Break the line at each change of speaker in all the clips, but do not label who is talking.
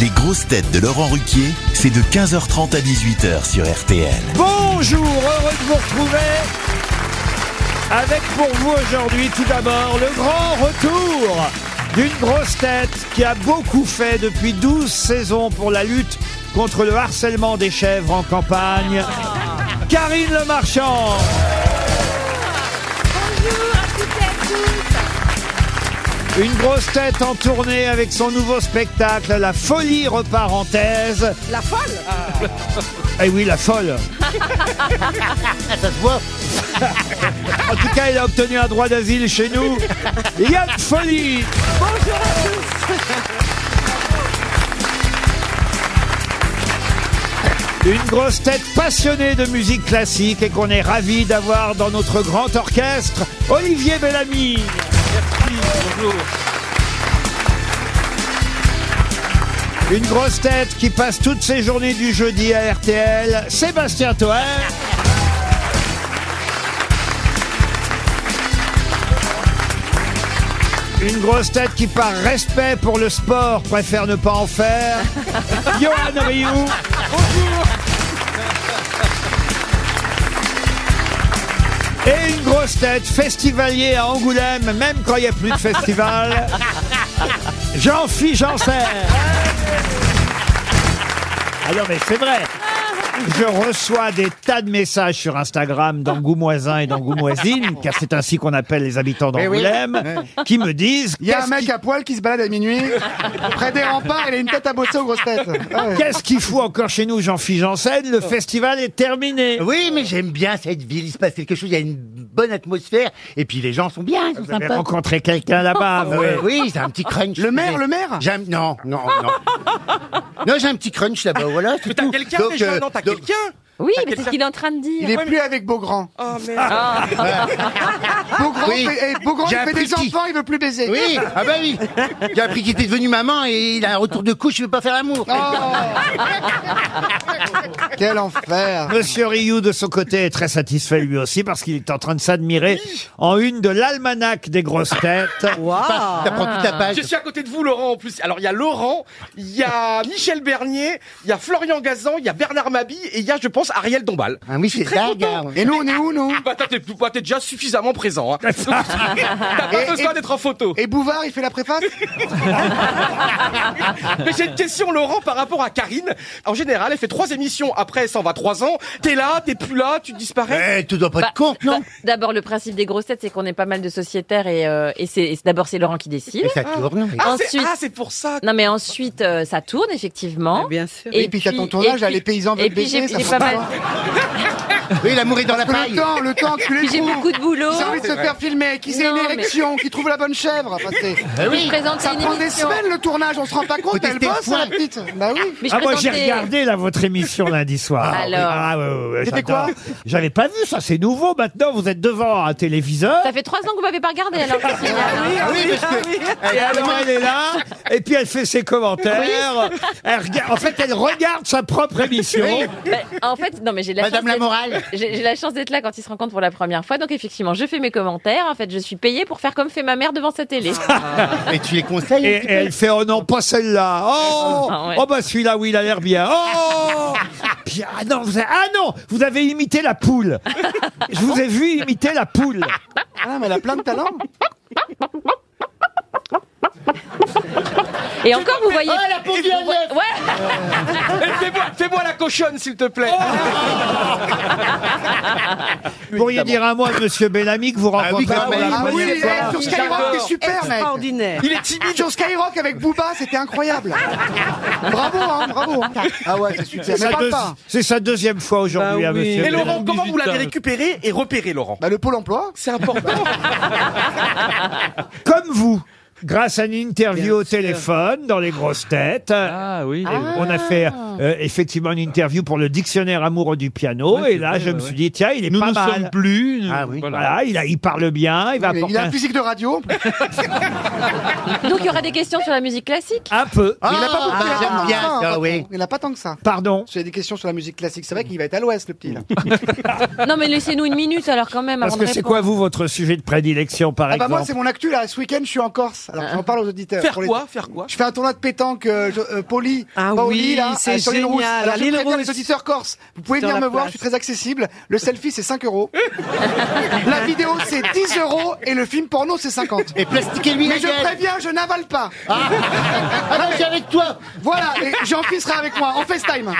Les grosses têtes de Laurent Ruquier, c'est de 15h30 à 18h sur RTL.
Bonjour, heureux de vous retrouver avec pour vous aujourd'hui tout d'abord le grand retour d'une grosse tête qui a beaucoup fait depuis 12 saisons pour la lutte contre le harcèlement des chèvres en campagne, Karine Le Marchand.
Bonjour à toutes et à tous.
Une grosse tête en tournée avec son nouveau spectacle La folie repart en thèse.
La folle
Eh oui, la folle. En tout cas, il a obtenu un droit d'asile chez nous. Yann Folie
Bonjour à tous.
Une grosse tête passionnée de musique classique et qu'on est ravi d'avoir dans notre grand orchestre, Olivier Bellamy. Une grosse tête qui passe toutes ses journées du jeudi à RTL, Sébastien Toer. Une grosse tête qui, par respect pour le sport, préfère ne pas en faire, Johan Rioux. Et une grosse tête, festivalier à Angoulême, même quand il n'y a plus de festival. jean philippe Janssen.
Ah
Alors, mais c'est vrai. Je reçois des tas de messages sur Instagram d'angoumoisins et d'angoumoisines, car c'est ainsi qu'on appelle les habitants
Eh oui.
d'Angoulême, qui me disent
Il y a un
qu'est-ce
mec à poil qui se balade à minuit près des remparts, il a une tête à bosser aux grosses têtes. Ah ouais.
Qu'est-ce qu'il fout encore chez nous, Jean-Philippe Janssen Le festival est terminé.
Oh. Oui, mais j'aime bien cette ville. Il se passe quelque chose. Il y a une bonne atmosphère. Et puis les gens sont bien. Ils sont
Vous avez
sympas.
rencontré quelqu'un là-bas, vous.
Euh, oui, j'ai un petit crunch.
Le maire, le maire
J'aime non, non, non. non, j'ai un petit crunch là-bas. Voilà. c'est
T'as
tout.
quelqu'un
Donc,
déjà
euh,
Non, t'as
donc-
quelqu'un
Oui,
T'as
mais c'est
quelqu'un-
ce qu'il est en train de
Il
dire.
est plus avec Beaugrand.
Oh
Ah.
Ah,
merde Ah,
Beaugrand,
Oui.
fait, eh, Beaugrand, il
J'ai
fait
appris
des
qui
enfants, il veut plus baiser.
Oui, ah bah oui. J'ai appris qu'il était devenu maman et il a un retour de couche. Je veux pas faire l'amour.
Oh. Quel enfer
Monsieur Rioux, de son côté, est très satisfait lui aussi parce qu'il est en train de s'admirer en une de l'almanach des grosses têtes.
T'apprends toute la page.
Ah. Je suis à côté de vous, Laurent, en plus. Alors, il y a Laurent, il y a Michel Bernier, il y a Florian Gazan, il y a Bernard Mabi et il y a, je pense, Ariel Dombal.
Ah oui, c'est ça, gars.
Et nous, on est où, nous
Bah, t'as- t'es bah, t'es déjà suffisamment présent. hein. T'as pas
Et-
besoin
et-
d'être en photo.
Et Bouvard, il fait la préface
Mais j'ai une question, Laurent, par rapport à Karine. En général, elle fait trois émissions, après, elle s'en va trois ans. T'es là, t'es plus là, tu disparais.
Eh, tu dois pas
Bah,
être con, non
bah, D'abord, le principe des grosses têtes, c'est qu'on est pas mal de sociétaires et, euh, et c'est et c'est- d'abord c'est Laurent qui décide.
Et ça tourne. oui.
Ah, c'est-
ensuite-
ah, c'est pour ça. Ah,
Non, mais ensuite euh, ça tourne effectivement.
Bien sûr.
Et puis, t'as ton tournage,
et
là,
puis-
les paysans
Et
veulent
puis
baiser,
j'ai
ça
j'ai
fait
pas mal.
pas.
Oui, l'amour est dans la
Le
paille.
temps, le temps, tu les
Puis j'ai
trouves.
beaucoup de boulot.
Qui a envie de se faire filmer, qui sait une
Non, mais-
érection, qui trouve la bonne chèvre. Enfin, c'est-
Eh
Puis je
oui.
présente
ça
une
prend des
émission.
semaines, le tournage, on se rend pas compte,
Faut
elle
tester le
bosse, la
foin.
petite. Bah oui.
Mais je
Ah, moi, j'ai
présentais-
regardé là, votre émission lundi soir.
Alors
Ah, ouais, ouais, ouais,
C'était
j'adore.
quoi
J'avais pas vu ça, c'est nouveau maintenant. Vous êtes devant un téléviseur.
Ça fait trois ans que vous m'avez pas regardé alors. Christine, hein.
Ah oui, parce que.
Et alors, elle est
Ah
là, et puis elle fait ses commentaires. Elle regarde- en fait, elle regarde sa propre émission.
Bah, en fait, non mais j'ai la
Madame
chance
la
d'être-
morale.
J'ai j'ai la chance d'être là quand ils se rencontrent pour la première fois, donc effectivement, je fais mes commentaires. En fait, je suis payée pour faire comme fait ma mère devant sa télé.
Ah.
Et tu les conseilles.
Et,
un petit
et
peu
elle fait oh non pas celle-là oh
Ah ouais.
oh bah celui-là oui il a l'air bien oh Puis, ah non vous avez, ah non vous avez imité la poule je vous ai vu imiter la poule
Ah, mais elle a plein de talent.
Et encore, vous voyez.
Ah,
Oh, la pompe du
Ouais,
Eh, Fais-moi fais-moi la cochonne, s'il te plaît.
vous pourriez dire un mot à Monsieur Bellamy que vous
Ah
rencontrez
oui, quand même.
Ah oui, mais, eh, sur Skyrock,
J'adore.
t'es super, mec.
Extraordinaire.
Il est timide.
Sur Skyrock avec Booba, c'était incroyable. bravo, hein, bravo. hein. Ah ouais, c'est super.
c'est
Mais
sa,
parle
deux-
pas.
c'est sa deuxième fois aujourd'hui
Bah
à
oui.
Monsieur
Mais
Et
Bellamy.
Laurent, comment vous l'avez récupéré et repéré, Laurent
Bah, le pôle emploi.
C'est important.
comme vous grâce à une interview
Bien
au
sûr.
téléphone dans les grosses têtes euh,
Ah oui.
on a fait euh, effectivement une interview pour le dictionnaire amoureux du piano.
Ouais,
et
c'est
là,
vrai,
je
ouais,
me
ouais.
suis dit, tiens, il est
Nous
pas
ne
mal.
sommes plus.
Ah oui.
Voilà, il, a- il parle bien, il va
Il
apporter
a
un,
une physique de radio.
Donc il y aura des questions sur la musique classique.
un peu.
Ah,
Mais il a pas beaucoup- il a pas
j'aime
tant que
bien
ça, hein,
ça,
patron.
oui.
Il n'a pas tant que ça.
Pardon.
J'ai des questions sur la musique classique. C'est vrai qu'il va être à l'ouest, le petit. Là.
Non mais laissez-nous une minute alors quand même
Parce
avant
que
de
c'est
répondre.
quoi, vous, votre sujet de prédilection, par
Ah bah moi,
exemple
c'est mon actu là. Ce week-end, je suis en Corse. Alors j'en parle aux auditeurs.
Faire
Pour les-
quoi Faire quoi
Je fais un tournoi de pétanque euh, je- euh, poli,
Ah
Paoli,
oui,
là,
c'est
euh, sur l'île
génial.
Rousse. Alors,
La
je
l'île
préviens
Rousse.
les auditeurs corses. Vous pouvez
Sur
venir
la
me voir,
place.
je suis très accessible. Le selfie, c'est 5 euros. la vidéo, c'est 10 euros. Et le film porno, c'est 50.
Et plastiquez-lui la
Mais je
gueule.
préviens, je n'avale pas.
Ah non, j'ai avec toi.
Voilà, et Jean-Pierre sera avec moi en FaceTime.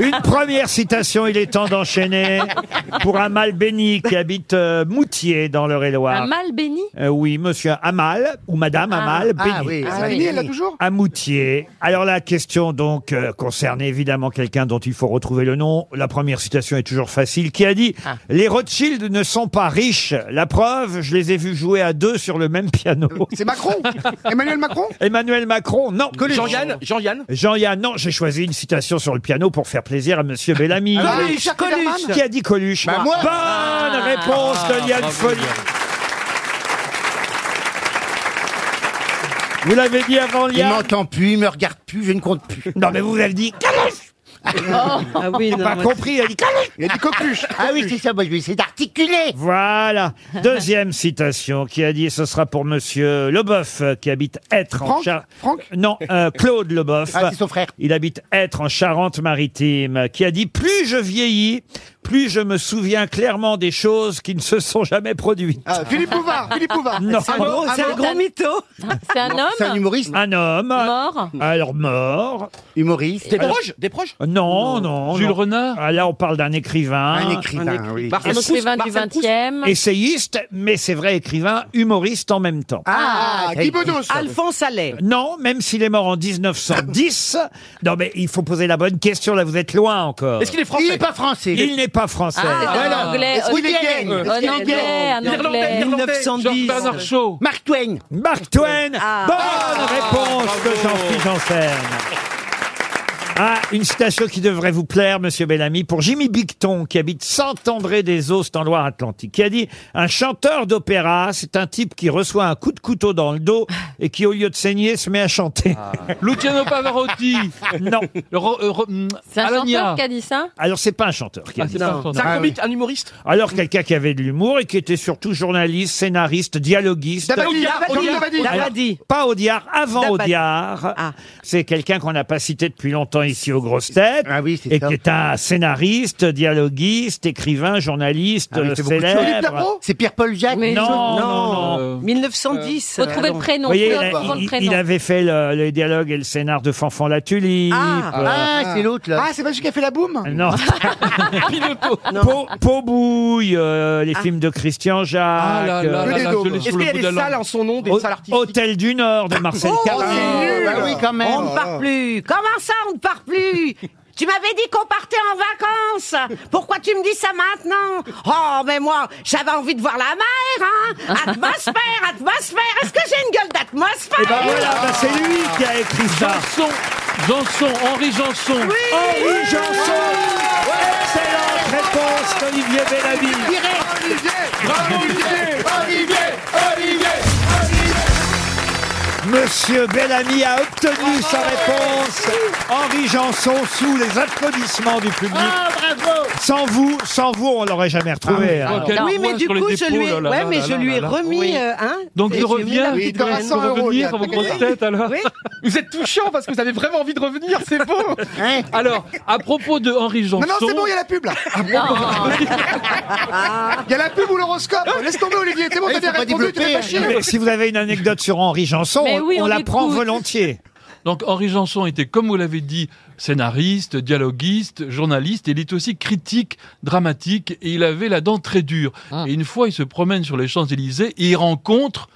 Une première citation, il est temps d'enchaîner pour Amal Béni qui habite euh, Moutier dans l'Eure-et-Loire.
Un mal béni
Euh, oui, monsieur Amal ou madame Amal Béni.
Ah oui.
Ah
La
oui.
vidéo, elle l'a toujours
À Moutier. Alors la question donc euh, concerne évidemment quelqu'un dont il faut retrouver le nom. La première citation est toujours facile. Qui a dit
Ah.
Les Rothschild ne sont pas riches. La preuve, je les ai vus jouer à deux sur le même piano.
C'est Macron. Emmanuel Macron
Emmanuel Macron, non.
Jean-Yann, Jean-Yann,
Jean-Yann, non. J'ai choisi une citation sur le piano pour faire plaisir à Monsieur Bellamy.
Ah,
Coluche.
Richard
Coluche.
Kellerman
Qui a dit Coluche
Bah, moi.
Bonne réponse de
Ah,
Liane Folie. Vous l'avez dit avant,
Il
Liane
m'entend plus, il me regarde plus, je ne compte plus.
Non, mais vous avez dit Coluche
Ah oui, non,
Pas
moi-
compris, il a dit Coluche
Il a dit coqueluche.
Ah oui, c'est ça, moi je vais essayer d'articuler.
Voilà. Deuxième citation qui a dit ce sera pour Monsieur Leboeuf euh, qui habite Être en
Franck
Charente.
Franck
Non, euh, Claude Leboeuf.
Ah, c'est son frère.
Il habite Être en Charente-Maritime, qui a dit Plus je vieillis, plus je me souviens clairement des choses qui ne se sont jamais produites.
Ah, Philippe Bouvard, Philippe Bouvard.
Non,
C'est un gros, c'est un gros mytho.
C'est un
C'est un
homme
humoriste.
un homme,
mort
alors mort.
Humoriste.
des proches, des proches.
Euh, Non, non.
Jules
non.
Renard
Ah, Là, on parle d'un écrivain.
Un écrivain, oui.
Un
Marcel
écrivain
Proust,
du
Marcel Proust.
20e.
Essayiste, mais c'est vrai, écrivain, humoriste en même temps. Euh,
Ah, Guy Bedos.
Alphonse Allais.
Non, même s'il est mort en 1910. non, mais il faut poser la bonne question, là, vous êtes loin encore.
Est-ce qu'il est
Il
français
n'est pas français.
Il n'est pas français.
Ah,
Voilà.
un anglais.
Est-ce qu'il est gay
Un anglais, un
Irlandais,
anglais.
Irlandais.
1910.
Bernard Shaw.
Mark Twain.
Mark Twain.
Ah.
Bonne réponse de Jean-Philippe Janssen. Ah, une citation qui devrait vous plaire, monsieur Bellamy, pour Jimmy Bicton, qui habite Saint-André-des-Eaux, c'est en Loire-Atlantique, qui a dit « Un chanteur d'opéra, c'est un type qui reçoit un coup de couteau dans le dos et qui, au lieu de saigner, se met à chanter.
Ah. Luciano Pavarotti.
Non.
Ro- euh, ro- hum,
C'est un
Alagna.
chanteur qui a dit ça
Alors, c'est pas un chanteur qui a
Ah,
dit
c'est
ça.
pas un chanteur.
C'est un
Ah,
comique, un humoriste
Alors, quelqu'un qui avait de l'humour et qui était surtout journaliste, scénariste, dialoguiste.
Dabadi, Jean-Luc Dabadi.
Lavadi.
Pas Audiard, avant
Dabadi.
Audiard.
Ah.
C'est quelqu'un qu'on n'a pas cité depuis longtemps ici aux grosses têtes.
Ah oui, c'est
Et
ça.
qui est un scénariste, dialoguiste, écrivain, journaliste,
Ah oui,
euh,
c'est beaucoup de
Philippe
célèbre.
Labro
C'est Pierre-Paul Jacques.
Mais-
Non, non, non.
Euh,
1910.
Euh,
Faut trouver
Pardon.
le
Vous
prénom.
voyez,
faut
il, a-
avoir le
il-
prénom.
il avait fait le, les dialogues et le scénar de Fanfan la Tulipe.
Ah.
Ah, c'est l'autre là.
Ah, c'est pas celui qui a fait la boum
Euh, Non. Pau- Paubouille, euh, les films de Christian Jacques.
Ah là là
euh,
là
des
là, je
dômes.
l'ai
Est-ce
sur
qu'il y
le
a
bout de la
des salles
langue.
en son nom, des
Hô-
salles artistiques
Hôtel du Nord de Marcel
Oh,
Carré.
Bah oui, quand même.
oh, On ne part plus. Comment ça, on ne part plus Tu m'avais dit qu'on partait en vacances. Pourquoi tu me dis ça maintenant Oh, mais moi, j'avais envie de voir la mer, hein Atmosphère, atmosphère. Est-ce que j'ai une gueule d'atmosphère
Eh ben
Ah, voilà, bah, c'est lui qui a écrit ça.
Janson. Janson, Henri Janson.
Henri Janson. Excellente réponse d'Olivier Bellamy. Monsieur Bellamy a obtenu sa réponse. Henri Janson sous les applaudissements du public.
Ah, bravo.
Sans vous, sans vous, on l'aurait jamais retrouvé. hein.
Oh, quel
Oui,
poids
mais du
sur les
coup, je
épaules,
lui ai,
oh là
ouais,
là
mais
là
je
là
lui ai
là.
remis, euh, hein
Donc
Et
il
j'ai mis la
revient,
petite
il doit
à 100 euros,
revenir
il y a
vos
pas
grosses
gagné.
têtes alors.
Vous êtes touchant parce que vous avez vraiment envie de revenir, c'est beau
Hein
Alors, à propos de Henri Janson,
Non, non, c'est bon, il y a la pub là. Il y a la pub ou l'horoscope. Laisse tomber, Olivier.
Ah,
C'est bon,
Eh,
t'as bien
faut pas
répondu, tu n'es pas
développer,
chier.
Mais si vous avez une anecdote sur Henri Janson,
Mais oui,
on,
on
la prend
écoute.
volontiers.
donc Henri Janson était, comme vous l'avez dit, scénariste, dialoguiste, journaliste, et il était aussi critique, dramatique, et il avait la dent très dure. Et une fois, il se promène sur les Champs-Élysées et il rencontre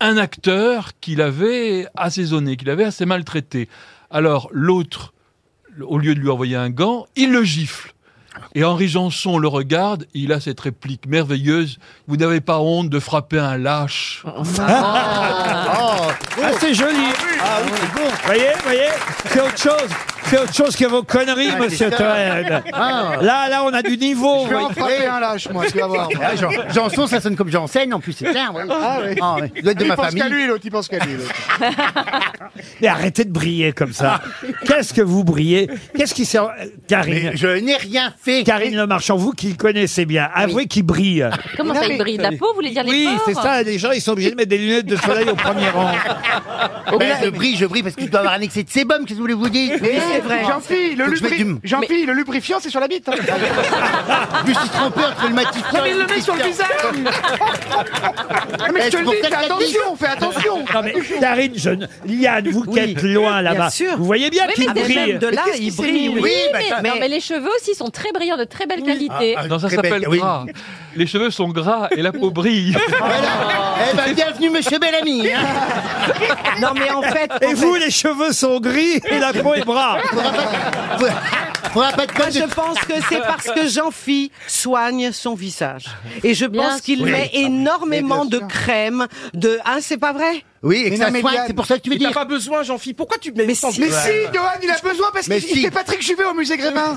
un acteur qu'il avait assaisonné, qu'il avait assez maltraité. Alors l'autre, au lieu de lui envoyer un gant, il le gifle. Et Henri Janson le regarde, et il a cette réplique merveilleuse, vous n'avez pas honte de frapper un lâche.
Oh,
Ah, c'est joli. Ah oui, c'est bon. Voyez, voyez, c'est autre chose. C'est fait autre chose que vos conneries,
Ah,
monsieur
c'est ça.
Toen.
Ah.
Là, là, on a du niveau.
Je vais en frapper un lâche, moi, tu vas voir. moi.
Ah, Jean- Janson, ça sonne comme Janssen, en plus, c'est clair. ouais.
Ah oui.
Ah, ouais. Il doit être de
Il
ma
pense qu'à
famille.
lui, l'autre, il pense qu'à lui. l'autre.
Mais arrêtez de briller comme ça. Qu'est-ce que vous brillez Qu'est-ce qui s'est... Karine,
Ah. Mais je n'ai rien fait.
Karine Le Marchand, vous qui le connaissez bien, avouez qu'il brille.
Comment ça, il brille de la peau, vous voulez dire les
Oui,
pores
c'est ça, les gens, ils sont obligés de mettre des lunettes de soleil au premier rang.
Ben, je brille, je brille parce que je dois avoir un excès de sébum, qu'est-ce que vous voulez vous dire Oui, c'est vrai.
Jean-Phi, le,
Faut que je mette
lubri-
du-
Jean-Phi, le lubrifiant, c'est sur la bite. hein.
Je me suis trompé entre le matifiant et le lubrifiant.
Ah, mais je te
Eh, c'est
le
pour
dis, fais
ça que t'as dit.
attention, fais attention.
Non mais, Karine, je ne- Liane, vous qui êtes loin là-bas,
sûr.
vous voyez bien
Oui,
qu'il
mais c'est
brille.
Même de là,
qu'est-ce qui
il
s'est
brille.
mis,
Oui,
Oui, bah,
mais,
ça-
non, mais les cheveux aussi sont très brillants, de très belle qualité.
Ah,
Non, ça
très belle-
s'appelle
oui.
gras. Les cheveux sont gras et la peau brille.
Voilà. Eh ben, bienvenue, monsieur Bellamy. hein.
Non, mais en fait. en
Et
fait,
vous, les cheveux sont gris et la peau est brave.
Faudra pas, faudra- faudra pas te
Moi,
de
je pense que c'est parce que Jean-Phi soigne son visage. Et je
Bien Ah
pense qu'il
sûr.
met
Oui.
énormément
Mais
de
bien sûr.
crème, de. Ah, c'est pas vrai?
Oui, et
Mais
que
non,
ça
mais
soigne,
Liane,
c'est pour ça que tu veux
Mais t'as
dire.
pas besoin, Jean-Phi. Pourquoi tu mets tant de-
Mais si, Johan, il a besoin parce
Mais
qu'il il
si.
fait Patrick Juvet au musée Grévin.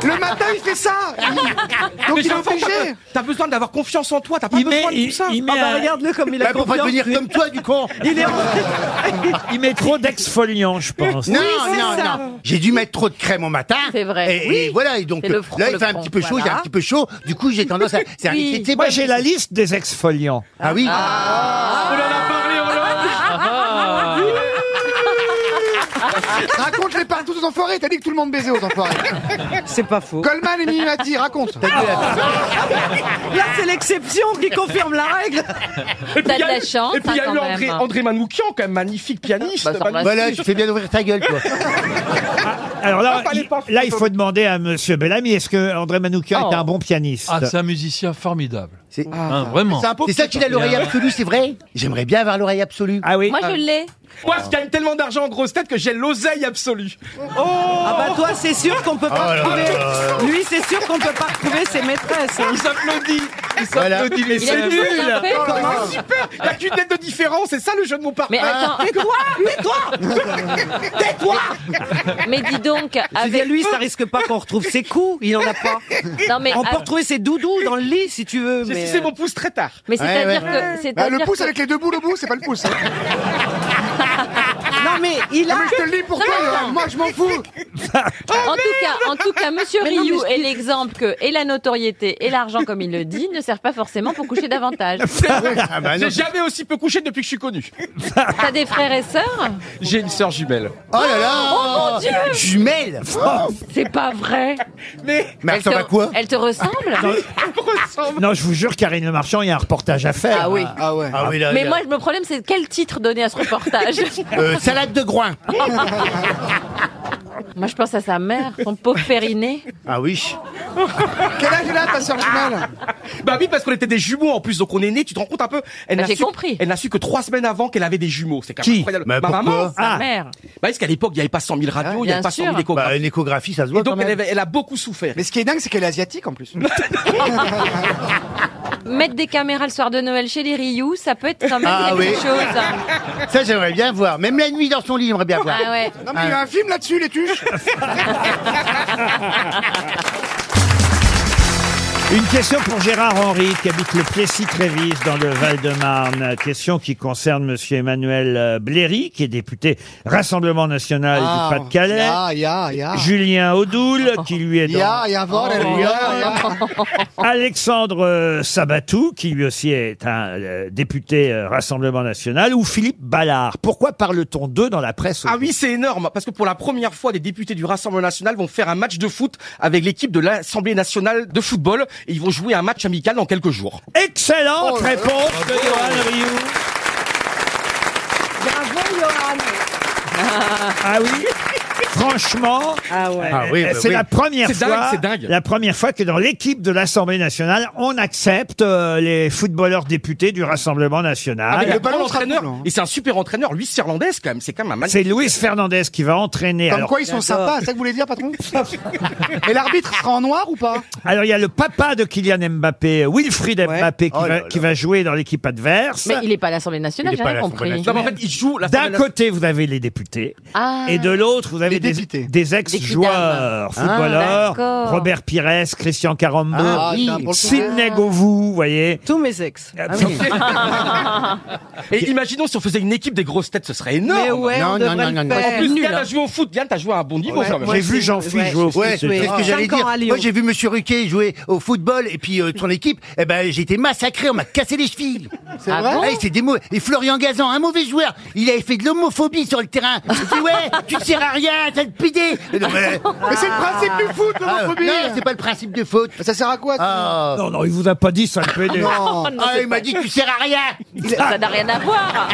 Le- le matin, il fait ça. Il- Donc
Mais
il est
Jean-Phi, t'as
obligé.
be- T'as besoin d'avoir confiance en toi. T'as pas
Il met,
besoin de tout
il,
ça.
il met,
Ah bah,
un-
regarde-le comme il a
Bah, pour pas
confiance.
devenir comme toi, du con.
Il est en-
il met trop d'exfoliants, je pense.
Non,
c'est
non,
ça.
non. J'ai dû mettre trop de crème au matin.
C'est vrai.
Et,
Oui.
et voilà, et donc euh,
C'est le front,
là, il
le
fait un
front,
petit peu chaud, il y a
voilà.
un petit peu chaud. Du coup, j'ai tendance à. C'est un
Oui.
excès de sébum.
Moi, j'ai la liste des exfoliants.
Ah oui.
On en a parlé en loge.
Ah.
Raconte-les partout aux enfoirés. T'as dit que tout le monde baisait aux enfoirés.
C'est pas faux.
Coleman et Mimimati, raconte.
Là, c'est l'exception qui confirme la règle.
Et puis,
T'as
il y a
de la
eu-
chance,
Et puis il y a
hein,
eu
quand
André,
même.
André Manoukian, quand même magnifique pianiste.
Bah, ça
magnifique.
Voilà, tu fais bien d'ouvrir ta gueule, toi.
Alors là,
Ah, fallait
il,
pas-
là, il faut demander à monsieur Bellamy, est-ce que André Manoukian
Oh.
est un bon pianiste
Ah, c'est un musicien formidable.
C'est
Hein, vraiment.
c'est ça qu'il a l'oreille absolue, c'est vrai J'aimerais bien avoir l'oreille absolue.
Ah oui
Moi, je l'ai.
Moi, je gagne tellement d'argent en grosse tête que j'ai l'oseille absolue.
Ah bah toi, c'est sûr qu'on peut pas
Oh là
retrouver. Lui, c'est sûr qu'on peut pas retrouver ses maîtresses. hein.
Il s'applaudit. Il
Voilà.
s'applaudit. Mais
Il a
c'est
toujours
nul.
bien fait.
Comment super Il y a qu'une lettre de différence. C'est ça le jeu de mon Ah.
Mais
parrain.
attends,
Tais-toi, tais-toi, tais-toi.
mais dis donc,
Je veux dire,
avec
lui, ça risque pas qu'on retrouve ses coups. Il en a pas.
non mais
On
ah,
peut retrouver ses doudous dans le lit si tu veux.
J'ai
mais- euh,
sucé mon pouce très tard.
mais c'est-à-dire
ouais.
que
Bah,
c'est-à-dire
le pouce
que-
avec les deux boules au bout, c'est pas le pouce. hein.
Non mais il a.
Non, mais je te le dis pour toi, Johan, moi je m'en fous.
Ah,
en tout cas, en tout cas, Monsieur
Mais non,
Rioux
mais
est l'exemple que et la notoriété et l'argent, comme il le dit, ne servent pas forcément pour coucher davantage.
Ah bah non.
J'ai jamais aussi peu couché depuis que je suis connu.
T'as des frères et sœurs
J'ai une sœur jumelle.
Oh là là
Oh mon Dieu
Jumelle
Oh.
C'est pas vrai.
Mais
Mais
Elle
ça va
te-
quoi
Elle te ressemble
elle me ressemble.
Non, je vous jure, Karine Le Marchand, il y a un reportage à faire.
Ah oui.
Ah ouais.
Ah oui, là,
Mais
là.
moi, le problème, c'est quel titre donner à ce reportage
Euh, salade de groin.
Moi, je pense à sa mère, son pauvre Périnée.
Ah oui.
Quel âge elle a ta sœur jumelle
Bah oui, parce qu'on était des jumeaux en plus, donc on est nés. Tu te rends compte un peu Elle
Bah,
n'a
j'ai
su,
compris.
Elle n'a su que trois semaines avant qu'elle avait des jumeaux. C'est quand même
Qui
incroyable.
Bah,
Ma maman.
pourquoi
Bah,
Sa
Ah.
mère.
parce qu'à l'époque, il n'y avait pas 100 000 radios, il n'y
bien
avait pas 100 000
sûr.
échographes.
Bah, une échographie, ça se voit
Et donc,
quand
elle,
même.
avait- elle a beaucoup souffert.
Mais ce qui est dingue, c'est qu'elle est asiatique en plus.
Mettre des caméras le soir de Noël chez les Rioux, ça peut être quand même
Ah
quelque
oui.
chose.
Ça, j'aimerais bien voir. Même la nuit dans son lit, j'aimerais bien voir.
Ah ouais.
Non, mais il y a un film là-dessus, les tuches.
Une question pour Gérard Henry, qui habite le Plessis-Trévis, dans le Val-de-Marne. Question qui concerne Monsieur Emmanuel euh, Bléry, qui est député Rassemblement National
Ah,
du Pas-de-Calais.
Ya, ya, ya.
Julien Audoul, qui lui est dans
ah. Ya, ya,
Oh,
voilà, ya, ya.
Alexandre euh, Sabatou, qui lui aussi est un euh, député euh, Rassemblement National, ou Philippe Ballard. Pourquoi parle-t-on d'eux dans la presse
Ah
aujourd'hui
oui, c'est énorme, parce que pour la première fois, des députés du Rassemblement National vont faire un match de foot avec l'équipe de l'Assemblée Nationale de football, et ils vont jouer un match amical dans quelques jours.
Oh
Excellente réponse de Johan Rioux.
Bravo Johan.
Ah oui franchement, eh,
Ah ouais.
Ah oui, bah
c'est
oui.
la première
C'est dingue,
fois,
c'est dingue.
la première fois que dans l'équipe de l'Assemblée nationale, on accepte euh, les footballeurs députés du Rassemblement national.
Avec
le
un
ballon
grand
sera
entraîneur.
cool, hein.
Et c'est un super entraîneur, lui, c'est irlandaise quand même. C'est quand même un magnifique.
C'est Luis Fernandez qui va entraîner.
Comme
alors,
quoi ils sont sympas, c'est ça que vous voulez dire, patron Et l'arbitre sera en noir ou pas
alors il y a le papa de Kylian Mbappé, Wilfried Mbappé, qui,
Oh là
va,
là.
qui va jouer dans l'équipe adverse.
Mais il n'est pas à l'Assemblée nationale,
Il est
j'ai
pas
rien
à l'Assemblée
compris.
Non, mais en fait, il joue la
D'un côté, vous avez les députés.
Ah.
Et de l'autre, vous avez
Les
des,
députés.
des ex-joueurs, footballeurs,
Ah, d'accord.
Robert Pires, Christian Carambeau,
Ah,
tiens,
oui.
pour le coup.
Sidney Govou, vous voyez. Ah,
Tous mes ex.
Ah
Et imaginons si on faisait une équipe des grosses têtes, ce serait énorme.
Non, non, non, non, non.
En plus, Yann
hein.
a joué au foot. Yann, t'as joué à un bon niveau quand même.
J'ai vu Jean-Philippe jouer au foot.
Ouais, c'est
c'était-
ce que j'allais
Cinq ans
dire.
à Lyon.
Moi, j'ai vu Monsieur Ruquier jouer au football et puis euh, son équipe. Eh ben, j'ai été massacré. On m'a cassé les chevilles. C'est
Ah vrai bon
c'est des mots. Et Florian Gazan, un mauvais joueur, il avait fait de l'homophobie sur le terrain. Il dit ouais, tu ne sers à rien, t'as le pidé. Non, mais,
Mais c'est le principe du foot,
Ah,
l'homophobie
non, c'est pas le principe de faute.
Ça sert à quoi
Ah,
Non, non, il vous a pas dit ça le PD.
Non,
Ah, il m'a dit tu sers à rien.
Ça n'a rien à voir.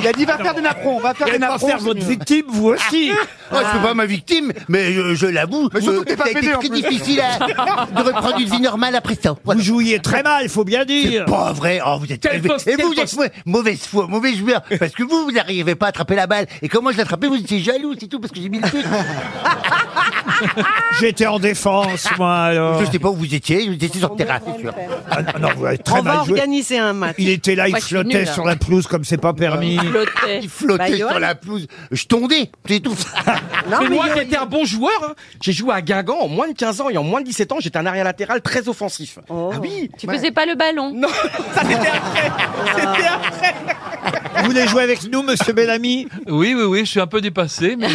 il a dit va faire des napperons, va faire des
Vous allez pas
napperons.
faire
c'est
votre
mieux.
victime, vous aussi.
Oh, je suis pas ma victime, mais euh, je, je l'avoue.
Mais surtout que t'es
ça
pas
a été
pédé, en
très
plus.
difficile à- de reprendre une vie normale après ça.
Vous
Voilà.
jouiez très mal, faut bien dire.
Pas vrai. Oh, vous êtes
Quel
mauvais.
poste,
et
quel
vous
poste.
êtes mau- mauvaise foi, mauvais joueur. Parce que vous, vous n'arrivez pas à attraper la balle. Et comment je l'attrapais Vous étiez jaloux, c'est tout, parce que j'ai mis le but.
J'étais en défense, moi. Alors.
Je sais pas où vous étiez. Vous étiez sur le terrain, c'est sûr.
Ah, non, vous avez très
On va
mal joué.
organiser un match.
Il était là, il
Moi, je suis
flottait
nulle.
sur la pelouse comme c'est pas permis.
Flottait.
Il flottait
Bah, Johan.
sur la pelouse. Je tondais, c'est tout.
Non,
mais moi,
il y a-
j'étais un bon joueur. hein. J'ai joué à Guingamp en moins de 15 ans et en moins de 17 ans, j'étais un arrière latéral très offensif. Ah oui
Tu faisais pas le ballon.
Non, ça c'était après. C'était après.
Vous voulez jouer avec nous, monsieur Bellamy
Oui, oui, oui, je suis un peu dépassé, mais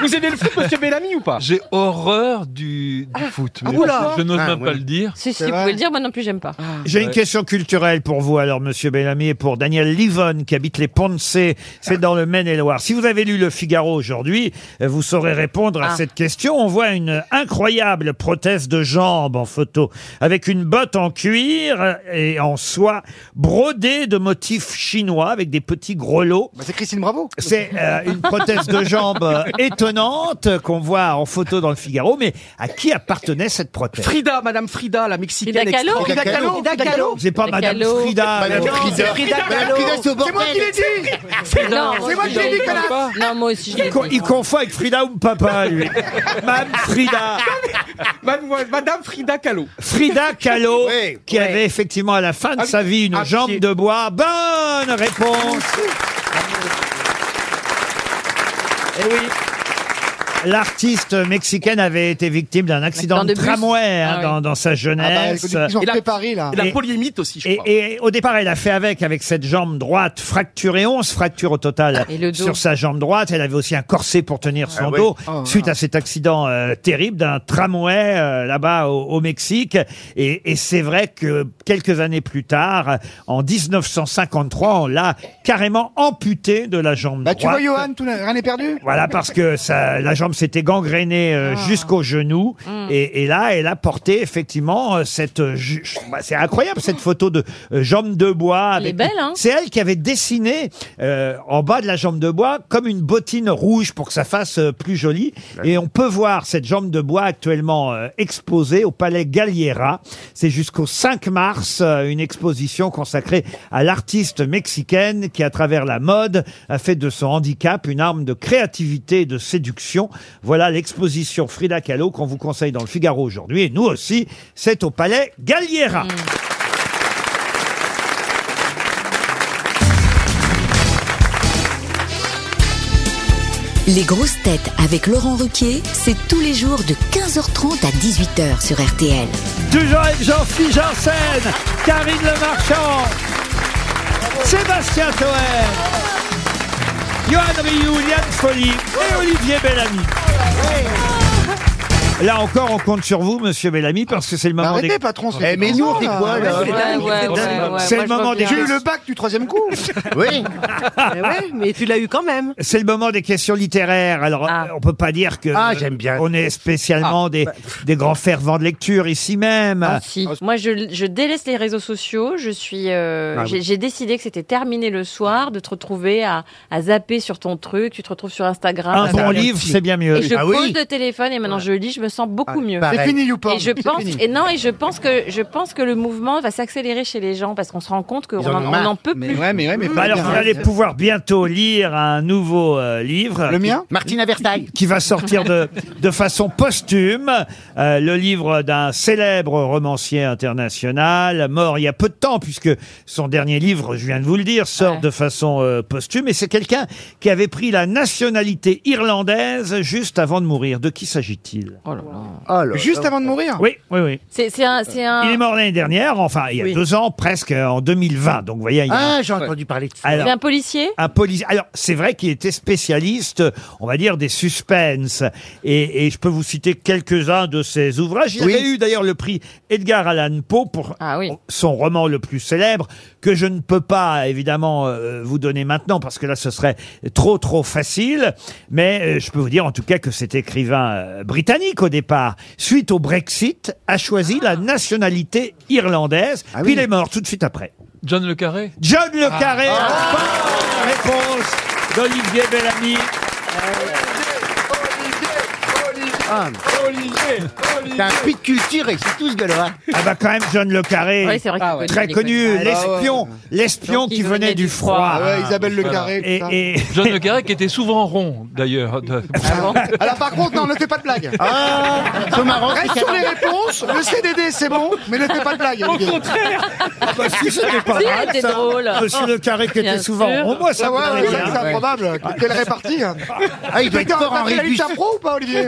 Vous aimez le foot, monsieur Bellamy, ou pas
j'ai horreur du, du foot. Mais
oula.
je n'ose
Ah,
même pas
oui.
le dire.
Si, si,
C'est
vous
vrai.
pouvez le dire, moi non plus, j'aime pas.
J'ai une question culturelle pour vous, alors, monsieur Bellamy, et pour Daniel Livonne, qui habite les Ponts, c'est dans le Maine-et-Loire. Si vous avez lu Le Figaro aujourd'hui, euh, vous saurez répondre à
Ah.
cette question. On voit une incroyable prothèse de jambe en photo, avec une botte en cuir et en soie, brodée de motifs chinois, avec des petits grelots.
Bah, c'est Christine Bravo.
C'est euh, une prothèse de jambe euh, étonnante euh, qu'on voit en photo dans le Figaro, mais à qui appartenait cette prothèse
Frida, madame Frida, la mexicaine.
Frida Kahlo
extraordinaire.
Frida Kahlo.
Frida Kahlo.
C'est pas
Frida
Madame
Kahlo.
Frida.
Madame
alors.
Frida. Madame Frida, c'est au
C'est moi qui l'ai
bordel.
dit
Non,
C'est moi qui l'ai dit, connasse
Non, moi aussi, je l'ai
Il, co-
dit.
il confond avec Frida ou papa, lui. Madame Frida.
Madame- Madame Frida Kahlo.
Frida Kahlo,
Oui,
qui avait effectivement à la fin de
Ah,
sa vie une
à
jambe
pied.
de bois. Bonne réponse. Eh oui. L'artiste mexicaine avait été victime d'un accident
Accident
de,
de bus.
trahmoyer hein,
Ah oui.
dans, dans sa
Ah bah,
jeunesse.
écoutez, ils ont
Et la-
fait Paris, là.
Et la
Et-
polyémite aussi, je
Et,
crois.
et au départ, elle a fait avec, avec cette jambe droite fracturée, 11 fractures au total
Et le dos.
sur sa jambe droite. Elle avait aussi un corset pour tenir son
Ah oui.
Oh,
dos suite à cet accident euh, terrible d'un tramway euh, là-bas au, au Mexique. Et, et c'est vrai que quelques années plus tard, en 1953, on l'a carrément amputée de la jambe
Bah,
droite.
tu vois, Johan, tout n'a- rien n'est perdu
Voilà, parce que ça, la jambe s'était gangrénée euh,
Ah.
jusqu'au genou.
Mm.
Et, et là, elle a porté effectivement euh, cette... euh, ju- bah, c'est incroyable cette photo de euh, jambe de bois.
Elle est belle, hein
C'est elle qui avait dessiné euh, en bas de la jambe de bois comme une bottine rouge pour que ça fasse euh, plus joli. Et on peut voir cette jambe de bois actuellement euh, exposée au Palais Galliera. C'est jusqu'au 5 mars, euh, une exposition consacrée à l'artiste mexicaine qui, à travers la mode, a fait de son handicap une arme de créativité et de séduction. Voilà l'exposition Frida Kahlo qu'on vous conseille dans le Figaro aujourd'hui. Et nous aussi, c'est au Palais Galliera.
Les grosses têtes avec Laurent Ruquier, c'est tous les jours de 15h30 à 18h sur RTL.
Toujours avec Jean-Philippe Janssen, Karine Le Marchand, Sébastien Toer,
Eh,
Johan Rioux, Liane Folly et Olivier Bellamy. Là encore, on compte sur vous, monsieur Bellamy, parce que c'est le moment
Arrêtez,
des...
patron, c'est
Eh,
fait comme ça, là. Ouais, c'est dingue, c'est dingue.
C'est le moment des...
J'ai eu le bac du troisième coup.
Oui.
Mais ouais, mais tu l'as eu quand même.
C'est le moment des questions littéraires. Alors, on peut pas dire que
Ah,
j'aime bien. on est spécialement des, des grands fervents de lecture ici même.
Ah, si. Moi, je, je délaisse les réseaux sociaux. Je suis, euh,
Ah
j'ai
oui.
j'ai décidé que c'était terminé le soir de te retrouver à, à zapper sur ton truc. Tu te retrouves sur Instagram.
Un
à-
bon Ah, livre, c'est bien mieux.
Ah, Et je
Ah
pose
oui.
le téléphone et maintenant je lis. Je me sens beaucoup
Ah,
mieux.
pareil. C'est fini, YouPorn.
Et je
C'est
pense,
fini.
et non, et je pense que je pense que le mouvement va s'accélérer chez les gens parce qu'on se rend compte qu'on
Ils en ont
n'en
marre.
peut plus.
Bah alors, vous allez pouvoir bientôt lire un nouveau euh, livre. Le mien
Martina Versailles.
Qui va sortir de, de façon posthume. euh, le livre d'un célèbre romancier international, mort il y a peu de temps, puisque son dernier livre, je viens de vous le dire, sort de façon euh, posthume. Et c'est quelqu'un qui avait pris la nationalité irlandaise juste avant de mourir. De qui s'agit-il
Oh
Ah,
Juste avant de mourir
Oui, oui, oui.
C'est c'est un, c'est un.
Il est mort l'année dernière, enfin il y a
Ah. Oui.
deux ans, presque euh, en 2020. Donc vous voyez, il y a-
Ah, j'ai entendu parler de ça.
C'est
Alors-
un policier.
un policier. Alors, c'est vrai qu'il était spécialiste, on va dire, des suspens. Et, et je peux vous citer quelques-uns de ses ouvrages. Il
Oui.
avait eu d'ailleurs le prix Edgar Allan Poe pour son roman le plus célèbre, que je ne peux pas, évidemment, euh, vous donner maintenant, parce que là, ce serait trop, trop facile. Mais euh, je peux vous dire, en tout cas, que cet écrivain euh, britannique, au départ, suite au Brexit, a choisi la nationalité irlandaise. Puis il est mort tout de suite après.
John Le Carré
John Le
Ah.
Carré, bonne réponse d'Olivier Bellamy. Ah,
T'as un puits de culture et c'est tous de l'or.
Ah bah quand même John Le Carré,
Oui, c'est vrai qu'il est connu,
très
il est connu.
connu,
Ah,
l'espion,
ouais.
l'espion
Donc,
qui
il
venait du froid.
Ah ouais, Isabelle Le Carré,
Et-
putain.
et-
John Le Carré qui était souvent rond, d'ailleurs.
Alors par contre, non, ne fais pas de blague.
Ah, c'est marrant,
Reste
c'est
sur
ça.
les réponses. Le CDD, c'est bon, mais ne fais pas de blague. Au contraire.
Bah si c'était pas
Si,
mal
c'était
ça.
drôle.
Monsieur Le Carré qui
Bien
était souvent
sûr.
rond, moi ça
Ah ouais,
me
ouais,
plaît
ça,
bien.
c'est improbable. Quelle répartie hein.
Ah, il doit être
Putain,
fort en
t'as fait la
rébus.
lutte à pro ou pas, Olivier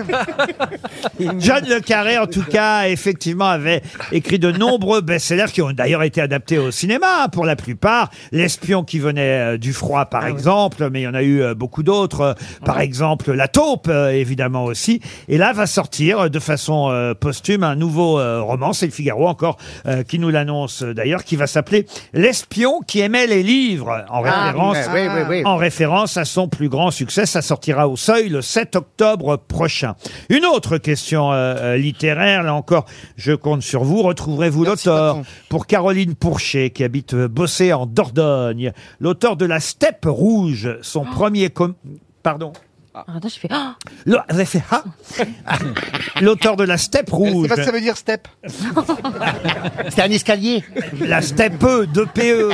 John Le Carré, en tout cas, effectivement, avait écrit de nombreux best-sellers qui ont d'ailleurs été adaptés au cinéma hein, pour la plupart. L'espion qui venait euh, du froid, par exemple, mais il y en a eu euh, beaucoup d'autres. euh, Par exemple, La taupe, euh, évidemment aussi. Et là, va sortir euh, de façon euh, posthume un nouveau euh, roman, c'est le Figaro encore, euh, qui nous l'annonce euh, d'ailleurs, qui va s'appeler L'espion qui aimait les livres, en
Ah,
référence,
oui, oui, oui.
en référence à son plus grand succès. Ça sortira au seuil le 7 octobre prochain. Une autre question euh, euh, littéraire, là encore, je compte sur vous. Retrouverez-vous l'auteur pour Caroline Pourchet, qui habite euh, Bossé en Dordogne, l'auteur de La Steppe Rouge, son
Oh.
premier... com- Pardon
Attends, je fais. Ah
L'au- Vous avez fait Ah L'auteur de La Steppe
Je
Rouge.
sais pas si ça veut dire step.
C'est un escalier.
La steppe 2 PE.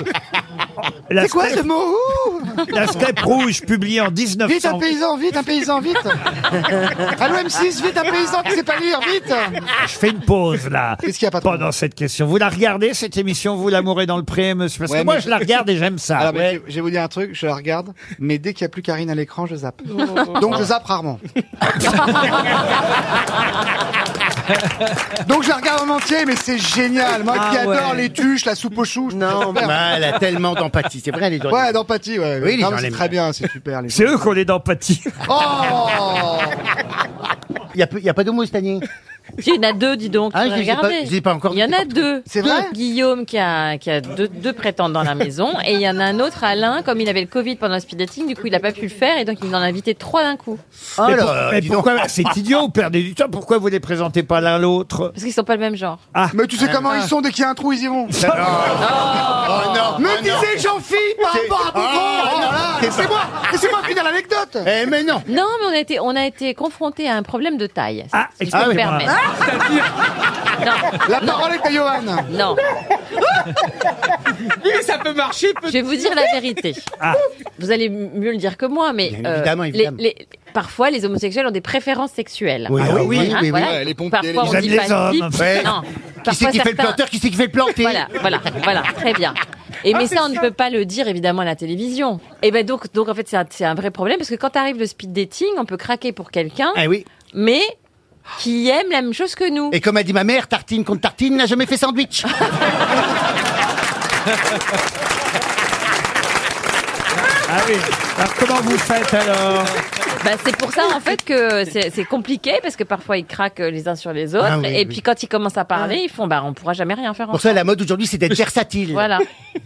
La
C'est quoi
euh, steppe-
ce mot Ouh
La steppe rouge, publiée en 1900.
Vite un paysan, vite un paysan, vite Allô M6, vite un paysan qui sait pas lire, vite
Ah, Je fais une pause là. pendant cette question. Vous la regardez cette émission, vous l'amourez dans le pré, monsieur Parce que moi je la regarde et j'aime ça.
Alors, Ah, mais je- je vais vous dire un truc, je la regarde, mais dès qu'il n'y a plus Karine à l'écran, je zappe.
Oh.
Donc je zappe rarement. Donc je la regarde en entier, mais c'est génial. Moi qui
Ah ouais.
adore les tuches, la soupe aux choux, je
Non,
super.
bah, elle a tellement d'empathie. C'est vrai, elle est dans
Ouais, d'empathie, ouais.
Oui, les
Non,
gens
mais c'est
l'aiment
très bien, c'est super. les
C'est eux qu'on est d'empathie.
Oh
Il n'y a, peu- il y a pas d'homo cette année.
Si, il y en a deux, dis donc.
Ah,
tu
je
vas
les ai pas-
regarder.
je les ai pas encore
Il y en
mis
a deux.
C'est vrai
Guillaume qui a, qui a deux, deux prétendants dans la maison. et il y en a un autre, Alain, comme il avait le Covid pendant le speed dating, du coup il n'a pas pu le faire et donc il en a invité trois d'un coup.
Ah
Oh
Mais pour- mais pourquoi ah, c'est idiot, vous perdez du temps. Pourquoi vous les présentez pas l'un l'autre
Parce qu'ils sont pas le même genre.
Ah.
Mais tu sais comment ils sont, dès qu'il y a un trou, ils y vont.
Oh non
Ah. Me
oh non.
disait Jean-Philippe par
C'est-
rapport à Bouffon
Ah,
Oh
non.
là là, C'est moi C'est moi finir Ah, l'anecdote
Eh, mais non
Non, mais on a été, on a été confronté à un problème de taille.
Ah,
si je peux me
excusez-moi.
permettre.
La parole est à Johan
Non.
Mais ça peut marcher,
Je vais vous dire la vérité. Vous allez mieux le dire que moi, mais
Ah.
euh,
Bien évidemment,
les-
évidemment.
les- parfois les homosexuels ont des préférences sexuelles. Hein,
Oui, ah oui, oui, oui, oui.
Ouais, les pompiers,
Parfois
les-
on
Ils
dit
aiment
pas
les hommes.
type.
Ouais.
Non.
Qui c'est
Parfois
qui fait le
certains-
planteur Qui c'est qui fait le planter
Voilà, voilà, voilà, très bien. Et
Ah,
mais
c'est
ça, on ne
ça.
peut pas le dire évidemment à la télévision. Et ben donc, donc en fait, c'est un, c'est un vrai problème parce que quand arrive le speed dating, on peut craquer pour quelqu'un,
Eh oui.
mais qui aime la même chose que nous.
Et comme a dit ma mère, tartine contre tartine n'a jamais fait sandwich.
Ah oui. Alors comment vous faites alors
Bah, c'est pour ça en fait que c'est c'est compliqué parce que parfois ils craquent les uns sur les autres
Ah oui,
et
oui. Ah.
puis quand ils commencent à parler ils font bah on pourra jamais rien faire
Pour ça, la mode aujourd'hui, c'est d'être versatile.
Voilà. Bah,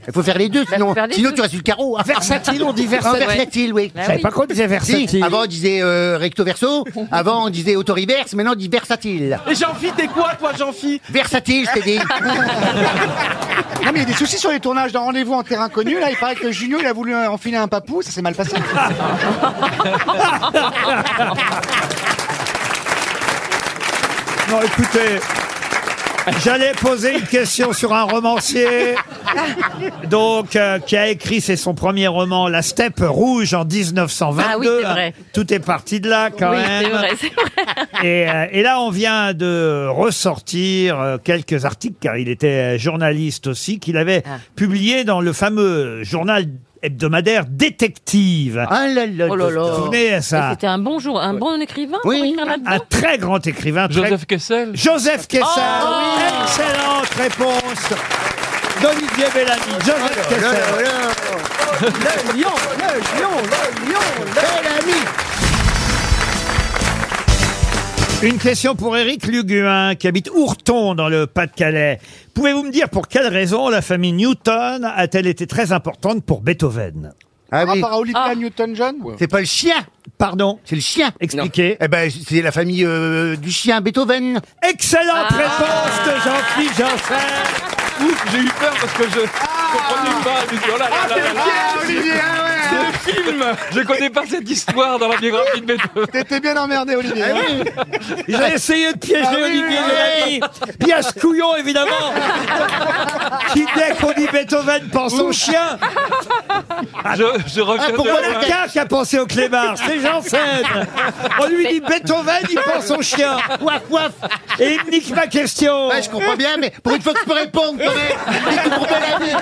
Il faut faire les deux, sinon,
faire les
sinon
deux.
tu restes sur le carreau. hein.
Versatile, on dit versatile.
Ah, versatile, oui.
Ah Je savais oui. pas qu'on disait versatile.
Si, avant, on disait euh, recto verso. Avant, on disait autoriverse. Maintenant, on dit versatile.
Et Jean-Phi, t'es quoi, toi, Jean-Phi
Versatile, je t'ai dit.
Non, mais il y a des soucis sur les tournages d'un rendez-vous en terrain connu. Là, il paraît que Junio, il a voulu enfiler un papou, ça s'est mal passé.
Non, écoutez, j'allais poser une question sur un romancier. Donc, euh, qui a écrit, c'est son premier roman, La Steppe Rouge en 1922.
Ah oui, c'est vrai.
Tout est parti de là, quand
oui,
même.
c'est vrai, c'est vrai.
Et, euh, et là, on vient de ressortir euh, quelques articles, car il était euh, journaliste aussi, qu'il avait
Ah.
publié dans le fameux journal hebdomadaire Détective.
Ah là là.
Oh là là.
Vous vous souvenez à
Et
ça
C'était un bon jour, un bon écrivain.
Oui.
pour écrire là-dedans.
Un très grand écrivain. très-
Joseph Kessel Ah,
Joseph Kessel.
Oh,
Ah,
oui.
Excellente réponse d'Olivier Bellamy. Joseph
Oh là
Kessel.
là là.
Le lion, le lion, le lion
Une question pour Éric Luguin, qui habite Ourton, dans le Pas-de-Calais. Pouvez-vous me dire pour quelle raison la famille Newton a-t-elle été très importante pour Beethoven
Ah
Par
oui.
rapport à Olivia
Ah.
Newton-John
C'est pas le chien,
Pardon
c'est le chien.
Expliquez.
Eh ben, c'est la famille euh, du chien Beethoven. Ah.
Excellente réponse de Jean-Philippe Janssen
J'ai eu peur parce que je comprenais pas. Je me suis dit, oh là là là là là.
Ah, Olivier, ah ouais,
Le film Je connais pas cette histoire dans la biographie de Beethoven.
T'étais bien emmerdé, Olivier.
Ah
hein.
J'ai essayé de piéger
oui,
Olivier Bellamy. Bien ce couillon, évidemment. qui dès qu'on dit Beethoven pense au chien.
Je, je
Ah,
reviens
pourquoi
de-
Lacan qui a pensé au Clébar C'est Janssen. On lui dit Beethoven, il pense au chien.
Waf, waf.
Et il me nique ma question.
Ouais, je comprends bien, mais pour une fois que je peux répondre, quand même. Mais tu comprends la vie.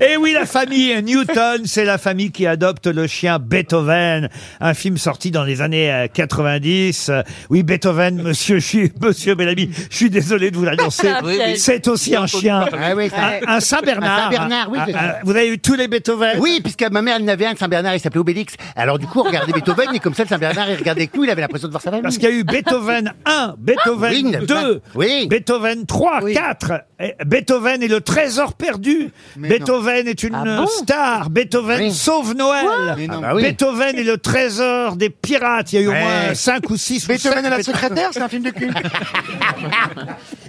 Et Eh oui, la famille Newton, c'est la famille qui adopte le chien Beethoven, un film sorti dans les années euh, 90. Euh, Oui, Beethoven, monsieur, Chi- monsieur Bellamy, je suis désolé de vous l'annoncer,
Oui, oui.
c'est aussi un chien.
Ah oui, ça-
Un, un Saint-Bernard.
Un Saint-Bernard, oui,
Un-
c'est
un-
ça.
vous avez eu tous les Beethoven
Oui, puisque ma mère, elle n'avait un de Saint-Bernard, il s'appelait Obélix. Alors, du coup, on regardait Beethoven, et comme ça, le Saint-Bernard, il regardait que nous, il avait l'impression de voir sa famille.
Parce qu'il y a eu Beethoven 1, Beethoven
Oui,
2,
oui.
Beethoven 3,
Oui.
4, et Beethoven et le trésor perdu, Beethoven est une
Ah bon
star, Beethoven
Oui.
sauve Noël,
Mais non.
Ah bah oui.
Beethoven et le trésor des pirates, il y a eu au
Ouais.
moins 5 ou 6
Beethoven et la secrétaire, c'est un film de cul.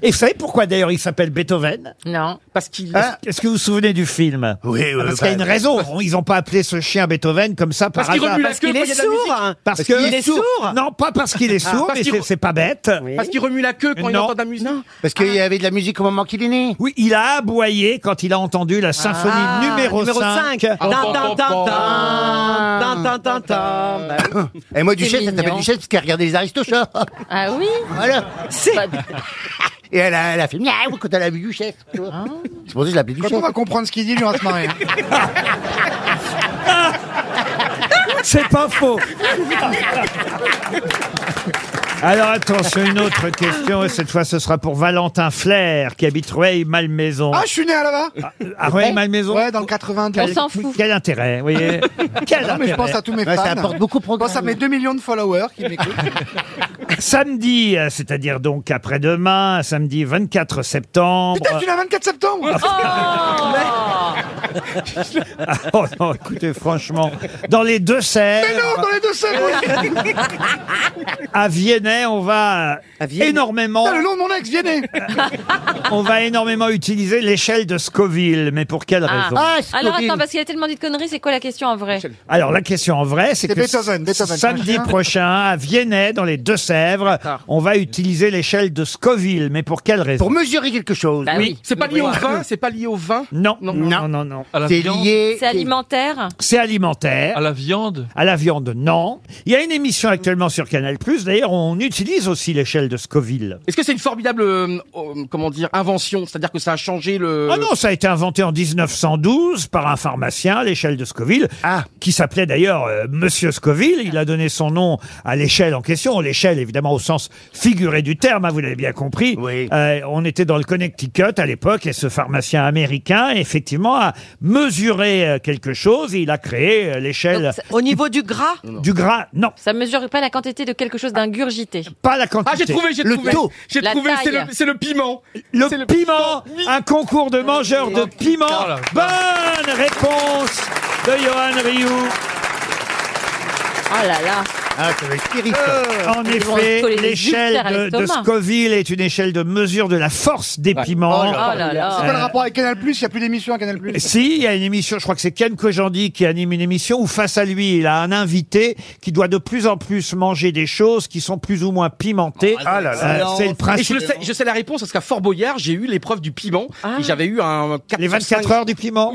Et vous savez pourquoi d'ailleurs il s'appelle Beethoven
Non.
Parce qu'il.
Hein Est-ce que vous vous souvenez du film Ah,
Oui, oui,
Parce
bah,
qu'il y a une raison, ils n'ont pas appelé ce chien Beethoven comme ça par
Parce qu'il
hasard.
remue la queue quand il y a de la musique.
Parce que-
qu'il est sourd. Ah,
Non, pas parce qu'il est sourd,
parce
mais
qu'il-
c'est- c'est pas bête.
Parce qu'il remue la queue quand il
Non.
entend de la musique.
Parce qu'il y avait de la musique au moment qu'il est
Mmh.
né.
Oui, il a aboyé quand il a entendu la symphonie
Ah,
numéro, 5.
Ah.
Ah.
Bah
Et moi,
C'est
Duchesse, elle s'appelle
mignon.
Duchesse parce qu'elle regardait les Aristochats.
Ah oui.
voilà.
Bah,
Et elle a, elle a fait miaou quand elle a vu Duchesse. tu vois. C'est pour ça que je l'appelais
Quand on
Duchesse.
va comprendre ce qu'il dit, lui, on va se marrer. hein.
Ah. C'est pas faux. Alors attention, une autre question, et cette fois ce sera pour Valentin Flair, qui habite Rueil-Malmaison.
Ah, je suis né à là-bas
euh,
à Rueil-Malmaison
Ouais, dans le 92.
On s'en fout.
Quel intérêt, vous voyez Quel
Non, mais je
intérêt
pense à tous mes
Ouais,
fans.
ça apporte beaucoup de
Je pense à mes 2 millions de followers qui m'écoutent.
Samedi, euh, c'est-à-dire donc après-demain, samedi 24 septembre.
bah.
Putain, tu l'as 24 septembre
Oh.
Oh non, écoutez, franchement, dans les deux serres.
Mais non, dans les deux Ah, semaines
à Viennet, on va énormément,
Putain, Le nom de mon ex, Viennet
Oh
on va énormément utiliser l'échelle de Scoville. Mais pour quelle
ah.
raison
Ah, Scoville.
Alors attends, parce qu'il a tellement dit de conneries, c'est quoi la question en vrai
Alors la question en vrai,
C'est
c'est que
Beethoven, Beethoven,
samedi
prochain.
prochain, à Viennet, dans les Deux-Sèvres, on va utiliser l'échelle de Scoville. Mais pour quelle raison
Pour mesurer quelque chose.
Bah oui.
C'est pas lié au vin, c'est pas lié au vin.
non, non,
Non.
non, non, non.
à la
C'est
viande.
lié.
C'est alimentaire.
C'est alimentaire.
À la viande
À la viande, non. Il y a une émission actuellement sur Canal+. D'ailleurs, on utilise aussi l'échelle de Scoville.
Est-ce que c'est une formidable, euh, euh, comment dire, invention C'est-à-dire que ça a changé le.
Ah non, ça a été inventé en 1912 par un pharmacien, l'échelle de Scoville,
Ah.
qui s'appelait d'ailleurs euh, Monsieur Scoville. Il a donné son nom à l'échelle en question. L'échelle, évidemment, au sens figuré du terme, hein, vous l'avez bien compris.
Oui.
Euh, on était dans le Connecticut à l'époque, et ce pharmacien américain, effectivement, a, mesurer euh, quelque chose et il a créé euh, l'échelle.
Au niveau du gras
Du gras, non.
Ça mesure pas la quantité de quelque chose d'ingurgité.
Pas la quantité.
Ah, j'ai trouvé, j'ai Le trouvé. taux. J'ai La trouvé, c'est taille. le- c'est le
piment. Le piment, un concours de mangeurs de piment. Bonne réponse de Johan Rioux.
Oh là là.
Ah, ça va être terrible.
Euh,
En effet, l'échelle de, de Scoville est une échelle de mesure de la force des
Oh
piments.
C'est quoi le
Euh,
rapport avec Canal Plus Il n'y a plus d'émission à Canal Plus.
Si, il y a une émission, je crois que c'est Ken Kojandi qui anime une émission où face à lui, il a un invité qui doit de plus en plus manger des choses qui sont plus ou moins pimentées.
ah
Euh, c'est le principe. Ah.
Et je, le sais, je sais la réponse parce qu'à Fort Boyard, j'ai eu l'épreuve du piment. Et j'avais eu un.
Les 24 heures du piment.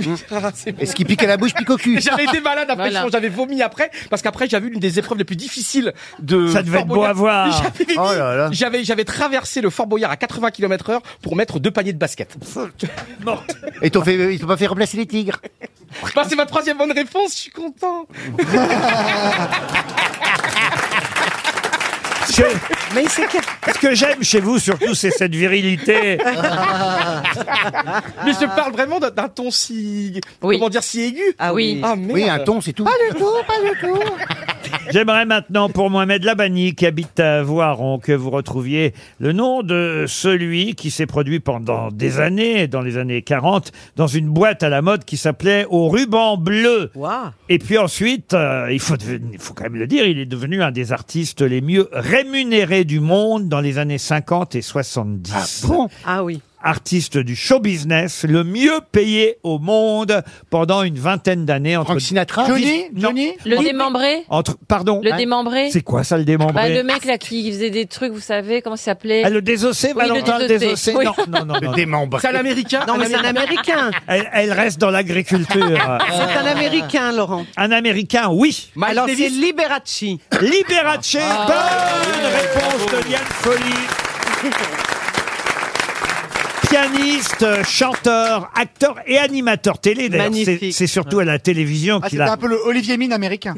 Est-ce
qu'il pique à la bouche, pique au cul
Ah, J'avais été malade après,
Voilà.
je pense, j'avais vomi après, parce qu'après j'avais eu l'une des épreuves les plus difficiles de.
Ça devait
Fort
être beau
Boyard.
à voir.
J'avais-
Oh là là.
J'avais, j'avais traversé le Fort Boyard à 80 km heure pour mettre deux paniers de basket.
Et t'ont fait, ils t'ont pas fait remplacer les tigres.
Bah, c'est ma troisième bonne réponse, je suis content.
Mais Ce que j'aime chez vous, surtout, c'est cette virilité.
Ah.
Mais je parle vraiment d'un- d'un ton si. Comment dire, si aigu. Ah
oui.
Ah, merde.
Oui, un ton, c'est tout. Pas
du tout, pas du tout.
J'aimerais maintenant pour Mohamed Labani, qui habite à Voiron, que vous retrouviez le nom de celui qui s'est produit pendant des années, dans les années 40, dans une boîte à la mode qui s'appelait Au ruban bleu. Et puis ensuite, euh, il, faut deven- il faut quand même le dire, il est devenu un des artistes les mieux rémunérés du monde dans les années 50 et 70.
Ah oui.
Artiste du show business, le mieux payé au monde pendant une vingtaine d'années. Entre... Sinatra
Johnny Johnny
Le démembré
entre, pardon.
Le démembré
C'est quoi ça, le
Bah,
démembré
le mec là qui faisait des trucs, vous savez, comment ça s'appelait
Ah, le désossé,
Oui,
Valentin, le désossé.
Oui.
Non, non, non, non.
C'est un Américain Non, mais c'est un Américain.
Elle, elle reste dans l'agriculture.
C'est un Américain, Laurent.
Un Américain, oui.
Alors, c'est Liberace.
Liberace,
Ah.
bonne réponse de Liane Folly. Pianiste, euh, chanteur, acteur et animateur télé. D'ailleurs,
Magnifique.
c'est c'est surtout à la télévision
Ah,
qu'il
c'était
a.
un peu le Olivier Mine américain.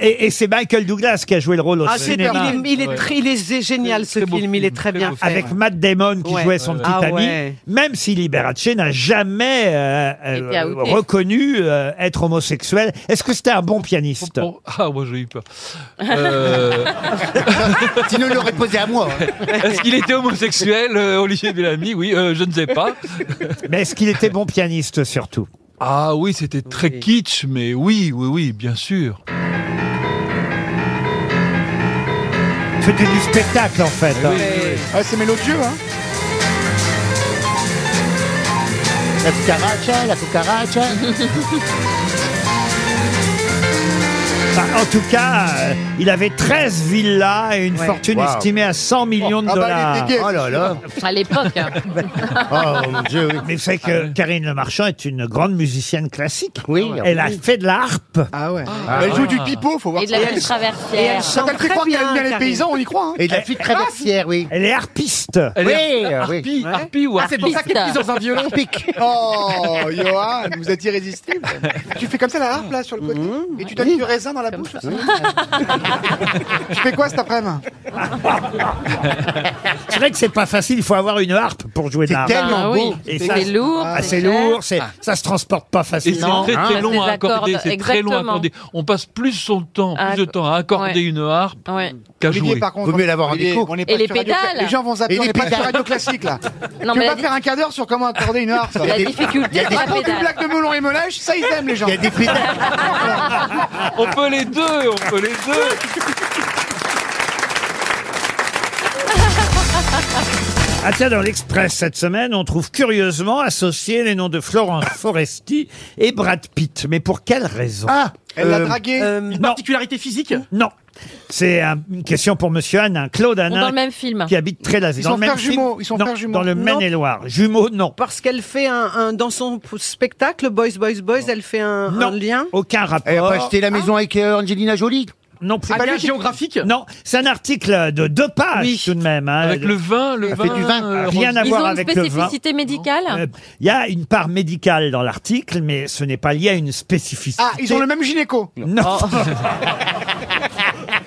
Et, et c'est Michael Douglas qui a joué le rôle au
Ah, c'est il,
cinéma.
est, il, est très- il est génial ce film, il est très bien fait.
Avec Matt Damon qui
Ouais.
jouait son
Ouais,
petit
ouais.
ami,
Ah ouais.
même si Liberace n'a jamais euh,
Été
euh,
outé.
reconnu euh, être homosexuel. Est-ce que c'était un bon pianiste
Ah, moi j'ai eu peur. Euh,
Sinon, il l'aurait posé à moi.
Est-ce qu'il était homosexuel, euh, Olivier Bellamy Oui, euh, je ne sais pas.
Mais est-ce qu'il était bon pianiste surtout
Ah oui, c'était très kitsch, mais oui, oui, oui, bien sûr.
C'était du spectacle en fait.
Oui, oui, oui.
Ouais, c'est mélodieux, hein
La cucaracha, la cucaracha.
Enfin, en tout cas, euh, il avait 13 villas et une
Ouais.
fortune
Wow.
estimée à 100 millions de
Ah bah,
dollars.
il était gay. Oh là là.
À l'époque. hein.
Ben, Oh,
Mais vous savez
Ah
que Karine Le Marchand est une grande musicienne classique. Oui. Elle a
oui.
fait de la harpe. Ah ouais.
Elle joue du pipeau, faut voir
Et de la
ça.
flûte traversière. Et elle
Quand
chante
elle fait
très
croire qu'elle
bien,
aime bien les
Karine.
paysans, on y croit. hein.
Et de la flûte traversière, oui.
ah, Elle est harpiste.
Elle est
Oui,
har-
oui.
harpie, harpie ou
Ah, c'est pour ça
harpiste.
qu'elle pisse dans un violon.
Pique.
Oh, Johan, vous êtes irrésistible. tu fais comme ça la harpe, là, sur le côté. Et tu donnes du raisin dans la bouche aussi. tu fais quoi cet après-midi
C'est vrai que c'est pas facile, il faut avoir une harpe pour jouer de la harpe.
tellement Ah oui. beau.
Et
C'est
ça-
lourd,
Ah,
c'est
c'est
cher.
lourd, c'est- ça se transporte pas
Et c'est
facilement.
très,
hein.
très
Ça
long
se
à accorder,
désaccorde,
c'est très long à
exactement.
accorder. On passe plus son temps,
Ah,
plus de temps à accorder
ouais.
une harpe
Ouais.
qu'à
Olivier,
jouer.
par contre, Olivier, on est pas
Et les
sur Radio-
pédales
Les gens vont zapper,
Et
on
les
n'est pas sur
pédales.
Radio Classique, là.
Non,
tu
mais
vas
la
pas faire un quart d'heure sur comment accorder une harpe, ça.
La
Il y
difficulté
a
de
des
la
grandes
pédale.
blagues de melon et melage, ça, ils aiment, les gens.
Il y a des pédales.
On peut les deux, on peut les deux.
Ah tiens, dans l'Express cette semaine, on trouve curieusement associés les noms de Florence Foresti et Brad Pitt. Mais pour quelle raison
Ah,
Elle
Euh,
l'a dragué.
Une particularité physique
Non. C'est un- une question pour Monsieur Hanin, Claude
Ou dans
Hanin,
le même film.
qui habite très
Ils sont frères jumeaux, ils sont frères jumeaux.
Dans le
Non.
Maine-et-Loire. Jumeaux, non.
Parce qu'elle fait un, un- dans son p- spectacle Boys Boys Boys, elle fait un,
Non.
un lien.
Aucun
Elle a
rapport.
pas acheté la maison avec euh, Angelina Jolie.
Non plus. Ah,
Un lien
Pas-
géographique
Non, c'est un article de deux pages
Oui.
tout de même. hein.
Avec le vin, le
Elle
vin.
fait du vin.
euh,
Rien à
Ils
voir
ont une
avec le vin.
spécificité médicale
Euh, Il y a une part médicale dans l'article, mais ce n'est pas lié à une spécificité.
Ah, ils ont le même gynéco.
Non.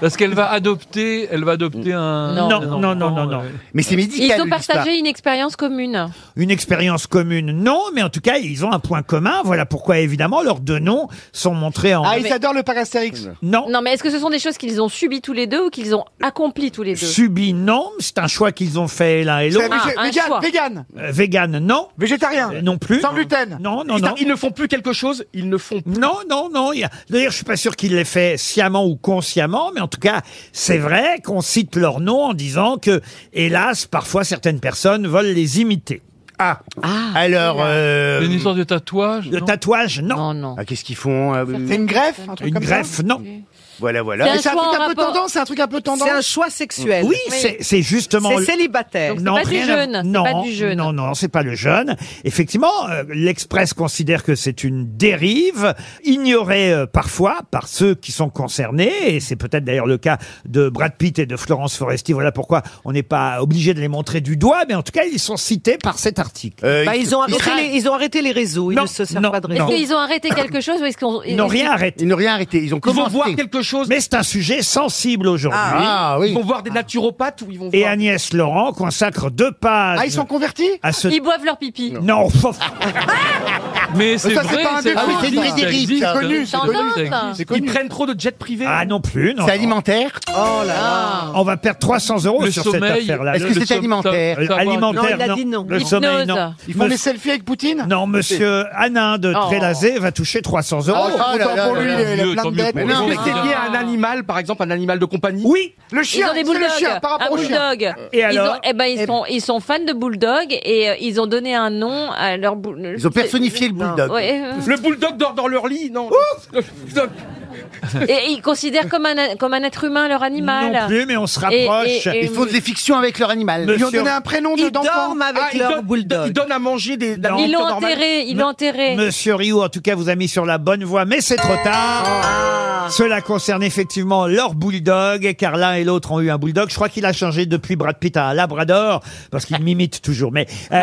Parce qu'elle va adopter, elle va adopter un.
Non, non, non, non, non.
Mais c'est
Ils ont partagé une expérience commune.
Une expérience commune, non, mais en tout cas, ils ont un point commun. Voilà pourquoi, évidemment, leurs deux noms sont montrés en.
Ah, ils adorent
le parastérix Non.
Non, mais est-ce que ce sont des choses qu'ils ont subies tous les deux ou qu'ils ont accomplies tous les deux
Subi, non. C'est un choix qu'ils ont fait l'un et
C'est
l'autre.
un végé- Ah, un vegan, choix.
vegan. vegan, non. Végétarien. non plus. Sans gluten. Non, non,
Ils-
non.
ils ne font plus quelque chose, ils ne font plus.
Non, non, non. il y a- D'ailleurs, je suis pas sûr qu'ils l'aient fait sciemment ou consciemment, mais en tout cas, c'est vrai qu'on cite leur nom en disant que, hélas, parfois certaines personnes veulent les imiter. Ah. Alors. euh,
Une histoire de tatouage
De tatouage, non.
Qu'est-ce qu'ils font euh,
C'est une greffe, un truc Une comme ça greffe, non.
Voilà, voilà.
Mais C'est un,
truc
truc un peu
tendance.
tendance, c'est un truc un peu tendance.
C'est un choix
sexuel. Oui, c'est- c'est justement
C'est
le-
célibataire.
Non, rien à- Non, non, non, c'est pas le jeune. Effectivement, euh, l'Express considère que c'est une dérive, ignorée euh, parfois par ceux qui sont concernés, et c'est peut-être d'ailleurs le cas de Brad Pitt et de Florence Foresti. Voilà pourquoi on n'est pas obligé de les montrer du doigt, mais en tout cas, ils sont cités par cet article.
Bah, ils, ont arrêté les, ils ont arrêté les réseaux, ils ne se servent pas de
Est-ce
réseaux.
qu'ils ont arrêté quelque chose ou est-ce qu'on
Ils n'ont rien arrêté. Ils n'ont rien arrêté. Ils ont
commencé. voir quelque chose.
Mais c'est un sujet sensible aujourd'hui.
Ah, Ils vont voir des naturopathes ou ils vont
Et
voir-
Agnès Laurent consacre deux pages.
Ah, ils sont
convertis à ce...
Ils boivent leur pipi.
Non.
Mais
c'est Ça, c'est vrai, pas un c'est défaut, vrai, ça. ça existe, ça. C'est
connu,
tendance,
ça
ça.
existe.
Ils prennent trop de jets privés.
Ah non plus, non.
C'est
alimentaire
Oh là là.
On va perdre 300 euros
Le
sur cette
sommeil,
affaire-là.
est-ce que
Le
c'est
som-
alimentaire
Euh, Alimentaire,
Non, il a dit non.
Le
Hypnose.
sommeil, non.
Ils font des
selfies avec Poutine Non, monsieur Hanin de
Oh.
Trélazé va toucher
Ah,
Oh,
300 euros.
Mais non, mais c'est lié à un animal, par exemple, un animal de compagnie
Oui
Le chien,
ils ont des
c'est le
bulldogs,
chien, par rapport
un
au chien.
bulldog.
Et alors
ils ont, eh ben, ils, sont, ils sont fans de bulldog et euh, ils ont donné un nom à leur bulldog. Ouais, euh.
Le bulldog dort dans leur lit, non Le bulldog.
Et ils considèrent comme un, comme un être humain leur animal.
Non plus, mais on se rapproche.
Et- et- et-
Ils font des fictions avec leur animal.
Monsieur- Ils lui ont donné un
prénom
Ils dorment avec
Ah, ils
leur
donnent-
bulldog. Ils donnent à manger des.
Non.
Ils l'ont enterré, ils l'ont enterré.
Monsieur Rioux, en tout cas, vous a mis sur la bonne voie, mais c'est trop tard.
Ah.
Cela concerne effectivement leur bulldog, car l'un et l'autre ont eu un bulldog. Je crois qu'il a changé depuis Brad Pitt à un labrador, parce qu'il m'imite toujours. Mais, euh,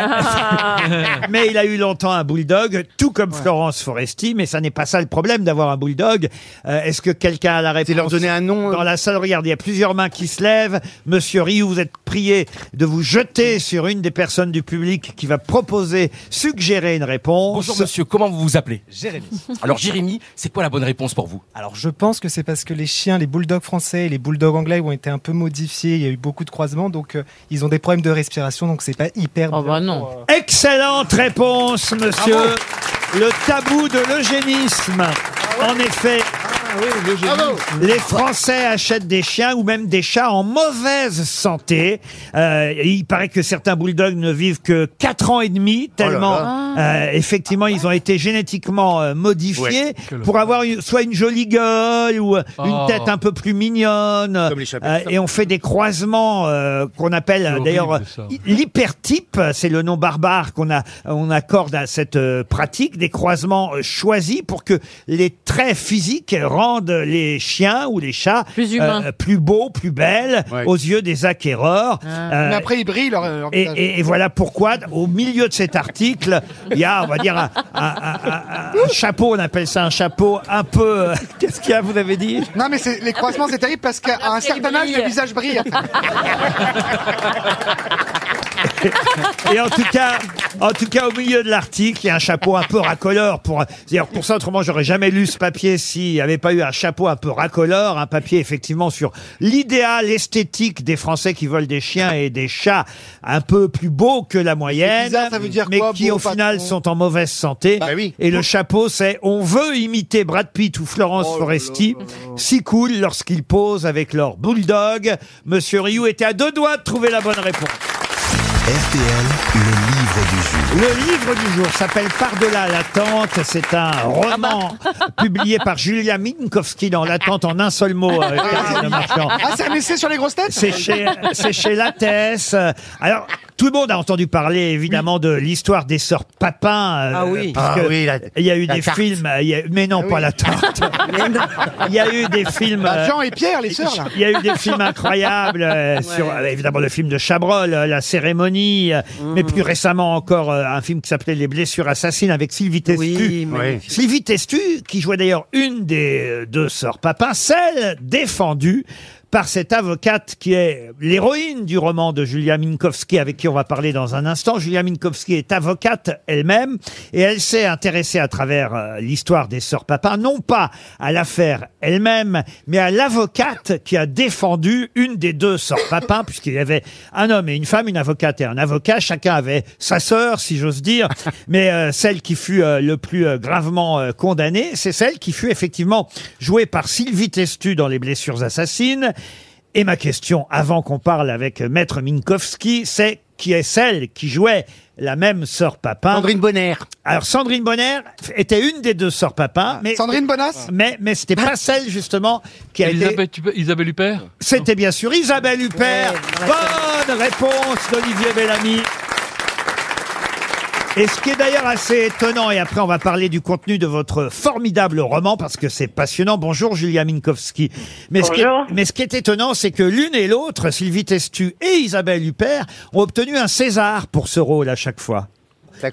mais il a eu longtemps un bulldog, tout comme Florence Foresti, mais ça n'est pas ça le problème d'avoir un bulldog. Euh, Est-ce que quelqu'un a la réponse C'est leur donner un nom euh. Dans la salle, regardez, il y a plusieurs mains qui se lèvent. Monsieur Rioux, vous êtes prié de vous jeter sur une des personnes du public qui va proposer, suggérer une réponse.
Bonjour monsieur, comment vous vous appelez
Jérémy.
Alors Jérémy, c'est quoi la bonne réponse pour vous
Alors je pense que c'est parce que les chiens, les bulldogs français et les bulldogs anglais ont été un peu modifiés, il y a eu beaucoup de croisements, donc euh, ils ont des problèmes de respiration, donc c'est pas hyper... Oh bah non
Excellente réponse, monsieur. Le tabou de l'eugénisme.
Ah
En effet. Les Français achètent des chiens ou même des chats en mauvaise santé. Euh, il paraît que certains bulldogs ne vivent que 4 ans et demi,
Oh
tellement euh, effectivement ils ont été génétiquement euh, modifiés
Ouais. Quelle
pour avoir une- soit une jolie gueule ou euh, une
Oh.
tête un peu plus mignonne. Euh, et on fait des croisements euh, qu'on appelle euh,
horrible,
d'ailleurs euh,
ça.
L'hypertype, c'est le nom barbare qu'on a, on accorde à cette euh, pratique, des croisements euh, choisis pour que les traits physiques rendent les chiens ou les chats euh,
Plus humains. Ah.
plus beaux, plus belles aux yeux des acquéreurs.
Ah.
Euh,
Mais après, ils brillent leur, leur
et,
visage.
et- et voilà pourquoi, au milieu de cet article, il y a, on va dire, un, un- un- un- un chapeau, on appelle ça un chapeau un peu... euh, Qu'est-ce qu'il y a, vous avez dit
Non, mais c'est- les croisements, c'est terrible parce qu'à
Ah,
un certain âge, le visage brille. Ah,
Et en tout cas, en tout cas, au milieu de l'article, il y a un chapeau un peu racoleur. Pour, d'ailleurs, pour ça, autrement, j'aurais jamais lu ce papier s'il n'y avait pas eu un chapeau un peu racoleur, un papier effectivement sur l'idéal esthétique des Français qui veulent des chiens et des chats un peu plus beaux que la moyenne,
bizarre, ça veut dire
mais
quoi,
qui
beau, Bah
au
pas
final
trop
sont en mauvaise santé. Et le chapeau, c'est on veut imiter Brad Pitt ou Florence
Oh
Foresti, si cool lorsqu'ils posent avec leur bulldog. Monsieur Rioux était à deux doigts de trouver la bonne réponse.
RTL, le livre du jour.
Le livre du jour s'appelle Par-delà l'attente. C'est un
Ah bah.
roman
Ah bah.
publié par Julia Minkowski dans L'attente en un seul mot. euh, Karine Marchand.
Ah, c'est un essai sur les grosses têtes
C'est chez, c'est chez Lattès. Euh, Alors, tout le monde a entendu parler, évidemment, de l'histoire des sœurs Papin. euh,
Ah oui.
parce que
Ah oui, la-
il y a eu
la
des
tarte. Ah
films, euh, il y a- mais non, pas la tarte. Il y a eu des films.
Bah,
euh,
Jean et Pierre, les sœurs, là.
Il y a eu des films incroyables euh, sur, euh, évidemment, le film de Chabrol, euh, La Cérémonie, Cavani, euh, mais plus récemment encore euh, un film qui s'appelait Les blessures assassines avec Sylvie Testu.
magnifique.
Sylvie Testu, qui jouait d'ailleurs une des euh, deux sœurs Papin, celle défendue par cette avocate qui est l'héroïne du roman de Julia Minkowski, avec qui on va parler dans un instant. Julia Minkowski est avocate elle-même et elle s'est intéressée à travers euh, l'histoire des sœurs Papin, non pas à l'affaire elle-même, mais à l'avocate qui a défendu une des deux sœurs Papin, puisqu'il y avait un homme et une femme, une avocate et un avocat. Chacun avait sa sœur, si j'ose dire, mais euh, celle qui fut euh, le plus euh, gravement euh, condamnée, c'est celle qui fut effectivement jouée par Sylvie Testu dans Les Blessures Assassines. Et ma question, avant qu'on parle avec euh, Maître Minkowski, c'est qui est celle qui jouait la même sœur Papin Sandrine Bonner. Alors Sandrine Bonner était une des deux sœurs Papin, mais
Sandrine Bonas
mais mais c'était pas celle justement qui a été.
Isabelle, Huppert- Isabelle Huppert
C'était bien sûr Isabelle Huppert. Bonne réponse d'Olivier Bellamy. Et ce qui est d'ailleurs assez étonnant, et après on va parler du contenu de votre formidable roman, parce que c'est passionnant. Bonjour Julia Minkowski. Mais, Ce, qui
Bonjour.
est, mais ce qui est étonnant, c'est que l'une et l'autre, Sylvie Testu et Isabelle Huppert, ont obtenu un César pour ce rôle à chaque fois.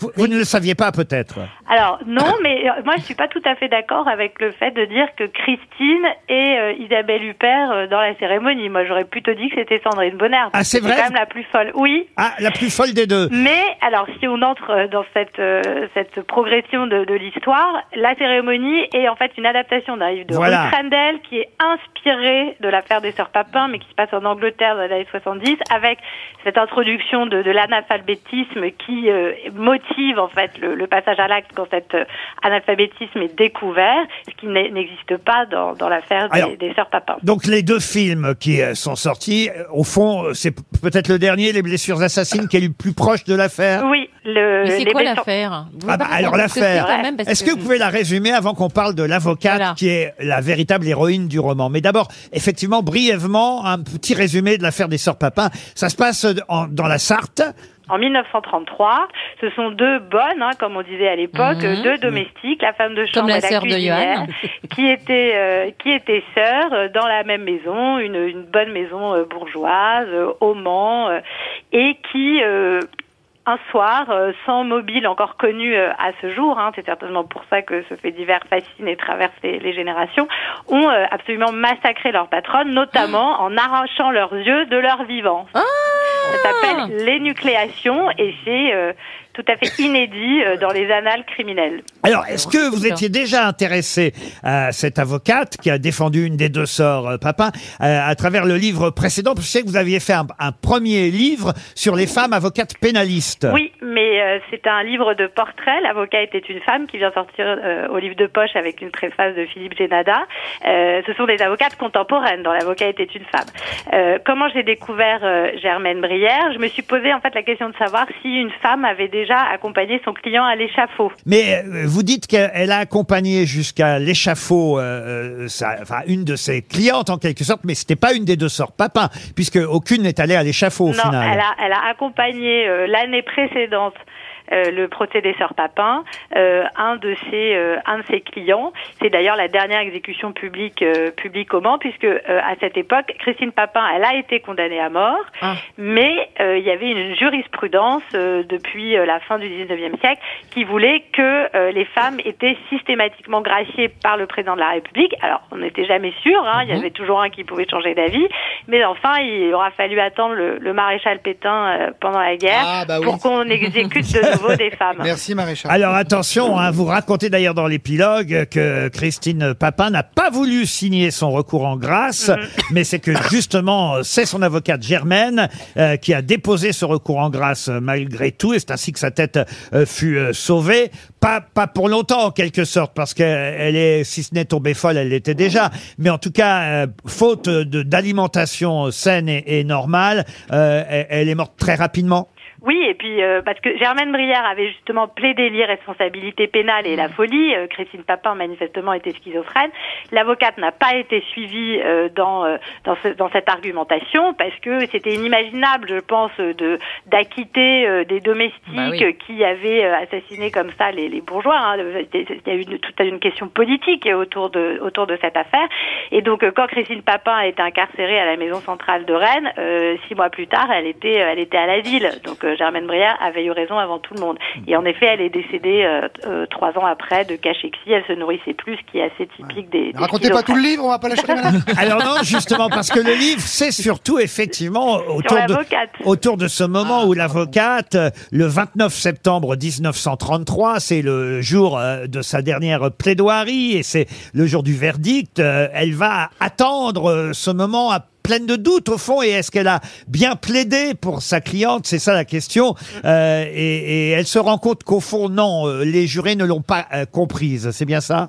Vous, vous ne le saviez pas peut-être
Alors non, mais euh, moi je suis pas tout à fait d'accord avec le fait de dire que Christine et euh, Isabelle Huppert euh, dans la cérémonie. Moi j'aurais plutôt dit que c'était Sandrine Bonnard. parce
Ah, c'est
que
vrai
quand même la plus folle. Oui.
Ah, la plus folle des deux.
Mais alors si on entre euh, dans cette euh, cette progression de, de l'histoire, la cérémonie est en fait une adaptation d'un livre de
Voilà.
Ruth Rendell qui est inspiré de l'affaire des sœurs Papin, mais qui se passe en Angleterre dans les années 70, avec cette introduction de, de l'analphabétisme qui euh, motive en fait le, le passage à l'acte quand cet euh, analphabétisme est découvert, ce qui n'est- n'existe pas dans, dans l'affaire
Alors,
des, des sœurs Papin.
Donc les deux films qui euh, sont sortis, euh, au fond, euh, c'est p- peut-être le dernier, Les blessures assassines, qui est le plus proche de l'affaire.
Oui, le.
Mais c'est
les
quoi
blessures-
l'affaire Vous
Ah
pouvez
bah,
pas
alors
raconter ce que c'est
l'affaire.
quand même, parce
Est-ce que vous pouvez la résumer avant qu'on parle de l'avocate qui est la véritable héroïne du roman Mais d'abord, effectivement, brièvement, un petit résumé de l'affaire des sœurs Papin. Ça se passe euh, en- dans la Sarthe.
En 1933, ce sont deux bonnes, hein, comme on disait à l'époque,
Mhm.
euh, deux domestiques, la femme de chambre
Comme la
et la
sœur de
cuisinière,
Johan.
qui étaient euh, qui étaient sœurs euh, dans la même maison, une, une bonne maison euh, bourgeoise, euh, au Mans, euh, et qui euh, un soir, euh, sans mobile encore connu euh, à ce jour, hein, c'est certainement pour ça que ce fait divers fascine et traverse les, les générations, ont euh, absolument massacré leur patronne, notamment en arrachant leurs yeux de leur vivant.
Ah
ça s'appelle l'énucléation et c'est euh, tout à fait inédit euh, dans les annales criminelles.
Alors, est-ce que vous étiez déjà intéressé à cette avocate qui a défendu une des deux sœurs euh, Papin euh, à travers le livre précédent Parce que Je sais que vous aviez fait un, un premier livre sur les femmes avocates pénalistes.
Oui, mais euh, c'est un livre de portrait. L'avocat était une femme qui vient sortir euh, au livre de poche avec une préface de Philippe Génada. Euh, ce sont des avocates contemporaines dans L'avocat était une femme. Euh, comment j'ai découvert euh, Germaine Brière Je me suis posé en fait la question de savoir si une femme avait déjà accompagné son client à l'échafaud.
Mais euh, vous dites qu'elle elle a accompagné jusqu'à l'échafaud euh, euh, sa- enfin, une de ses clientes en quelque sorte, mais c'était pas une des deux sœurs Papin, puisque aucune n'est allée à l'échafaud au
non,
final.
elle a, elle a accompagné euh, l'année précédente. euh, le procès des sœurs Papin, euh, un de ses euh, un de ses clients, c'est d'ailleurs la dernière exécution publique euh, publique au Mans puisque euh, à cette époque Christine Papin elle a été condamnée à mort,
Ah,
mais euh, il y avait une jurisprudence euh, depuis euh, la fin du 19e siècle qui voulait que euh, les femmes étaient systématiquement graciées par le président de la République. Alors on n'était jamais sûr, hein, il y
Mhm.
avait toujours un qui pouvait changer d'avis, mais enfin, il aura fallu attendre le, le maréchal Pétain euh, pendant la guerre pour qu'on exécute de nouveau des femmes.
Merci Maréchal. Oh,
Alors attention, hein, vous racontez d'ailleurs dans l'épilogue que Christine Papin n'a pas voulu signer son recours en grâce, mais c'est que justement euh, c'est son avocate Germaine euh, qui a déposé ce recours en grâce euh, malgré tout, et c'est ainsi que sa tête euh, fut euh, sauvée, pas pas pour longtemps en quelque sorte, parce qu'elle est si ce n'est tombée folle, elle l'était déjà, mais en tout cas euh, faute de- d'alimentation saine et, et normale, euh, elle- elle est morte très rapidement.
Oui, et puis euh, parce que Germaine Brière avait justement plaidé l'irresponsabilité pénale et
Mm.
la folie. Euh, Christine Papin manifestement était schizophrène. L'avocate n'a pas été suivie euh, dans euh, dans, ce- dans cette argumentation parce que c'était inimaginable, je pense, euh, de d'acquitter euh, des domestiques
Bah oui.
euh, qui avaient euh, assassiné comme ça les, les bourgeois. hein. C'était- c'était- Il y a eu une- toute une question politique autour de autour de cette affaire. Et donc euh, quand Christine Papin a été incarcérée à la maison centrale de Rennes, euh, six mois plus tard, elle était elle était à la ville. Donc euh, euh, Germaine Briard avait eu raison avant tout le monde. Et en effet, elle est décédée euh, t- euh, trois ans après de cachexie. Elle se nourrissait plus, ce qui est assez typique des. des
Racontez pas tout le
schizophrènes.
livre, on va pas lâcher les malades.
Alors non, justement, parce que le livre, c'est surtout effectivement autour de,
l'avocate.
autour de ce moment où l'avocate, euh, le 29 septembre 1933, c'est le jour euh, de sa dernière plaidoirie et c'est le jour du verdict, euh, elle va attendre euh, ce moment à pleine de doutes au fond et est-ce qu'elle a bien plaidé pour sa cliente c'est ça la question Euh, et, et elle se rend compte qu'au fond non euh, les jurés ne l'ont pas euh, comprise c'est bien ça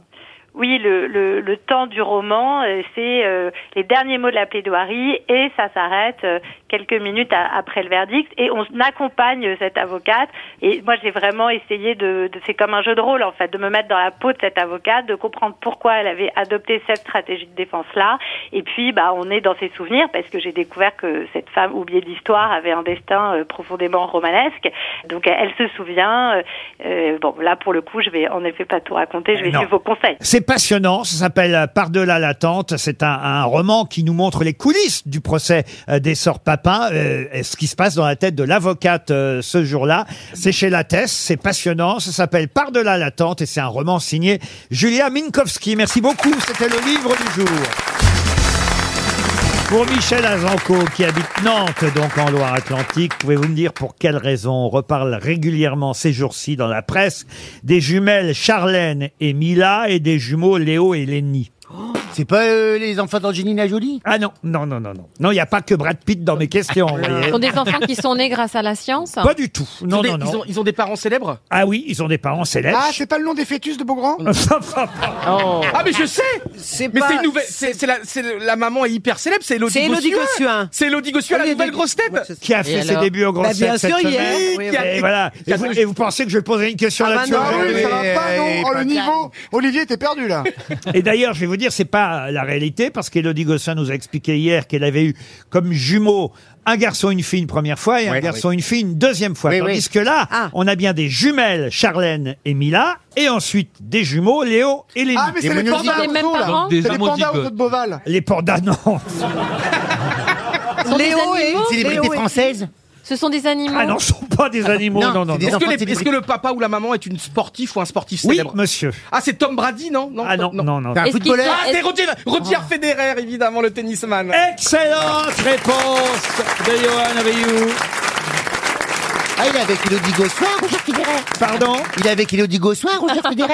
Oui, le, le, le temps du roman, euh, c'est euh, les derniers mots de la plaidoirie et ça s'arrête euh, quelques minutes a- après le verdict et on accompagne euh, cette avocate et moi j'ai vraiment essayé de, de- c'est comme un jeu de rôle en fait, de me mettre dans la peau de cette avocate, de comprendre pourquoi elle avait adopté cette stratégie de défense là et puis bah on est dans ses souvenirs parce que j'ai découvert que cette femme oubliée d'histoire avait un destin euh, profondément romanesque donc elle, elle se souvient euh, euh, bon là pour le coup je vais en effet pas tout raconter, je vais
Non.
suivre vos conseils.
C'est passionnant, ça s'appelle euh, Par-delà l'attente. C'est un, un roman qui nous montre les coulisses du procès euh, des sœurs Papin, euh, et ce qui se passe dans la tête de l'avocate euh, ce jour-là. C'est chez Lattès, c'est passionnant, ça s'appelle Par-delà l'attente et c'est un roman signé Julia Minkowski. Merci beaucoup, c'était le livre du jour. Pour Michel Azanco, qui habite Nantes, donc en Loire-Atlantique, pouvez-vous me dire pour quelle raison on reparle régulièrement ces jours-ci dans la presse des jumelles Charlène et Mila et des jumeaux Léo et Lenny
C'est pas euh, les enfants d'Angelina Jolie
Ah non, non, non, non, non. Non, il n'y a pas que Brad Pitt dans mes questions. vous
Ce
voyez.
sont des enfants qui sont nés grâce à la science
Pas du tout. Non,
des-
non, non.
ils ont- ils ont des parents célèbres
Ah oui, ils ont des parents célèbres.
Ah, c'est pas le nom des fœtus de Beaugrand
Ah mais je sais Mais
pas-
c'est une nouvelle, c'est c'est la, c'est le- la maman est hyper célèbre, c'est Elodie
C'est Élodie Gossuin.
C'est Elodie Gossuin,
Ah
la
oui,
nouvelle
Élodie-
grosse tête
Ouais, c'est
Qui a fait ses débuts au grand
Bah, bien
Set cette
sûr, hier.
semaine.
Oui, oui.
Et voilà. Et vous, et vous pensez que je vais poser une question
Ah bah
là-dessus
non,
aujourd'hui
oui, ça va pas, non. Oh, le niveau, Olivier était perdu là.
Et d'ailleurs, je vais vous dire, c'est pas la réalité, parce qu'Élodie Gosselin nous a expliqué hier qu'elle avait eu comme jumeaux un garçon, une fille une première fois, et un
Oui,
garçon, une fille une deuxième fois.
Oui,
Tandis
oui.
que là, on a bien des jumelles, Charlène et Mila, et ensuite des jumeaux, Léo et Lénie.
Ah, mais c'est les pandas aux zoo, là.
Donc, des
C'est les pandas aux
homozygotes.
zoo de Beauval.
Les pandas, non.
Léo et
Célébrité
Léo et-
française
Ce sont des animaux.
Ah non, ce sont pas des animaux, non, non, non.
Est-ce que, les- est-ce que le papa ou la maman est une sportive ou un sportif
Oui,
célèbre
monsieur.
Ah c'est Tom Brady, non, non
Ah non, non, non.
Ah
Est-ce qu'ils sont-
c'est
est-ce-
Roger, Roger Federer, évidemment, le tennisman
Excellente réponse de Johan Rioux.
Ah, il est avec Elodie Gossuin, Roger Federer
Pardon Ah,
Il est avec Elodie Gossuin, Roger Federer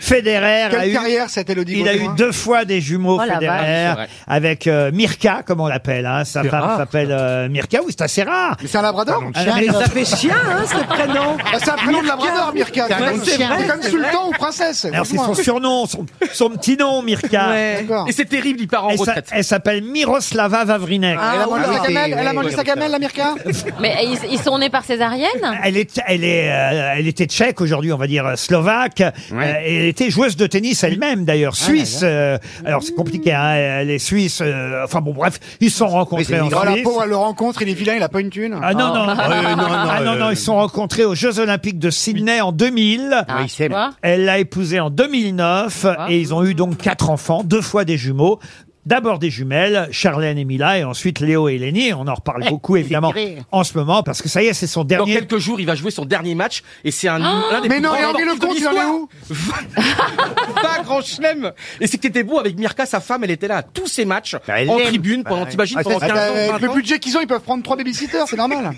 Federer
Quelle
a eu,
carrière, cette Élodie
il a eu
Gosselin
deux fois des jumeaux
Oh la
Federer
vache. C'est
avec euh, Mirka, comme on l'appelle. Hein. Sa
C'est
femme
rare,
s'appelle euh, Mirka, oui, c'est assez rare.
Mais c'est un labrador
Ah, mais-
Ça fait chien, hein, ce prénom.
Ah, C'est un prénom de labrador, Mirka.
C'est un nom de
C'est
chien.
comme
C'est
sultan ou princesse.
Alors c'est
Dis-moi.
son surnom, son, son petit nom, Mirka.
Ouais. D'accord. Et
c'est terrible, il part en
elle s'a-
retraite.
Elle s'appelle Miroslava Vavrinek.
Ah,
elle a mangé sa gamelle, elle a mangé sa gamelle, la Mirka
Mais ils, ils sont nés par césarienne
Elle est, elle est, euh, elle était tchèque aujourd'hui, on va dire euh, slovaque. Euh, et elle était joueuse de tennis elle-même d'ailleurs,
Ah
suisse. euh, alors c'est compliqué, hein, elle est suisse. euh, enfin bon, bref, ils se sont rencontrés en
Oh, la
Suisse.
pauvre, elle le rencontre, il est vilain, il a pas une thune.
Ah non, non. Ah non, non, ils se sont rencontrés aux Jeux Olympiques de Sydney en 2000.
Ah, ils s'aiment. Ah.
Elle l'a épousé en 2009
Ah.
et ils ont eu donc quatre enfants, deux fois des jumeaux. D'abord des jumelles, Charlène et Mila, et ensuite Léo et Lénie. On en reparle beaucoup, évidemment,
tiré.
en ce moment, parce que ça y est, c'est son
Dans
dernier.
quelques jours, il va jouer son dernier match et c'est un,
Oh
l'un des
Mais
plus
non,
grands
et Henri
sportifs de
Lecomte, il en est
l'histoire.
où
Pas grand chelem Et c'est que t'étais beau avec Mirka, sa femme, elle était là à tous ses matchs,
elle
en
l'aime.
tribune,
Bah,
pendant,
ouais.
t'imagines,
Ah,
pendant
c'est-
15 ans,
euh,
20 ans.
Le budget qu'ils ont, ils peuvent prendre trois babysitters, c'est normal.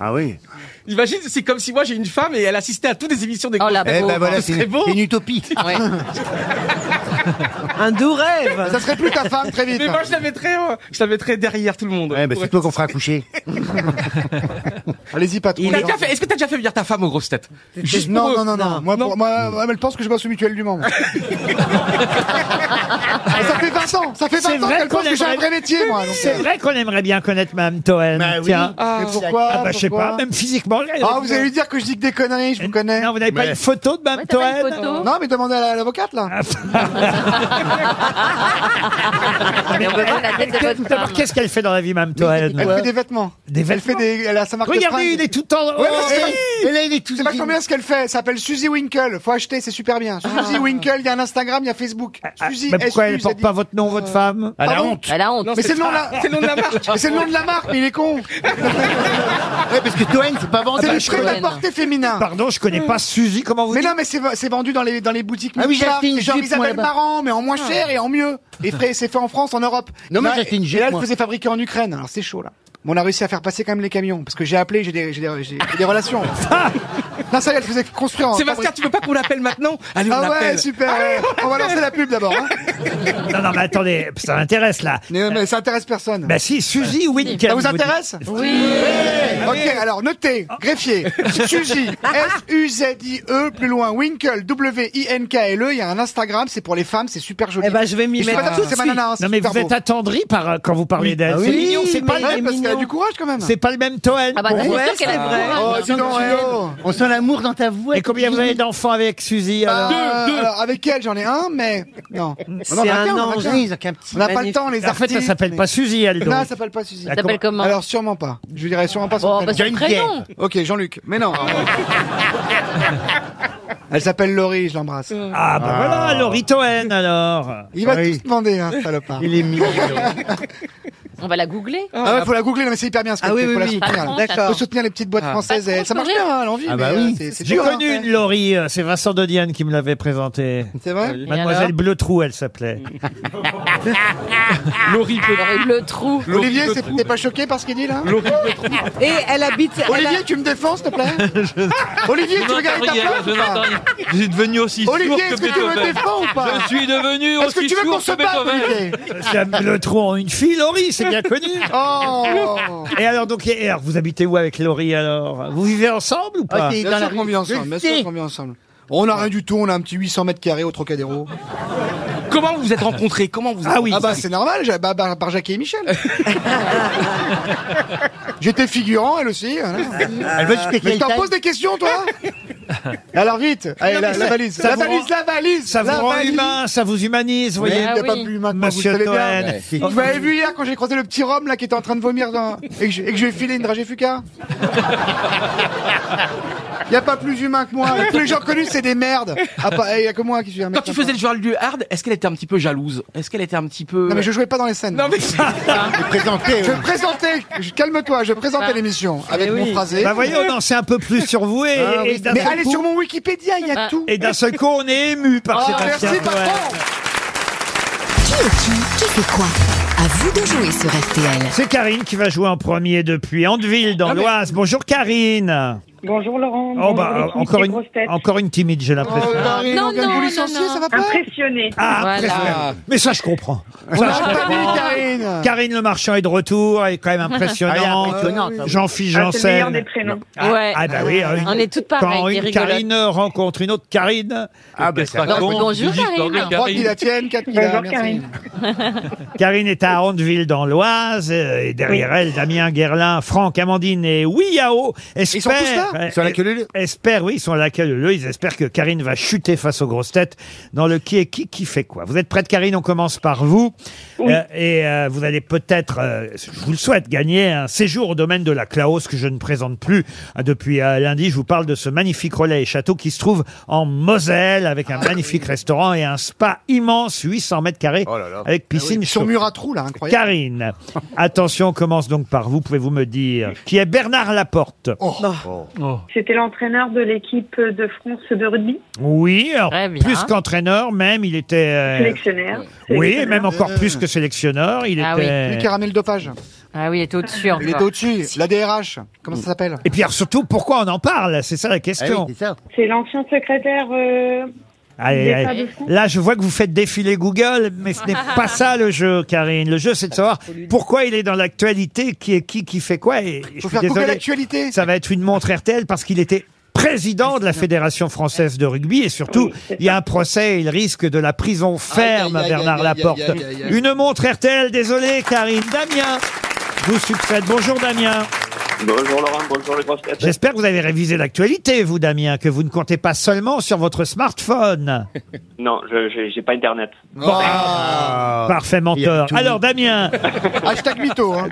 Ah oui.
Imagine, c'est comme si moi j'ai une femme et elle assistait à toutes les émissions
Oh,
des grosses
Eh
têtes.
ben voilà,
Ce
c'est
serait
une,
beau.
c'est une utopie.
Un doux rêve.
Ça serait plus ta femme très vite.
Mais moi je la mettrais, euh, je la mettrais derrière tout le monde.
Eh ben,
Ouais.
c'est toi qu'on fera coucher.
Allez-y, patron.
T'as déjà fait- Est-ce que t'as déjà fait venir ta femme aux grosses têtes Juste pour
Non,
eux.
non, non, non. Moi, pour- moi, moi, elle pense que je bosse au mutuel du membre. ça fait 20 ans, ça fait
C'est
20 ans
vrai
qu'elle
qu'on
pense que j'ai un
aimerait-
vrai métier, moi. donc,
C'est
euh,
vrai qu'on aimerait bien connaître Mme Toen. Tiens.
Ah, mais pourquoi
Ah bah, je sais
pourquoi
pas, même physiquement.
Ah, vous allez lui dire que je dis que des conneries, je vous connais.
Non, vous n'avez pas
Mais-
une photo de Mme Toen
Non, mais demandez à la- à l'avocate, là.
Ah,
Ah, Mais on peut voir la tête de
Que-
votre
d'abord,
femme.
Qu'est-ce qu'elle fait dans la vie, Mme Toen
Elle fait des vêtements.
Des
Elle fait
vêtements.
des, elle a sa marque de
Regardez,
fringues.
il est tout en-
Ouais, mais
Oh,
c'est pas-
oui.
Et là, il est tout. C'est pas combien ce qu'elle fait. Elle s'appelle Suzy Winkle. Faut acheter, c'est super bien. Suzy Winkle, il y a un Instagram, il y a Facebook. Suzy.
Ah. Mais pourquoi elle
SU,
ne porte
dit.
pas votre nom, votre femme
Elle a
Ah, Pardon
honte.
Elle a honte.
Mais c'est le nom de la-
C'est le nom de la marque.
Mais C'est le nom de la marque, mais il est con.
Ouais, parce que Toen,
Ah,
c'est pas vendu.
C'est
bah,
le prêt à porter féminin.
Pardon, je connais pas Suzy, comment vous
Mais non, mais c'est c'est vendu dans les, dans les boutiques
Ah oui, j'ai
Michelin.
acheté une
C'est genre
jupe, moi,
Isabelle
là-bas.
Marant, mais en moins
Ah.
cher et en mieux. Et frais, c'est fait en France, en Europe.
Non, mais
Là,
j'ai acheté une
Et
jupe,
là, elle
moi.
faisait fabriquer en Ukraine, alors c'est chaud, là. Mais on a réussi à faire passer quand même les camions, parce que j'ai appelé, j'ai des, j'ai des, j'ai- j'ai des relations. non, ça y est, elle faisait construire en
Sébastien, tu veux pas qu'on l'appelle maintenant Allez, on
Ah ouais,
l'appelle.
super. ouais. on va lancer la pub d'abord. hein.
Non, non, mais attendez, ça m'intéresse là.
Mais, euh, mais ça intéresse personne.
Bah si, Suzy Winken.
Ça vous intéresse Ok, alors notez, greffier, Suzy, S-U-Z-I-E, E, plus loin, Winkle, W-I-N-K-L-E, E, il y a un Instagram, c'est pour les femmes, c'est super joli. Eh ben,
je vais m'y mettre tout de
C'est ma
suite.
nana, hein, c'est
Ah, Non mais
super
vous êtes
beau.
attendri par euh, quand vous parlez d'elle.
Ah
C'est
oui,
mignon, c'est pas
mais-
le
parce qu'elle a du courage quand même.
C'est pas le même Toen.
Ah bah,
pour
c'est
vous.
sûr qu'elle a du Ouais, courage. oh, dis donc, eh oh.
On sent l'amour dans ta voix. Bah,
Et combien vous avez d'enfants avec Suzy alors
Euh, alors, avec elle, j'en ai un, mais non.
C'est
On en a
un
on en a
ange.
qu'un.
Ils ont qu'un petit
On n'a pas le
magnifique. Ah,
temps, les
En fait,
artistes.
elle s'appelle
mais-
pas Suzy, elle,
Non,
donc.
elle s'appelle pas Suzy.
Elle s'appelle comment
Alors sûrement pas. Je dirais sûrement pas. son
Oh, bah, son
prénom.
prénom.
Ok, Jean-Luc. Mais non. Elle s'appelle Laurie, je l'embrasse.
Ah bah voilà, Laurie Toen alors.
Il va tout se demander, hein, salopard. Il est mignon.
On va la googler.
Ah ouais, faut la googler, non, mais c'est hyper bien ce que
Ah
tu
oui,
fais,
oui,
faut la
oui.
soutenir.
Par contre,
Faut
attends.
soutenir les petites boîtes
Ah.
françaises. eh, ça marche bien, hein, à l'envie.
Ah
mais,
bah
euh,
oui.
c'est- c'est
J'ai
dur, hein.
connu une Laurie, euh, c'est Vincent Dodiane qui me l'avait présentée.
C'est vrai Et
Mademoiselle
alors
Bleutrou, elle s'appelait.
Laurie le trou.
Olivier, c'est- t'es pas choqué par ce qu'il dit là
Et elle habite. elle
Olivier,
a-
tu me défends, s'il te plaît Olivier,
Je
tu veux garder ta
n'entends rien,
place
je
ou pas
n'entends rien. Je suis devenu aussi
Olivier,
sourd
est-ce
que
que tu me
Beethoven.
défends ou pas
Je suis devenu
Est-ce que
aussi
tu veux qu'on
sourd
se
que
batte,
Beethoven.
Olivier
Madame Bleutrou en une fille, Laurie, c'est bien connu.
Oh
Et alors, donc, et alors, vous habitez où avec Laurie alors Vous vivez ensemble
Ah,
ou pas
Bien sûr qu'on vit ensemble, bien sûr qu'on vit ensemble. On a rien du tout, on a un petit 800 mètres carrés au Trocadéro.
Comment vous vous êtes rencontrés Comment vous
Ah oui, ah bah c'est normal, j'ai- bah, bah, par Jackie et Michel. J'étais figurant, elle aussi. voilà.
Elle veut expliquer
Mais je t'en
l'Italie.
pose des questions, toi Alors vite, allez,
Non,
la,
mais
la
ça-
valise,
ça
la
vous
valise,
rend-
la valise,
Ça vous
la
rend
valise.
humain, ça vous humanise, vous voyez.
Ah
Il n'y a pas plus humain que moi, vous
Monsieur
le savez bien. Bah,
Toen.
Vous m'avez vu hier quand j'ai croisé le petit Rome là qui était en train de vomir dans- et, que je, et que je lui ai filé une dragée fuca Il n'y a pas plus humain que moi. Tous les gens connus, c'est des merdes. Ah, pas- Il n'y a que moi qui suis un mec
Quand tu
sympa.
faisais le joueur du hard, est-ce qu'elle était un petit peu jalouse Est-ce qu'elle était un petit peu.
Non, mais je jouais pas dans les scènes.
Non, mais
Je présentais, je- calme-toi, je
Bah.
présentais l'émission
Eh
avec mon phrasé.
Bah voyez, on en sait un peu plus sur vous et,
Ah,
et
oui.
d'un
mais
seul
allez
coup-
sur mon Wikipédia, il y
Ah.
a tout.
Et d'un seul coup, on est ému par
Oh,
Sébastien
merci,
Toen.
patron.
Qui est qui Qui fait quoi À vous de jouer sur RTL.
C'est Karine qui va jouer en premier depuis Andeville dans l'Oise. Bonjour Karine.
Bonjour Laurent.
Oh bah
Bonjour,
encore
les
une,
grosses têtes.
encore une timide, j'ai
Oh,
l'impression.
Karine, on vient de vous licencier, ça va pas
Impressionné.
Ah, impressionnant. Mais ça, je comprends. Ça, je
pas
comprends.
vu Karine.
Karine Le Marchand est de retour, elle est quand même impressionnante.
Ah, elle est impressionnante, ça, oui.
Jean-Philippe
Ah, c'est le meilleur des
Janssen.
prénoms.
Ah,
Ouais.
ah bah oui, euh,
On est toutes pareilles,
Quand
des
une
rigolotes.
Karine rencontre une autre Karine,
Ah ben
ça va.
Bah, Bonjour, Karine.
Trois qu'il la tienne, quatre qu'il la
Bonjour
merci.
Karine.
Ah Karine est à Andeville dans l'Oise euh, et derrière elle Damien Guerlin, Franck Amandine et Ouiao espèrent
sont tous là
euh,
Ils sont à la queue
euh, espèrent, oui, ils sont à la queue leu leu. ils espèrent que Karine va chuter face aux grosses têtes dans le qui est qui qui fait quoi. Vous êtes prête Karine, on commence par vous Euh, et euh, vous allez peut-être euh, je vous le souhaite gagner un séjour au domaine de la Claus que je ne présente plus Ah, depuis euh, lundi, je vous parle de ce magnifique relais et château qui se trouve en Moselle avec
Ah
un magnifique restaurant et un spa immense 800 mètres carrés
Oh Eh
avec piscine
Ils sont
chaude.
murs à trous, là, incroyable.
Karine, attention, on commence donc par vous. Pouvez-vous me dire qui est Bernard Laporte
Oh.
Oh.
C'était l'entraîneur de l'équipe de France de rugby,
Oui, alors,
bien.
plus qu'entraîneur, même, il était. euh,
sélectionnaire.
Oui, et même encore plus que sélectionneur. Il
Ah oui.
Lui
était.
qui a ramené le dopage.
Ah oui, il est au-dessus
Il est
encore.
au-dessus. La DRH. Comment ça s'appelle Eh
Et puis alors, surtout, pourquoi on en parle C'est ça la question.
Ah C'est l'ancien secrétaire. euh,
Allez,
d'État
allez.
de France.
Là, je vois que vous faites défiler Google, mais ce n'est pas ça le jeu, Karine. Le jeu, c'est de savoir pourquoi il est dans l'actualité, qui est qui, qui fait quoi. Et je
Faut
suis
faire couper
désolé,
l'actualité.
ça va être une montre RTL parce qu'il était président de la Fédération française de rugby et surtout, il y a un procès, il risque de la prison ferme à
Aïe, aïe, aïe,
Bernard
aïe, aïe,
Laporte.
aïe, aïe, aïe.
Une montre RTL, désolé, Karine. Damien vous succède. Bonjour, Damien.
Bonjour Laurent, bonjour les grosses têtes.
J'espère que vous avez révisé l'actualité, vous, Damien, que vous ne comptez pas seulement sur votre smartphone.
Non, je- j'ai j'ai pas internet.
Oh,
Bah,
ah.
Parfait menteur. Alors Damien,
Hashtag mytho. hein.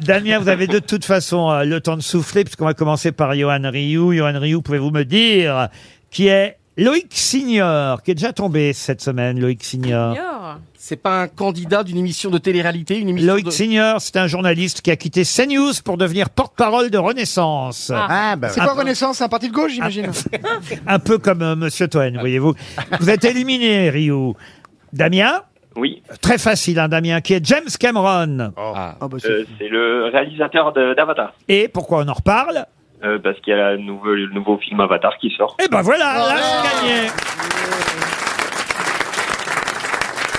Damien, vous avez de toute façon euh, le temps de souffler puisqu'on va commencer par Johan Rioux. Johan Rioux, pouvez-vous me dire qui est Loïc Signor, qui est déjà tombé cette semaine, Loïc Signor.
C'est pas un candidat d'une émission de télé-réalité, une émission
Loïc
de...
Signor, c'est un journaliste qui a quitté CNews pour devenir porte-parole de Renaissance.
Ah.
Ah.
Ah, C'est quoi
Un peu-
Renaissance C'est un parti de gauche, j'imagine
Un peu comme euh, Monsieur
Ah.
Toen, voyez-vous. Vous êtes éliminé, Ryu. Damien
Oui.
Très facile, hein, Damien, qui est James Cameron.
Euh, c'est le réalisateur de- d'Avatar.
Et pourquoi on en reparle
Euh, parce qu'il y a le nouveau, le nouveau film Avatar qui sort.
Eh ben voilà, là,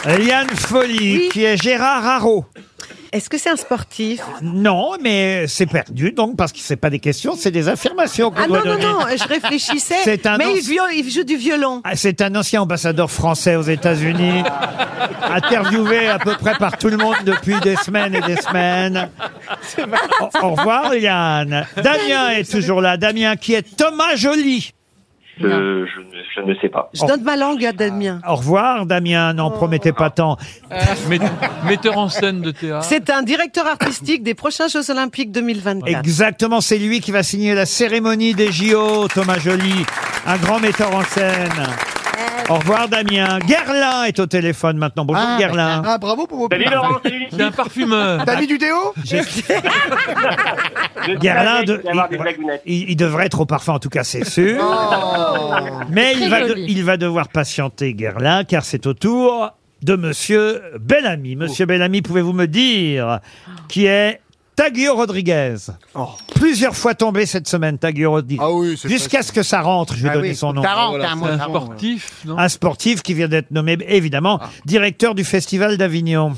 c'est gagné. Liane Folly, qui est Gérard Haro. Est-ce que c'est un sportif Non, mais c'est perdu, donc, parce que c'est pas des questions, c'est des affirmations qu'on
Ah
doit
non, non,
donner.
non, je réfléchissais.
C'est un
mais
ancien-
il, viol- il joue du violon.
Ah, C'est un ancien ambassadeur français aux États-Unis, interviewé à peu près par tout le monde depuis des semaines et des semaines. Au, au revoir, Liane. Damien est toujours là. Damien, qui est Thomas Joly.
Euh, je, ne- je ne sais pas.
Je donne ma langue à Damien. Oh.
Au revoir, Damien. N'en promettez pas tant.
Metteur en scène de théâtre.
C'est un directeur artistique des prochains Jeux Olympiques 2024.
Exactement, c'est lui qui va signer la cérémonie des JO, Thomas Joly, un grand metteur en scène. Au revoir Damien. Gerlin est au téléphone maintenant. Bonjour Gerlin.
Ah, bravo pour vos
Salut, Laurent, salut. C'est un parfumeur.
T'as mis du déo
Euh,
Ah,
J'ai- Gerlin, de- il, il- il devrait être au parfum, en tout cas, c'est sûr. Mais
Oh. Très
il va, de-
joli.
il va devoir patienter, Gerlin, car c'est au tour de Monsieur Bellamy. Monsieur Bellamy, pouvez-vous me dire qui est Taguio Rodriguez
Oh.
Plusieurs fois tombé cette semaine, Taguio Rodriguez. Jusqu'à ce que ça rentre, je vais
Ah
donner
oui,
son nom.
ça rentre, Voilà, hein, moi, c'est ça un rentre.
sportif,
Un sportif qui vient d'être nommé, évidemment,
Ah.
directeur du Festival d'Avignon.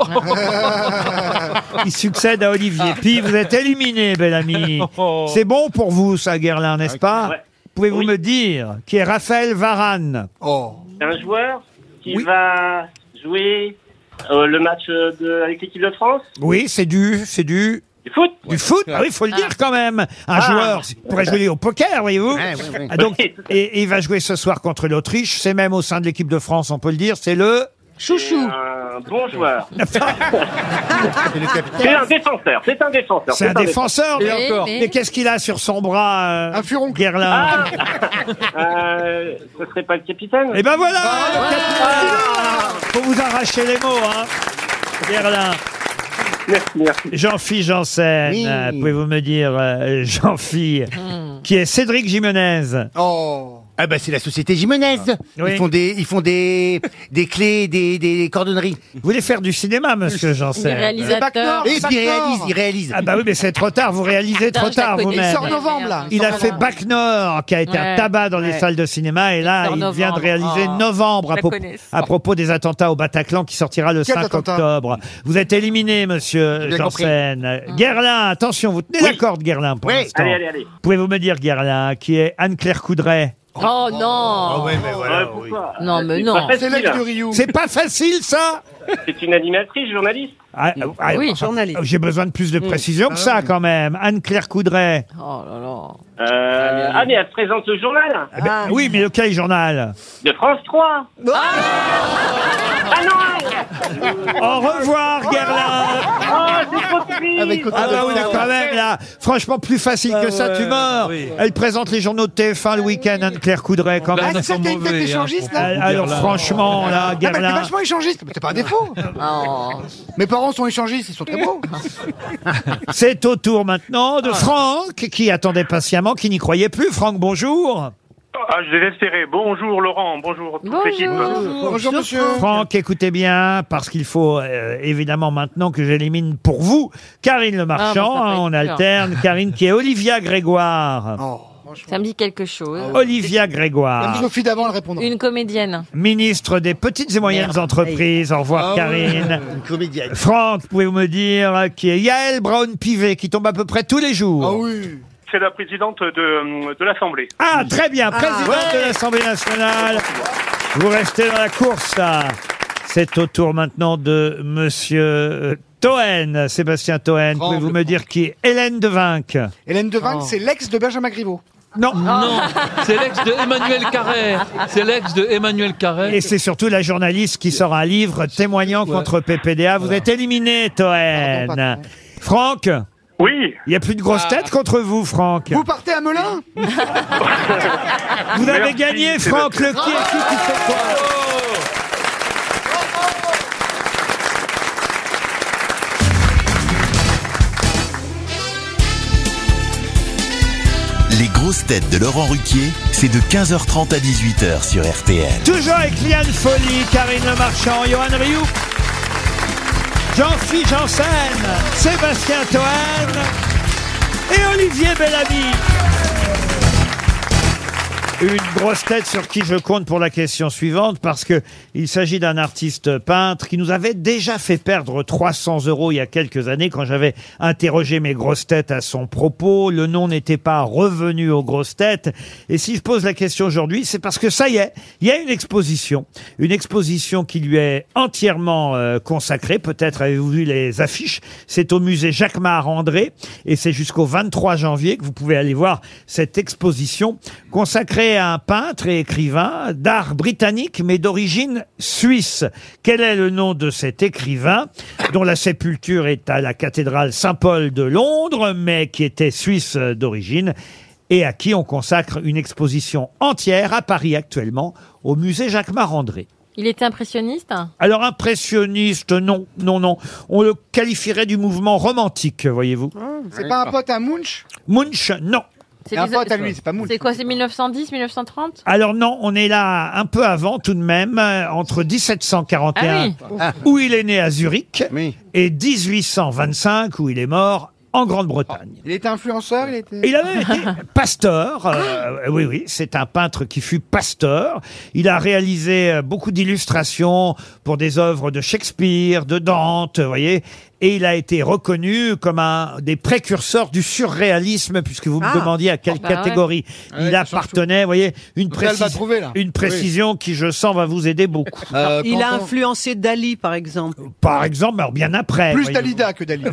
Il succède à Olivier Pi. Vous êtes éliminé, bel ami. C'est bon pour vous, ça, Guerlain, n'est-ce pas Pouvez-vous me dire qui est Raphaël Varane
C'est un joueur qui va jouer euh, le match euh, de, avec l'équipe de France.
Oui, c'est du, c'est du.
Du foot
Du foot, ah oui, il faut le dire quand même. Un
Ah.
joueur il pourrait jouer au poker, voyez-vous.
Ouais, ouais, ouais.
Ah, Donc, et, et il va jouer ce soir contre l'Autriche. C'est même au sein de l'équipe de France, on peut le dire. C'est le chouchou.
C'est un bon joueur.
capitaine.
c'est un défenseur. C'est un défenseur.
C'est un défenseur. Mais, mais qu'est-ce qu'il a sur son bras Un furon. Guerlain.
Ah euh, Ce serait pas le capitaine Ah.
Et ben voilà le capitaine. Faut vous arracher les mots, hein Gerlin.
Merci, merci.
Jean-Phi Janssen,
Oui.
euh, pouvez-vous me dire, euh, Jean-Phi,
Hmm.
qui est Cédric Jimenez
Oh Ah bah c'est la société Jimenez.
Ah.
Ils font des, ils font des, des clés, des, des cordonneries.
Vous voulez faire du cinéma, monsieur Janssen
Et puis il réalise, il réalise.
Ah bah oui, mais c'est trop tard, vous réalisez
Putain,
trop
Ah bah, je la
tard
connais,
vous-même.
il sort novembre, là.
Il
Il
a
sort
fait
novembre.
Bac Nord, qui a été
Ouais.
un tabac dans les
Ouais.
salles de cinéma, et là,
sort
il vient de
novembre.
réaliser
Oh.
novembre
Je
à,
la
propos-
connais.
à propos des attentats au Bataclan qui sortira le
Quel
5
attentat
octobre. Vous êtes éliminé, monsieur
bien
Janssen.
Ah.
Guerlain, attention, vous tenez la corde, Guerlain, pour
Oui.
l'instant.
Allez, allez, allez.
Pouvez-vous me dire, Guerlain, qui est Anne-Claire Coudray
Oh, non Non, mais non.
C'est pas facile, ça
C'est une animatrice, journaliste.
Ah, ah,
Oui,
ah,
journaliste.
J'ai besoin de plus de précision
Ah
que ça, quand même. Anne-Claire Coudray.
Oh là là.
Euh, ah, mais elle présente ce journal Ah.
Eh ben,
Ah
oui, mais lequel journal
De France 3 Ah hein.
Au revoir, Gerlin
Oh,
Ah bah oui, quand même, là Franchement, plus facile
Ah
que ça, tu meurs Elle présente les journaux de TF1 le week-end, Anne-Claire Coudray, quand
Ah,
même.
c'est celle qui a une
hein,
tête échangiste, là
Alors, franchement, là,
Ah, mais elle est
Gerlin...
vachement échangiste, mais c'est pas un défaut Mes parents sont échangistes, ils sont très beaux
C'est au tour maintenant
Ah.
de Franck, qui attendait patiemment, qui n'y croyait plus. Franck, bonjour
Ah, je désespéré. Bonjour Laurent, bonjour toute l'équipe.
Franck, écoutez bien, parce qu'il faut euh, évidemment maintenant que j'élimine pour vous Karine Le Marchand,
Ah, bon, ça
hein,
fait
on
peur.
alterne, Karine qui est Olivia Grégoire.
Ça me dit quelque chose.
Olivia Grégoire,
Ah. Sophie d'avant, elle répondra.
Une comédienne.
ministre des petites et moyennes
Merde.
entreprises. Au revoir
Ah
Karine.
ouais, Une comédienne.
Franck, pouvez-vous me dire euh, qui est Yael Brown-Pivet, qui tombe à peu près tous les jours
C'est la présidente de, de l'Assemblée.
Ah, très bien, présidente de l'Assemblée nationale. Vous restez dans la course, là. C'est au tour maintenant de Monsieur euh, Toen, Sébastien Toen. Pouvez-vous me dire qui est Hélène Devinck
Hélène Devinck,
Oh.
c'est l'ex de Benjamin Griveaux.
Non,
Ah.
Oh.
Non, c'est l'ex de Emmanuel Carré. C'est l'ex de Emmanuel Carré.
Et c'est surtout la journaliste qui sort un livre témoignant contre PPDA. Vous êtes éliminé, Toen. Franck Oui. Il n'y a plus de grosses
Ah.
têtes contre vous, Franck.
Vous partez à Melun
Vous avez gagné, Franck Lequier. Qui fait quoi
Les grosses têtes de Laurent Ruquier, c'est de 15h30 à 18h sur RTL.
Toujours avec Liane Folly, Karine Le Marchand, Johan Rioux, Jean-Philippe Janssen, Sébastien Toine et Olivier Bellamy. Une grosse tête sur qui je compte pour la question suivante, parce que il s'agit d'un artiste peintre qui nous avait déjà fait perdre 300 euros il y a quelques années quand j'avais interrogé mes grosses têtes à son propos. Le nom n'était pas revenu aux grosses têtes. Et si je pose la question aujourd'hui, c'est parce que ça y est, il y a une exposition. Une exposition qui lui est entièrement euh, consacrée. Peut-être avez-vous vu les affiches. C'est au musée Jacques-Marie-André et c'est jusqu'au 23 janvier que vous pouvez aller voir cette exposition consacrée à un peintre et écrivain d'art britannique mais d'origine suisse. Quel est le nom de cet écrivain dont la sépulture est à la cathédrale Saint-Paul de Londres mais qui était suisse euh, d'origine et à qui on consacre une exposition entière à Paris actuellement au musée Jacques-Marandré.
Il était impressionniste
Alors impressionniste, non, non, non. On le qualifierait du mouvement romantique, voyez-vous.
Hum, C'est pas un pote à Munch
Munch, non.
C'est
un
des-
pote à lui, c'est pas Munch.
C'est quoi, c'est 1910, 1930
Alors non, on est là un peu avant tout de même, euh, entre 1741,
Ah oui. Ah.
où il est né à Zurich, et 1825, où il est mort en Grande-Bretagne.
Il était influenceur, il était.
Il avait été pasteur. euh, oui, oui, c'est un peintre qui fut pasteur. Il a réalisé euh, beaucoup d'illustrations pour des œuvres de Shakespeare, de Dante, vous voyez. Et il a été reconnu comme un des précurseurs du surréalisme, puisque vous
Ah.
me demandiez à quelle
Ah bah ouais.
catégorie il appartenait. Vous voyez, une,
Vous allez
précise-
la trouver, là.
une précision qui, je sens, va vous aider beaucoup.
Euh, Il a influencé Dali, par exemple. Ah,
Par exemple, alors bien après.
Plus
voyez-vous.
Dalida que Dali.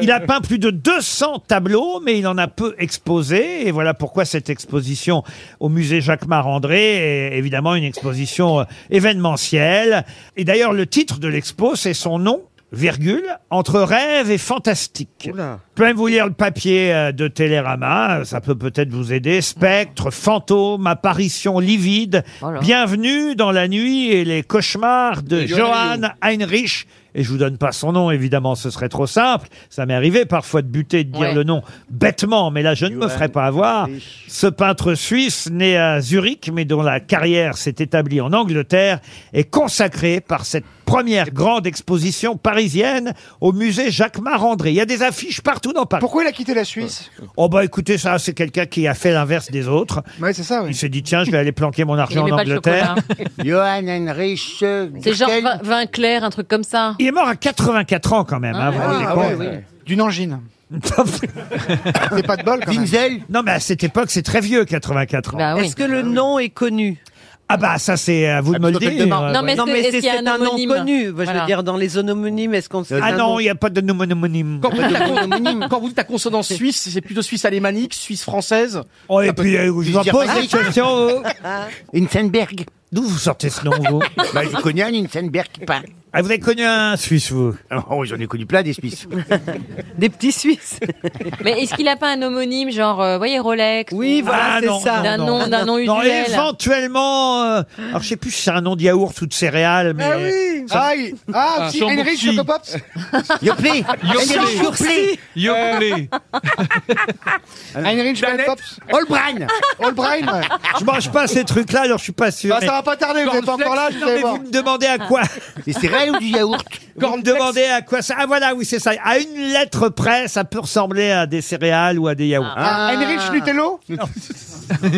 Il a peint plus de 200 tableaux, mais il en a peu exposé. Et voilà pourquoi cette exposition au musée Jacques-Marandré est évidemment une exposition euh, événementielle. Et d'ailleurs, le titre de l'expo, c'est son nom, virgule, entre rêve et fantastique. Je peux même vous lire le papier euh, de Télérama, ça peut peut-être vous aider. Spectre, fantôme, apparition livide, bienvenue dans la nuit et les cauchemars de
Et Johann
Johann Heinrich. Et je vous donne pas son nom, évidemment, ce serait trop simple. Ça m'est arrivé parfois de buter, de dire
Ouais.
le nom bêtement, mais là, je ne me ferai pas avoir. Ce peintre suisse, né à Zurich, mais dont la carrière s'est établie en Angleterre, est consacré par cette première grande exposition parisienne au musée Jacques-Marandré. Il y a des affiches partout dans Paris. Pourquoi il a quitté la Suisse Oh bah écoutez, ça, c'est quelqu'un qui a fait l'inverse des autres. c'est ça, Il s'est dit, tiens, je vais aller planquer mon argent en
aimait pas le
Angleterre.
Johan Heinrich.
C'est genre Vin- Vinclair, un truc comme ça.
Il est mort à 84 ans quand même. hein, vous vous rendez
Ah
compte
ouais, ouais. D'une angine.
C'est pas de bol quand Diesel Non mais à cette époque c'est très vieux 84 ans.
Bah
Est-ce que le nom est connu
Ah bah ça c'est à vous de me le dire.
Non, mais,
est-ce
c'est
qu'il y a
c'est
un
un nom
homonyme
connu. Je
Voilà.
veux dire, dans les homonymes, est-ce qu'on
Ah non, il n'y a pas de nomonyme.
Quand vous dites la con- quand vous dites la consonance suisse, c'est plutôt suisse alémanique, suisse française.
Oh, et puis, euh, je vous en pose des questions.
Insenberg.
D'où vous sortez ce nom, vous
bah, J'ai connu un Insenberg qui peint.
Ah, vous avez connu un Suisse, vous
Oh, j'en ai connu plein des Suisses.
des petits Suisses.
Mais est-ce qu'il a pas un homonyme, genre, euh, voyez, Rolex
Oui, voilà,
Ah, non,
D'un
non,
nom,
non.
d'un nom
Non,
usuel.
éventuellement, euh, alors je sais plus si c'est un nom de yaourt ou de céréales, mais.
Ah oui Ah, il- ah, si, Heinrich Chocopops
Yoplait
Heinrich Yoplait Euh, Heinrich Chocopops
Holbrain
Holbrain ouais.
Je mange pas ces trucs-là, alors je suis pas sûr.
Bah, ça va pas tarder, vous êtes pas encore là, je
Non,
vais
mais
voir.
vous me demandez à quoi
Des céréales ou du yaourt
Vous me demandez à quoi ça. Ah voilà, oui, c'est ça. À une lettre près, ça peut ressembler à des céréales ou à des yaourts.
Ah, Heinrich Nutello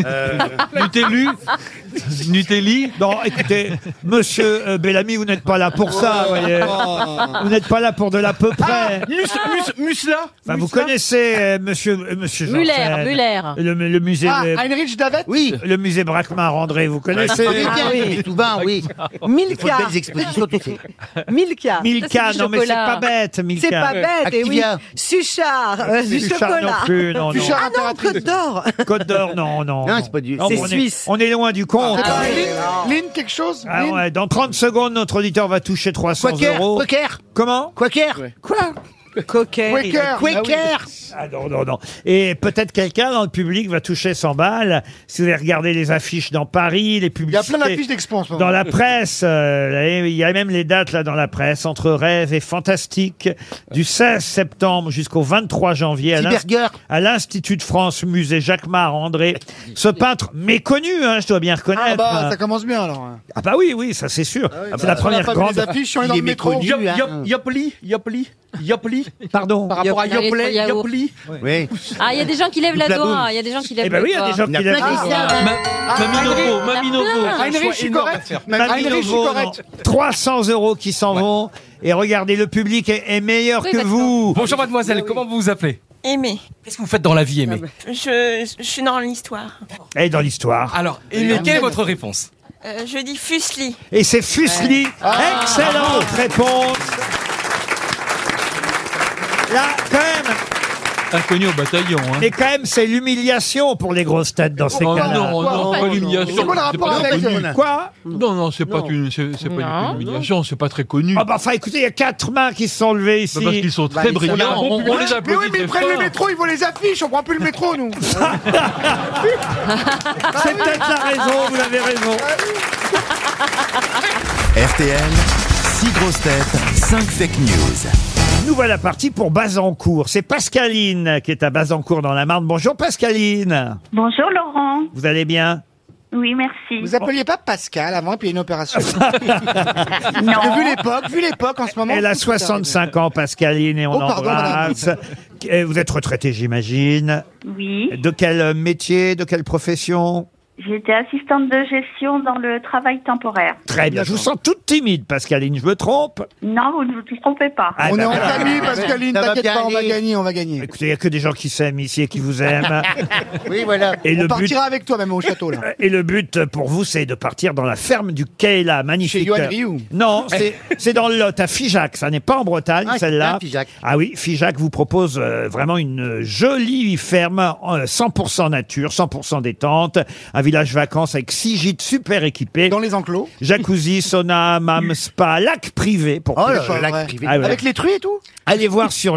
Euh.
Nutellu Nutelli Non, écoutez, monsieur euh, Bellamy, vous n'êtes pas là pour ça, vous voyez. Vous n'êtes pas là pour de l'à peu près.
Ah,
Musla
Enfin, vous connaissez euh, monsieur, euh, monsieur
Muller,
Janssen.
Muller.
Le, le musée.
Ah,
le-
Heinrich Davet
oui. Le musée Braquemar-André, vous connaissez Ah,
Oui, Ah, bien, oui, tout bas, oui. Il faut de
Milka.
belles expositions, tu sais.
Milka.
Milka, non mais c'est pas bête, Milka.
C'est pas bête, et oui.
Activia.
Suchard, euh, du
Suchard non
chocolat.
plus, non, non. Suchard
ah non, Côte d'or.
Côte d'Or, non, non.
Non, c'est pas du-
C'est
on est-
suisse. Ah,
on est loin du compte.
Attends, Lynn- Lynn, quelque chose
Ah
Lynn
ouais, dans 30 secondes, notre auditeur va toucher 300
Quaker,
euros.
Quaker.
Comment
Quaker
Quoi
Coquet.
Quaker. Ah non, non, non. Et peut-être quelqu'un dans le public va toucher 100 balles. Si vous avez regardé les affiches dans Paris, les publicités.
plein d'affiches d'expo en ce moment.
Dans la presse. euh, là, il y a même les dates là dans la presse. Entre rêve et fantastique. Du 16 septembre jusqu'au 23 janvier. à l'in-
Cyberguerre.
À l'Institut de France, musée Jacques-Mar André. Ce peintre méconnu, hein, je dois bien reconnaître.
Ah bah, ça commence bien alors. hein.
Ah bah oui, oui, ça c'est sûr.
bah,
c'est la
sur la
première
femme
grande.
des affiches, sur les Il dans le est métro. méconnu,
Yop,
hein.
yop, yopli, yopli, yopli.
Pardon.
Par rapport à
Yopli.
yoplay,
Yaourt.
yopli.
Oui.
Ah, il y a des gens qui lèvent la
Double
doigt. hein,
boum.
Il y a des gens qui lèvent
Eh ben oui, il y a des gens qui lèvent la doigt.
Ah,
Ah,
Mamie Novo, Mamie Novo. Mamie Novo, non. 300 euros qui s'en vont. Et regardez, le public est, est meilleur que vous.
Bonjour
Ah
mademoiselle, comment vous vous appelez
Aimé.
Qu'est-ce que vous faites dans la vie, Aimé
Je, je suis dans l'histoire.
Et dans l'histoire.
Alors,
Ah,
Aimé, quelle est votre réponse
Euh, je dis Fusli.
Et c'est Fusli.
Ah.
Excellente réponse. Là, quand même.
Inconnu au bataillon. Hein.
Mais quand même, c'est l'humiliation pour les grosses têtes dans ces
Oh
cas-là.
non, non, pas l'humiliation. pas très connu.
Quoi
Non, non, c'est pas
Non.
une, c'est c'est pas
Non.
une humiliation, c'est pas très connu.
Ah bah enfin, écoutez, il y a quatre mains qui se sont levées ici.
Bah, parce qu'ils sont très Bah, ils sont brillants. là, On- on populaires. les
Mais oui,
applaudit
mais
très
ils prennent le
fort.
métro, ils vont les affiches, on prend plus le métro, nous. Ah
C'est peut-être la raison, vous avez raison.
RTL, 6 grosses têtes, 5 fake news.
Nous voilà partis pour Bazancourt. C'est Pascaline qui est à Bazancourt dans la Marne. Bonjour Pascaline.
Bonjour Laurent.
Vous allez bien
Oui, merci.
Vous appeliez pas Pascal avant, et puis une opération.
Non.
Parce que Vu l'époque, vu l'époque en ce moment.
Elle a
tout est arrivé.
65 ans, Pascaline, et on
Oh, pardon,
l'embrasse. Et Vous êtes retraitée, j'imagine.
Oui.
De quel euh, métier, de quelle profession
J'étais assistante de gestion dans le travail temporaire.
Très bien. Je vous sens toute timide, Pascaline. Je me trompe
Non, vous ne vous trompez pas.
Ah,
On est
bah,
en
voilà.
famille, Pascaline,
Ça va
t'inquiète
bien
pas, on va
aller.
gagner, on va gagner.
Écoutez, il n'y a que des gens qui s'aiment ici et qui vous aiment.
Oui, voilà.
Et
on
le but-
partira avec toi même au château, là.
Et le but pour vous, c'est de partir dans la ferme du Kayla, magnifique.
Chez Johan Rioux.
Non, c'est- c'est dans le Lot, à Figeac. Ça n'est pas en Bretagne,
Ah, c'est
celle-là.
bien, Figeac.
Ah oui, Figeac vous propose euh, vraiment une jolie ferme, euh, 100% nature, 100% détente, un village vacances avec six gîtes super équipés. Dans
les enclos.
Jacuzzi, sauna, hammam, spa, lac privé. Pour
Oh là
plus.
là, lac privé.
Ah ouais.
Avec les truies et tout
Allez voir sur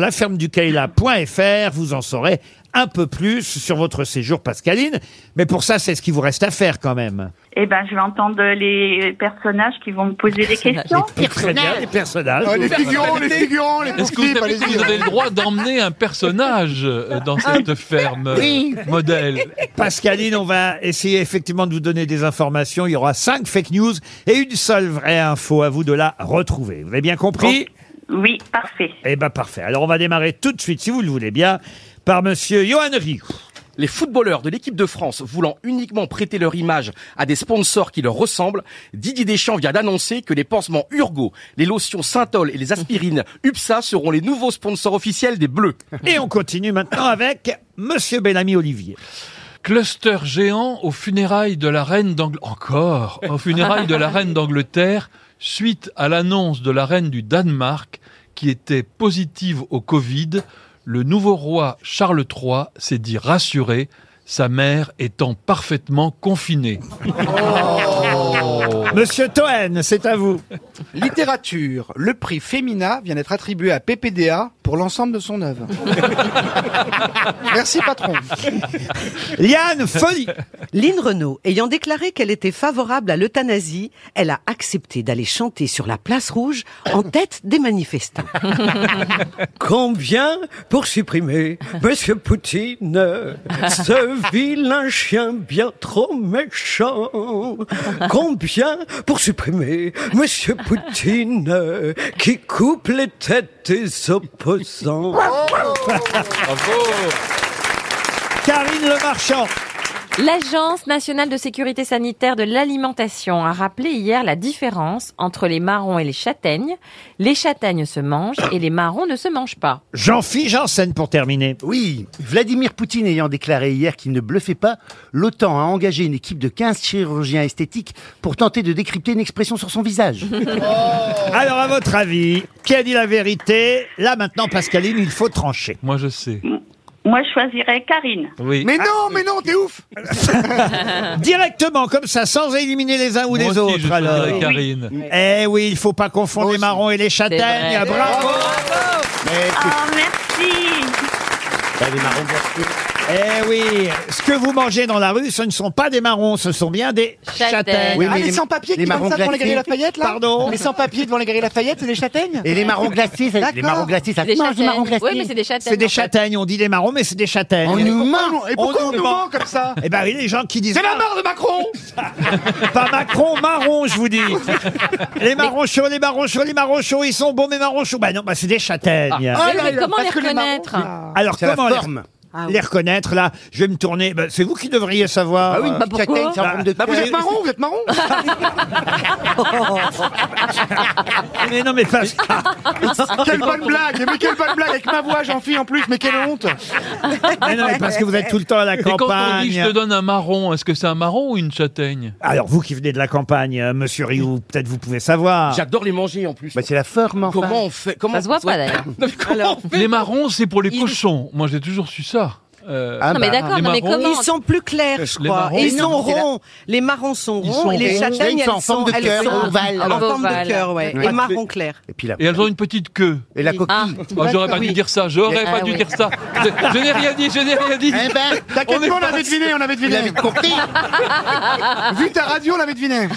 lafermeducaïla.fr, vous en saurez un peu plus sur votre séjour Pascaline. Mais pour ça, c'est ce qui vous reste à faire quand même.
Eh ben, je vais entendre les personnages qui vont me poser des questions.
Très bien, les personnages.
Ah, les figurants, les figurants, les
Est-ce que vous
pauvres
savez
types,
que vous
allez-y.
avez le droit d'emmener un personnage euh, dans cette ferme euh,
oui.
modèle
Pascaline, on va essayer effectivement de vous donner des informations. Il y aura cinq fake news et une seule vraie info à vous de la retrouver. Vous avez bien compris
Oui, parfait.
Eh ben parfait. Alors on va démarrer tout de suite, si vous le voulez bien, par Monsieur Johan Rioux.
Les footballeurs de l'équipe de France voulant uniquement prêter leur image à des sponsors qui leur ressemblent, Didier Deschamps vient d'annoncer que les pansements Urgo, les lotions Saintol et les aspirines UPSA seront les nouveaux sponsors officiels des Bleus.
Et on continue maintenant avec Monsieur Bellamy Olivier.
Cluster géant aux funérailles de la reine d'Angleterre. Encore Aux funérailles de la reine d'Angleterre, suite à l'annonce de la reine du Danemark qui était positive au Covid, le nouveau roi Charles III s'est dit rassuré, sa mère étant parfaitement confinée.
Oh.
Monsieur Toen, c'est à vous.
Littérature, le prix Femina vient d'être attribué à PPDA pour l'ensemble de son œuvre. Merci patron.
Liane Folie
Lynn Renault, ayant déclaré qu'elle était favorable à l'euthanasie, elle a accepté d'aller chanter sur la place rouge en tête des manifestants.
Combien pour supprimer Monsieur Poutine, ce vilain chien bien trop méchant Combien pour supprimer Monsieur Poutine, qui coupe les têtes des opposants
Karine Le Marchand.
L'Agence nationale de sécurité sanitaire de l'alimentation a rappelé hier la différence entre les marrons et les châtaignes. Les châtaignes se mangent et les marrons ne se mangent pas.
Jean-Philippe Janssen pour terminer.
Oui, Vladimir Poutine ayant déclaré hier qu'il ne bluffait pas, l'OTAN a engagé une équipe de 15 chirurgiens esthétiques pour tenter de décrypter une expression sur son
Oh.
visage.
Oh.
Alors, à votre avis, qui a dit la vérité Là, maintenant, Pascaline, il faut trancher.
Moi, je sais.
Moi, je choisirais Karine.
Oui.
Mais
Ah,
non, mais non, Oh, t'es ouf
Directement, comme ça, sans éliminer les uns ou
Moi
les
aussi,
autres.
je
alors.
choisirais Karine.
Oui. Eh oui, il faut pas confondre les marrons et les châtaignes.
vrai.
Bravo
Oh, merci
Eh oui, ce que vous mangez dans la rue, ce ne sont pas des marrons, ce sont bien des
Châtaignes.
châtaignes.
ah, les, sans-papiers qui vendent ça devant les galeries Lafayette, là
Pardon
Les sans-papiers devant les galeries Lafayette, c'est des châtaignes Ah,
Et les marrons glacés, ça- les
D'accord.
marrons glacés, ça
Des
te mange, les marrons
châtaignes.
glacés.
Oui, mais c'est des châtaignes,
C'est des
en fait.
châtaignes, on dit des marrons, mais c'est des châtaignes.
On nous ment.
Et pourquoi on nous ment comme ça
Eh ben, oui, les gens qui disent.
C'est la mort de Macron
Pas Macron, marron, je vous dis. Les marrons chauds, les marrons chauds, les marrons chauds, ils sont bons, mais marrons chauds. Bah non, bah c'est des châtaignes.
Oh
Ah. Oui, mais comment Ah, les reconnaître
Alors
C'est la
comment les-
forme.
les reconnaître là Je vais me tourner. Bah, c'est vous qui devriez savoir.
Ah oui,
Euh,
bah pourquoi
châtaigne, c'est en
Bah,
forme de
bah vous
cœur.
êtes
Marron, vous êtes marron
Mais non, mais pas.
Ah, Quelle bonne blague Mais quelle bonne blague Avec ma voix, j'en fie en plus, mais quelle honte
Mais non, mais parce que vous êtes tout le temps à la
Et quand on dit je te
campagne.
donne un marron, est-ce que c'est un marron ou une châtaigne
Alors vous qui venez de la campagne, euh, Monsieur Rioux, peut-être vous pouvez savoir.
J'adore les manger en plus.
Bah, c'est la forme, enfin.
Comment on fait comment
Ça se voit pas, d'ailleurs.
Non, mais comment on fait
Les marrons, c'est pour les cochons. Moi, j'ai toujours su ça. Euh,
Non, mais d'accord,
les
non, mais
marrons-
comment
Ils sont plus clairs, je
Les
crois.
marrons,
Et ils
c'est-
sont
c'est la-
ronds. Les marrons sont
Ils
ronds
sont
et les
ronds.
châtaignes,
Ils
elles
sont en forme de
elles
cœur,
sont
ovale.
En forme
Ovale.
de cœur, ouais.
Ouais.
Et marron clair.
Et puis la,
Et elles ont une petite queue.
et la coquille.
Ah,
Oh, j'aurais pas dû dire ça, j'aurais
Ah,
pas dû
oui.
dire ça. Je, je n'ai rien dit, je n'ai rien dit.
Eh ben,
T'inquiète
On est
pas, on
pas-
avait deviné, on avait
il a
deviné
vite compris.
Vu ta radio, on avait deviné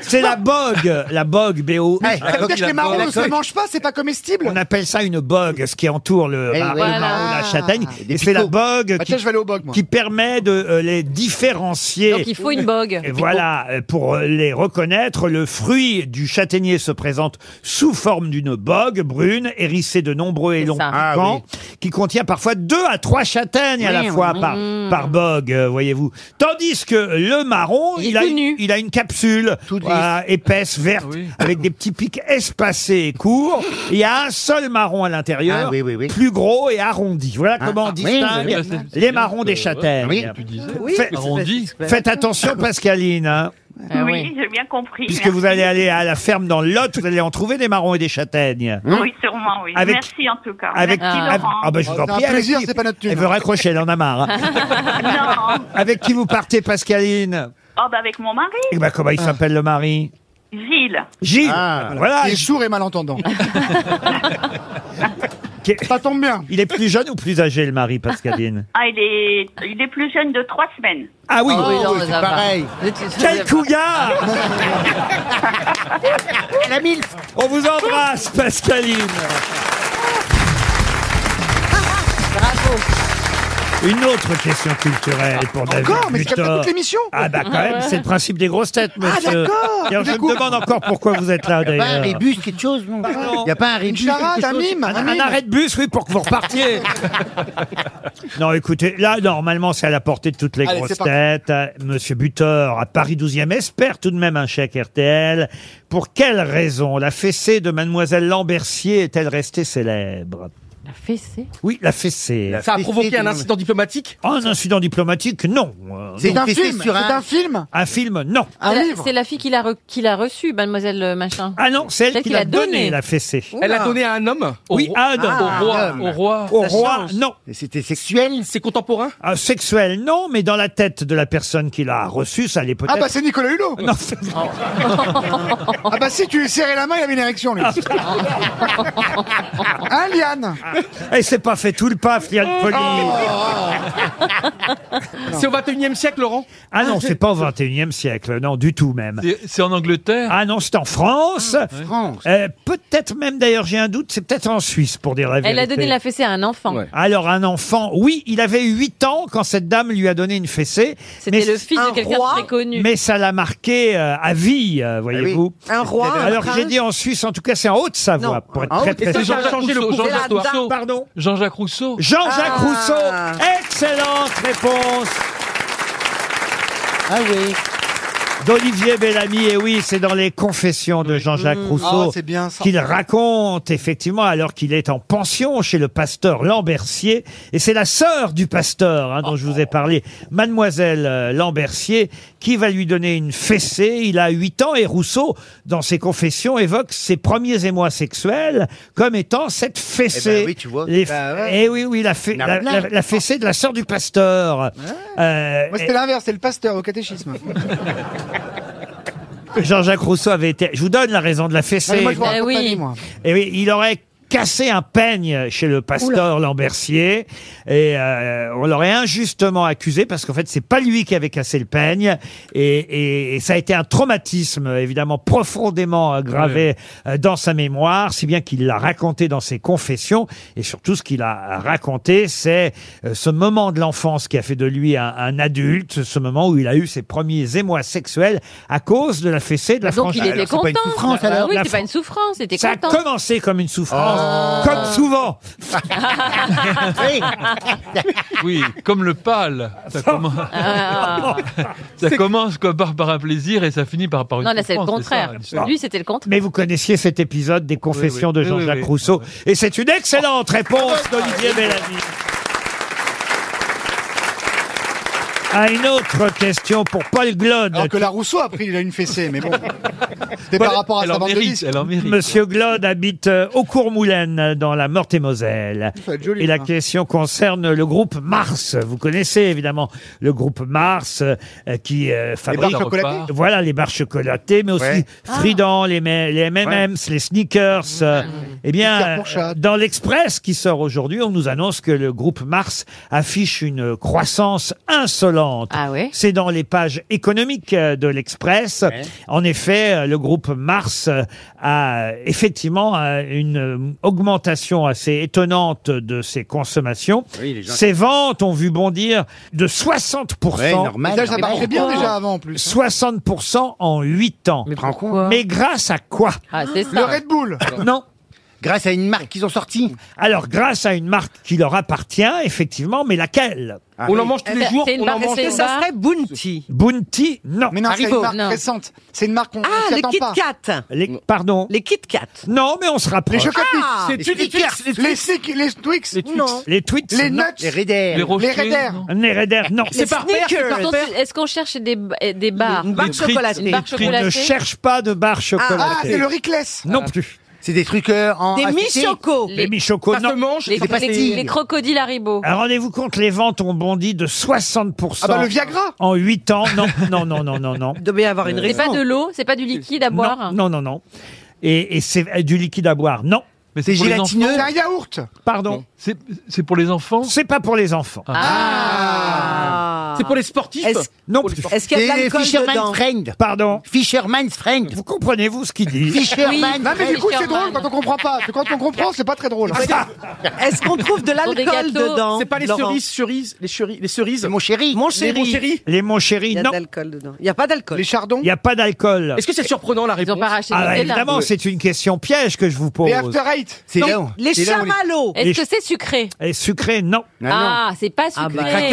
C'est la bogue, la bogue BO.
Eh,
Ça veut dire que les marrons ne se mangent pas, c'est pas comestible Ah.
On appelle ça une bogue, ce qui entoure le,
Eh
mar-
oui.
le
Voilà.
marron ou la châtaigne.
Et des
Et c'est la
picots.
bogue
Bah
qui,
tiens, je vais aller au bog, moi
qui permet de euh, les différencier.
Donc il faut une
Et
bogue.
voilà, euh, pour euh, les reconnaître, le fruit du châtaignier se présente sous forme d'une bogue brune, hérissée de nombreux et
C'est
longs
ça.
Ah
piquants, qui contient parfois deux à trois châtaignes à la
Oui,
fois
oui.
par, par bogue, euh, voyez-vous. Tandis que le marron,
Il est
il, a,
tout
une-
nu.
il a une capsule
Toute
euh,
Ah
épaisse, verte,
Oui.
avec des petits pics espacés et courts. Il y a un seul marron à l'intérieur,
Ah oui, oui, oui.
plus gros et arrondi. Voilà
Ah,
comment on
ah, oui,
distingue
oui, Ah
oui. C'est- c'est
les
bien
marrons
que-
des
ouais,
châtaignes.
oui.
Tu disais
Fait-
Arrondi.
Faites attention, Pascaline. hein.
Ah
oui,
oui.
j'ai bien compris.
Puisque vous allez aller à la ferme dans le Lot, vous allez en trouver des marrons et des châtaignes.
Oui, sûrement, oui.
Hein Avec-
Merci en tout cas.
Avec
Merci
ah,
Laurent.
ah, bah, je vous en
C'est un
prie, avec
plaisir,
qui-
c'est pas notre thune.
Elle veut raccrocher, elle en a marre. hein.
Non,
avec qui vous partez, Pascaline
oh, bah, avec mon mari,
Eh ben,
Ah.
comment il s'appelle le mari
Gilles.
Gilles.
Ah.
voilà.
Il est sourd et malentendant. Ça tombe bien.
Il est plus jeune ou plus âgé, le mari, Pascaline
Ah, il est, il est plus jeune de trois semaines.
Ah oui.
Oh, non,
c'est
ça va.
pareil.
Quel cougar
La milf.
On vous embrasse, Pascaline. Une autre question culturelle pour David
Encore Mais c'est comme ça
Butor.
toute l'émission Ah,
Ah bah quand même, c'est le principe des grosses têtes,
Ah,
monsieur.
d'accord. Eh
D'ailleurs, je me
Découvre.
demande encore pourquoi vous êtes là,
ben,
Pas un
d'ailleurs.
rébus, quelque chose, non
Pardon
Il y a pas un
Une
rébus,
charade,
quelque
un
chose
mime,
Un,
un
un
mime.
arrêt de bus, oui, pour que vous repartiez. non, écoutez, là, normalement, c'est à la portée de toutes les
Allez,
grosses
c'est parti.
têtes. Euh, Monsieur Butor, à Paris 12e, espère tout de même un chèque RTL. Pour quelle raison la fessée de Mademoiselle Lambertier est-elle restée célèbre
La fessée.
Oui, la fessée.
La-
Ça a provoqué un incident diplomatique
Un incident diplomatique, non. Euh,
C'est
C'est un
une fessée
film C'est
sur un-
un film
Un film, non.
Un
C'est la-
livre
C'est la fille qui l'a re- qui l'a reçue, mademoiselle euh, machin.
Ah non, c'est elle
Celle
qui
qui
l'a
l'a
donné,
donnée.
la fessée.
Elle a donné à un homme
Au
Oui,
roi-
à Adam.
au roi, au roi.
Au
Ça
roi,
change.
non.
Et C'était sexuel
C'est contemporain
Ah, sexuel, non, mais dans la tête de la personne qui l'a reçu, ça l'est peut-être.
Ah bah c'est Nicolas Hulot
Non.
Ah bah si, tu lui serrais la main, il avait une érection lui Hein Liane
Elle s'est Eh, pas fait tout le paf, Liane Poli.
C'est au 21 e siècle, Laurent
Ah non, c'est pas au 21e siècle, non, du tout même.
C'est- C'est en Angleterre
Ah non, c'est en France.
France.
Euh, peut-être même, d'ailleurs, j'ai un doute, c'est peut-être en Suisse, pour dire la vérité.
Elle a donné la fessée à un enfant.
Ouais.
Alors, un enfant, oui, il avait 8 ans quand cette dame lui a donné une fessée.
C'était
mais-
le fils
un
de quelqu'un de
roi,
très connu.
Mais ça l'a marqué euh, à vie, euh, voyez-vous.
Ah Un roi, un
Alors
prince.
j'ai dit en Suisse, en tout cas c'est en Haute-Savoie,
Non,
pour être
en
très
Haute-
précis.
Et ça, ça a changé le cours de
Jean-Jacques
la date.
Rousseau.
Pardon
Jean-Jacques Rousseau.
Jean-Jacques
Ah.
Rousseau, excellente réponse
Ah oui.
d'Olivier Bellamy. Et oui, c'est dans les Confessions de Jean-Jacques
Mmh.
Rousseau
Ah, c'est bien ça.
qu'il raconte effectivement alors qu'il est en pension chez le pasteur Lambertier. Et c'est la sœur du pasteur hein, dont je vous ai parlé, mademoiselle euh, Lambertier, qui va lui donner une fessée. Il a 8 ans et Rousseau, dans ses Confessions, évoque ses premiers émois sexuels comme étant cette fessée.
oui, tu vois.
Les-
Bah ouais.
Eh oui, oui, la, fe-
Non,
la-
non.
la- la fessée de la sœur du pasteur. Euh,
Ah. Moi, c'était l'inverse, c'est le pasteur au catéchisme.
Jean-Jacques Rousseau avait été. Je vous donne la raison de la
Non, mais
fessée.
moi, je vous raconte Eh oui. pas, dis-moi.
Eh oui, il aurait cassé un peigne chez le pasteur Lambertier et euh, on l'aurait injustement accusé parce qu'en fait c'est pas lui qui avait cassé le peigne et, et- et ça a été un traumatisme évidemment profondément euh, gravé euh, dans sa mémoire si bien qu'il l'a raconté dans ses confessions et surtout ce qu'il a raconté c'est euh, ce moment de l'enfance qui a fait de lui un, un adulte ce moment où il a eu ses premiers émois sexuels à cause de la fessée de la
Ah, Donc
frange-
il était
Alors, c'est
content.
pas une souffrance,
Ah
alors
oui,
La
c'était pas une souffrance, Ah. c'était
ça a
content.
commencé comme une souffrance, comme souvent.
Oui, comme le pâle. Ça commence,
Ah.
ça commence quoi, par, par un plaisir et ça finit par, par une
Non, là c'est le
souffrance, ça,
contraire.
l'histoire.
Lui c'était le contraire.
Mais vous connaissiez cet épisode des Confessions
Oui, oui.
de Jean-Jacques
Oui, oui, oui.
Rousseau. Et Ah, Oh, c'est une excellente réponse d'Olivier Bellamy. À Ah, une autre question pour Paul Glod.
Alors que la Rousseau a pris, il a une fessée, mais bon. C'était par rapport à sa bande de disques.
Monsieur Glod habite euh, au Courmoulin, dans la Meurthe-et-Moselle.
Ça va être joli,
Et la
ça.
question concerne le groupe Mars. Vous connaissez évidemment le groupe Mars euh, qui euh, fabrique
barres chocolatées.
Voilà les barres chocolatées, mais aussi
Ouais.
Fridans, les, M- les M&M's, les sneakers. euh,
Ah.
Eh
Pierre
bien,
Pourchade.
euh, dans l'Express qui sort aujourd'hui, on nous annonce que le groupe Mars affiche une croissance insolente.
Ah
C'est dans les pages économiques euh, de l'Express. En effet, euh, le groupe Mars euh, a effectivement euh, une euh, augmentation assez étonnante de ses consommations.
Oui, les gens-
ses ventes ont vu bondir de 60%.
Ouais, normal. Mais ça, ça Mais marchait bien pourquoi déjà avant, en plus. hein.
60% en 8 ans. Mais, grâce à quoi
Ah,
Le Red Bull.
non. Grâce à une marque qu'ils ont sortie Alors, grâce à une marque qui leur appartient, effectivement, mais laquelle
Ah.
On oui. en mange tous les C'est- jours, Eh ben, c'est une on en marque- mange- c'est une Ça marque- serait
Bounty. Bounty, non.
Mais non, c'est une marque récente. C'est une marque qu'on
Ah,
ne s'y
les
attend
Kit
pas.
Kat.
Les, pardon
Les Kit Kat.
Non, mais on se rapproche.
Les chocolates.
Ah,
les
c'est les
Snickers,
Twix, les Twix.
les Snick- les Twix.
Les Twix. Les Twix.
Les
non.
Nuts. Les Raiders.
Les Rochers,
Les Raiders.
non. Les Raiders, non.
Les sneakers. Est-ce qu'on- Est-ce qu'on cherche des, eh, des barres
Des frites.
Une barre
On
chocolatée
ne cherche pas de barre chocolatée.
Ah, c'est le Rickless.
Non plus.
C'est des trucs euh, en.
Des mi-chocos.
Les mi-chocos, non. Ah,
les, les- les crocodiles Haribo.
Alors, rendez-vous compte, les ventes ont bondi de 60%.
Ah bah, le Viagra
En 8 ans, non, non, non, non, non, non.
Il devait y avoir
C'est pas de l'eau, c'est pas du liquide à boire.
Non, non, non. Et, et c'est euh, du liquide à boire, non. Mais
c'est pour les gélatineux. enfants
Un yaourt.
Pardon
C'est c'est pour les enfants Ah.
C'est pas pour les enfants.
C'est pour les sportifs
Non
Pour les
plus.
sportifs. Est-ce qu'il y a de
Et
l'alcool
Fisherman's
dedans
Friend.
Pardon
Fisherman's Friend.
Vous comprenez-vous ce qu'il dit
Fisherman's
Non, mais du coup, c'est
Friend.
drôle quand on comprend pas. Parce que Quand on comprend, c'est pas très drôle.
Est-ce qu'on trouve de
Pour des
l'alcool
gâteaux.
dedans
C'est pas les
Laurent
cerises, cerises, les cerises, les cerises.
Mon chéri.
Mon
chéri.
Les mon chéri.
Les mon chéri,
Il y a
non.
de l'alcool dedans. Il n'y a pas d'alcool.
Les chardons
Il n'y a pas d'alcool.
Est-ce que c'est surprenant la réponse Ils ont pas racheté
Ah, évidemment, c'est une question piège que je vous pose.
Les After Eight. Non,
les chamallows.
Est-ce que c'est sucré
Et sucré, non. bah,
Ah, c'est pas sucré.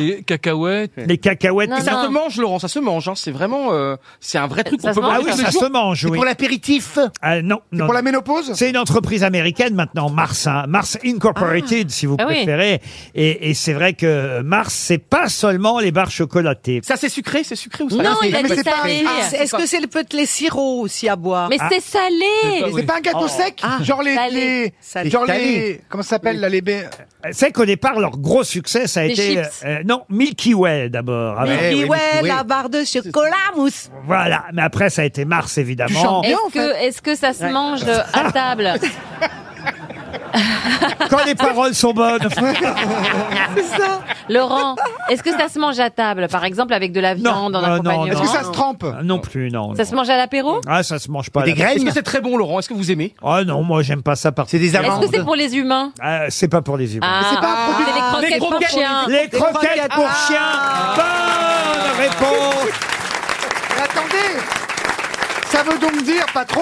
Les cacahuètes.
Les cacahuètes.
Non,
ça
non.
se mange, Laurent, ça se mange. hein. C'est vraiment, euh, c'est un vrai truc qu'on
Ça se
peut
mange
manger.
Ah oui,
tous les
ça
jours.
se mange, oui.
l'apéritif
Ah, non, non.
pour
non.
la ménopause
C'est une entreprise américaine maintenant, Mars, hein, Mars Incorporated, si vous
Ah oui.
préférez. Et, et c'est vrai que Mars, c'est pas seulement les barres chocolatées.
Ça, c'est sucré, c'est sucré ou ça
Non, il a
mais
dit
c'est pas-
salé.
Ah,
Ah,
c'est-
Est-ce que c'est le- peut-être les sirops aussi à boire Ah.
Mais c'est
Ah.
salé Oh.
C'est pas un gâteau sec Genre les, les-
Salé.
Genre les.
Salé.
Comment ça s'appelle là les baies
Euh, C'est qu'au départ, leur gros succès, ça a
Des
été...
chips.
euh, non, Milky Way
Ah
d'abord.
bah
avant.
Eh Milky Way, la barre de chocolat mousse.
Voilà, mais après, ça a été Mars, évidemment.
Est-ce que, est-ce que ça se mange euh, à table
Quand les paroles sont bonnes.
Laurent, est-ce que ça se mange à table, par exemple, avec de la viande en
Ah, non,
accompagnement
non. Non plus, non.
Ça
non.
se mange à l'apéro
Ah, ça se mange pas.
Des
là.
graines
Est-ce que c'est très bon, Laurent Est-ce que vous aimez
Ah non, moi, j'aime pas ça par. C'est des
Est-ce que c'est pour les humains
C'est pas pour les humains.
Ah,
c'est pas un produit-
c'est les croquettes, pour chiens. Ah.
Les croquettes pour chiens. Bonne réponse.
Mais Attendez Ça veut donc dire, patron,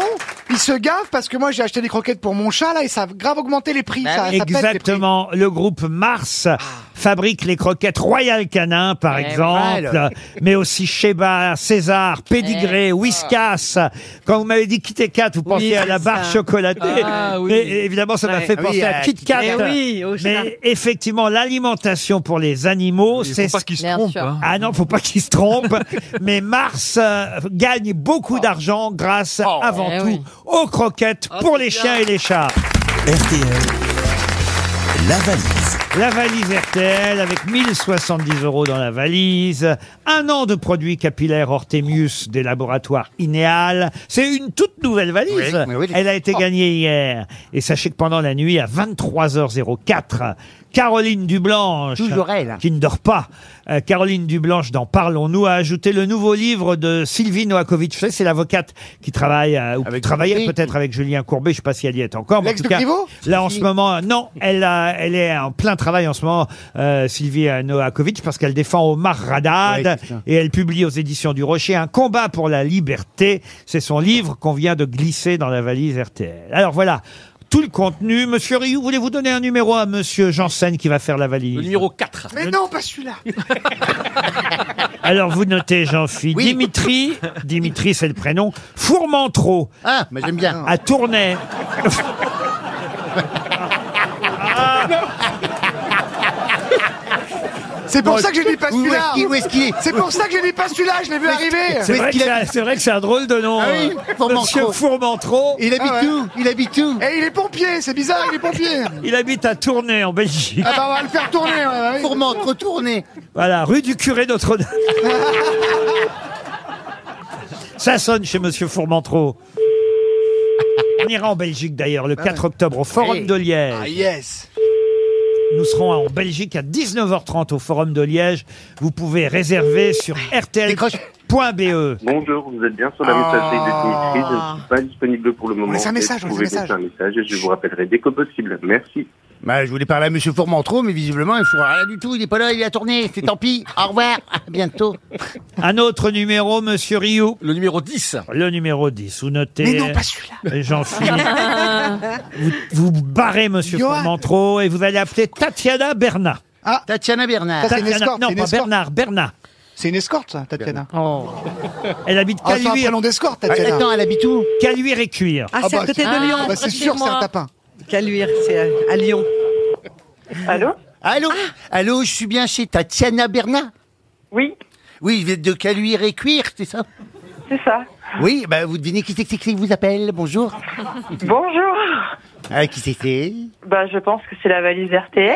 Ils se gavent parce que moi j'ai acheté des croquettes pour mon chat là et ça a grave augmenté les prix. ça, ça pète, les prix.
Exactement. Le groupe Mars fabrique les croquettes Royal Canin, par
Eh oui.
exemple,
Mal.
mais aussi Sheba, César, Pédigré, Whiskas. Quand vous m'avez dit Kit Kat, vous pensiez
Oui,
à la
c'est
barre
ça.
chocolatée.
Ah, oui.
Mais euh, évidemment, ça m'a
Ouais.
fait
Ah
penser
oui,
à
à
Kit
Kit
Kat.
Kat. Eh oui, au chat.
mais effectivement, l'alimentation pour les animaux, c'est
pas qu'ils se
Bien
trompent,
sûr.
hein.
Ah non, faut pas qu'ils se trompent. mais Mars euh, gagne beaucoup d'argent grâce avant
Eh
tout
oui.
aux croquettes pour les chiens et les chats.
La valise.
La valise RTL avec 1070 euros dans la valise, un an de produits capillaires Hortemius des laboratoires Inéal. C'est une toute nouvelle valise.
Oui, mais oui.
Elle a été
Oh.
gagnée hier. Et sachez que pendant la nuit, à 23h04, Caroline Dublanche,
Toujours elle.
qui ne dort pas, euh, Caroline Dublanche dans Parlons-nous, a ajouté le nouveau livre de Sylvie Noakovic. Vous savez, c'est l'avocate qui travaille, euh, ou qui travaillait peut-être avec Julien Courbet, je ne sais pas si elle y est encore. mais en
L'ex
tout
de
cas,
Griveaux
Là, en ce moment, non, elle, a- elle est en plein travail en ce moment, euh, Sylvie euh, Noakovic, parce qu'elle défend Omar Radad
Ouais, c'est ça.
et elle publie aux éditions du Rocher Un combat pour la liberté. C'est son livre qu'on vient de glisser dans la valise RTL. Alors voilà. Tout le contenu. Monsieur Rioux, voulez-vous donner un numéro à Monsieur Janssen qui va faire la valise
Numéro 4.
Mais non, pas celui-là.
Alors vous notez, Jean-Philippe. Dimitri, Dimitri c'est le prénom, Fourmentreau. Ah, mais j'aime bien. À Tournai.
C'est pour
Bon,
ça que je dis pas
où est-ce
celui-là.
qu'il- où est-ce qu'il est
C'est pour ça que je dis pas celui-là. Je l'ai vu arriver.
C'est vrai, que c'est un- c'est vrai que c'est un drôle de nom.
Ah oui,
euh,
Fourmentreau.
Monsieur Fourmentreau.
Ah ouais. Et il est pompier. C'est bizarre. Il est pompier.
Il habite à Tournai en Belgique.
Ah bah on va le faire tourner. ouais, ouais.
retourné. Voilà, rue du curé Notre-Dame. Ça sonne chez Monsieur Fourmentreau. On ira en Belgique d'ailleurs le 4 octobre au Forum
Oui.
de Liège.
Bah Ah yes.
Nous serons en Belgique à 19h30 au Forum de Liège. Vous pouvez réserver sur rtl.be.
Bonjour, vous êtes bien sur la messagerie de Dimitri. Je ne suis pas disponible pour le moment.
laisse un
Et
message,
vous
on
pouvez
laisse un
laisser un message et je vous rappellerai dès que possible. Merci.
Bah, je voulais parler à Monsieur Fourmentreau, mais visiblement, il ne fera rien du tout. Il n'est pas là, il est à tourner. C'est tant pis. Au revoir. À bientôt.
Un autre numéro, Monsieur Rioux.
Le numéro 10.
Le numéro 10. Vous notez.
Mais non, pas
celui-là. Jean-Philippe. vous, vous barrez Monsieur Fourmentreau et vous allez appeler Tatiana Bernat.
Ah.
Tatiana Bernard.
Ça, c'est une escorte,
non,
c'est une
pas
escorte.
Bernard, Bernat.
C'est une escorte, ça, Tatiana.
Elle habite
Ah, c'est un
Caluire.
prénom d'escorte, Tatiana. Ah, attends, elle habite
où
Caluire et Cuire.
Ah, c'est à côté de Lyon.
bah, c'est sûr, c'est un tapin.
Caluire, c'est à, à Lyon.
Allô Allô
Ah.
Allô, je suis bien chez Tatiana Bernard
Oui.
Oui, vous êtes de Caluire et Cuire, c'est ça
C'est ça.
Oui, bah, vous devinez qui c'est qui c'est qui vous appelle Bonjour.
Bonjour.
Ah, qui c'était
Bah, je pense que c'est la valise RTL.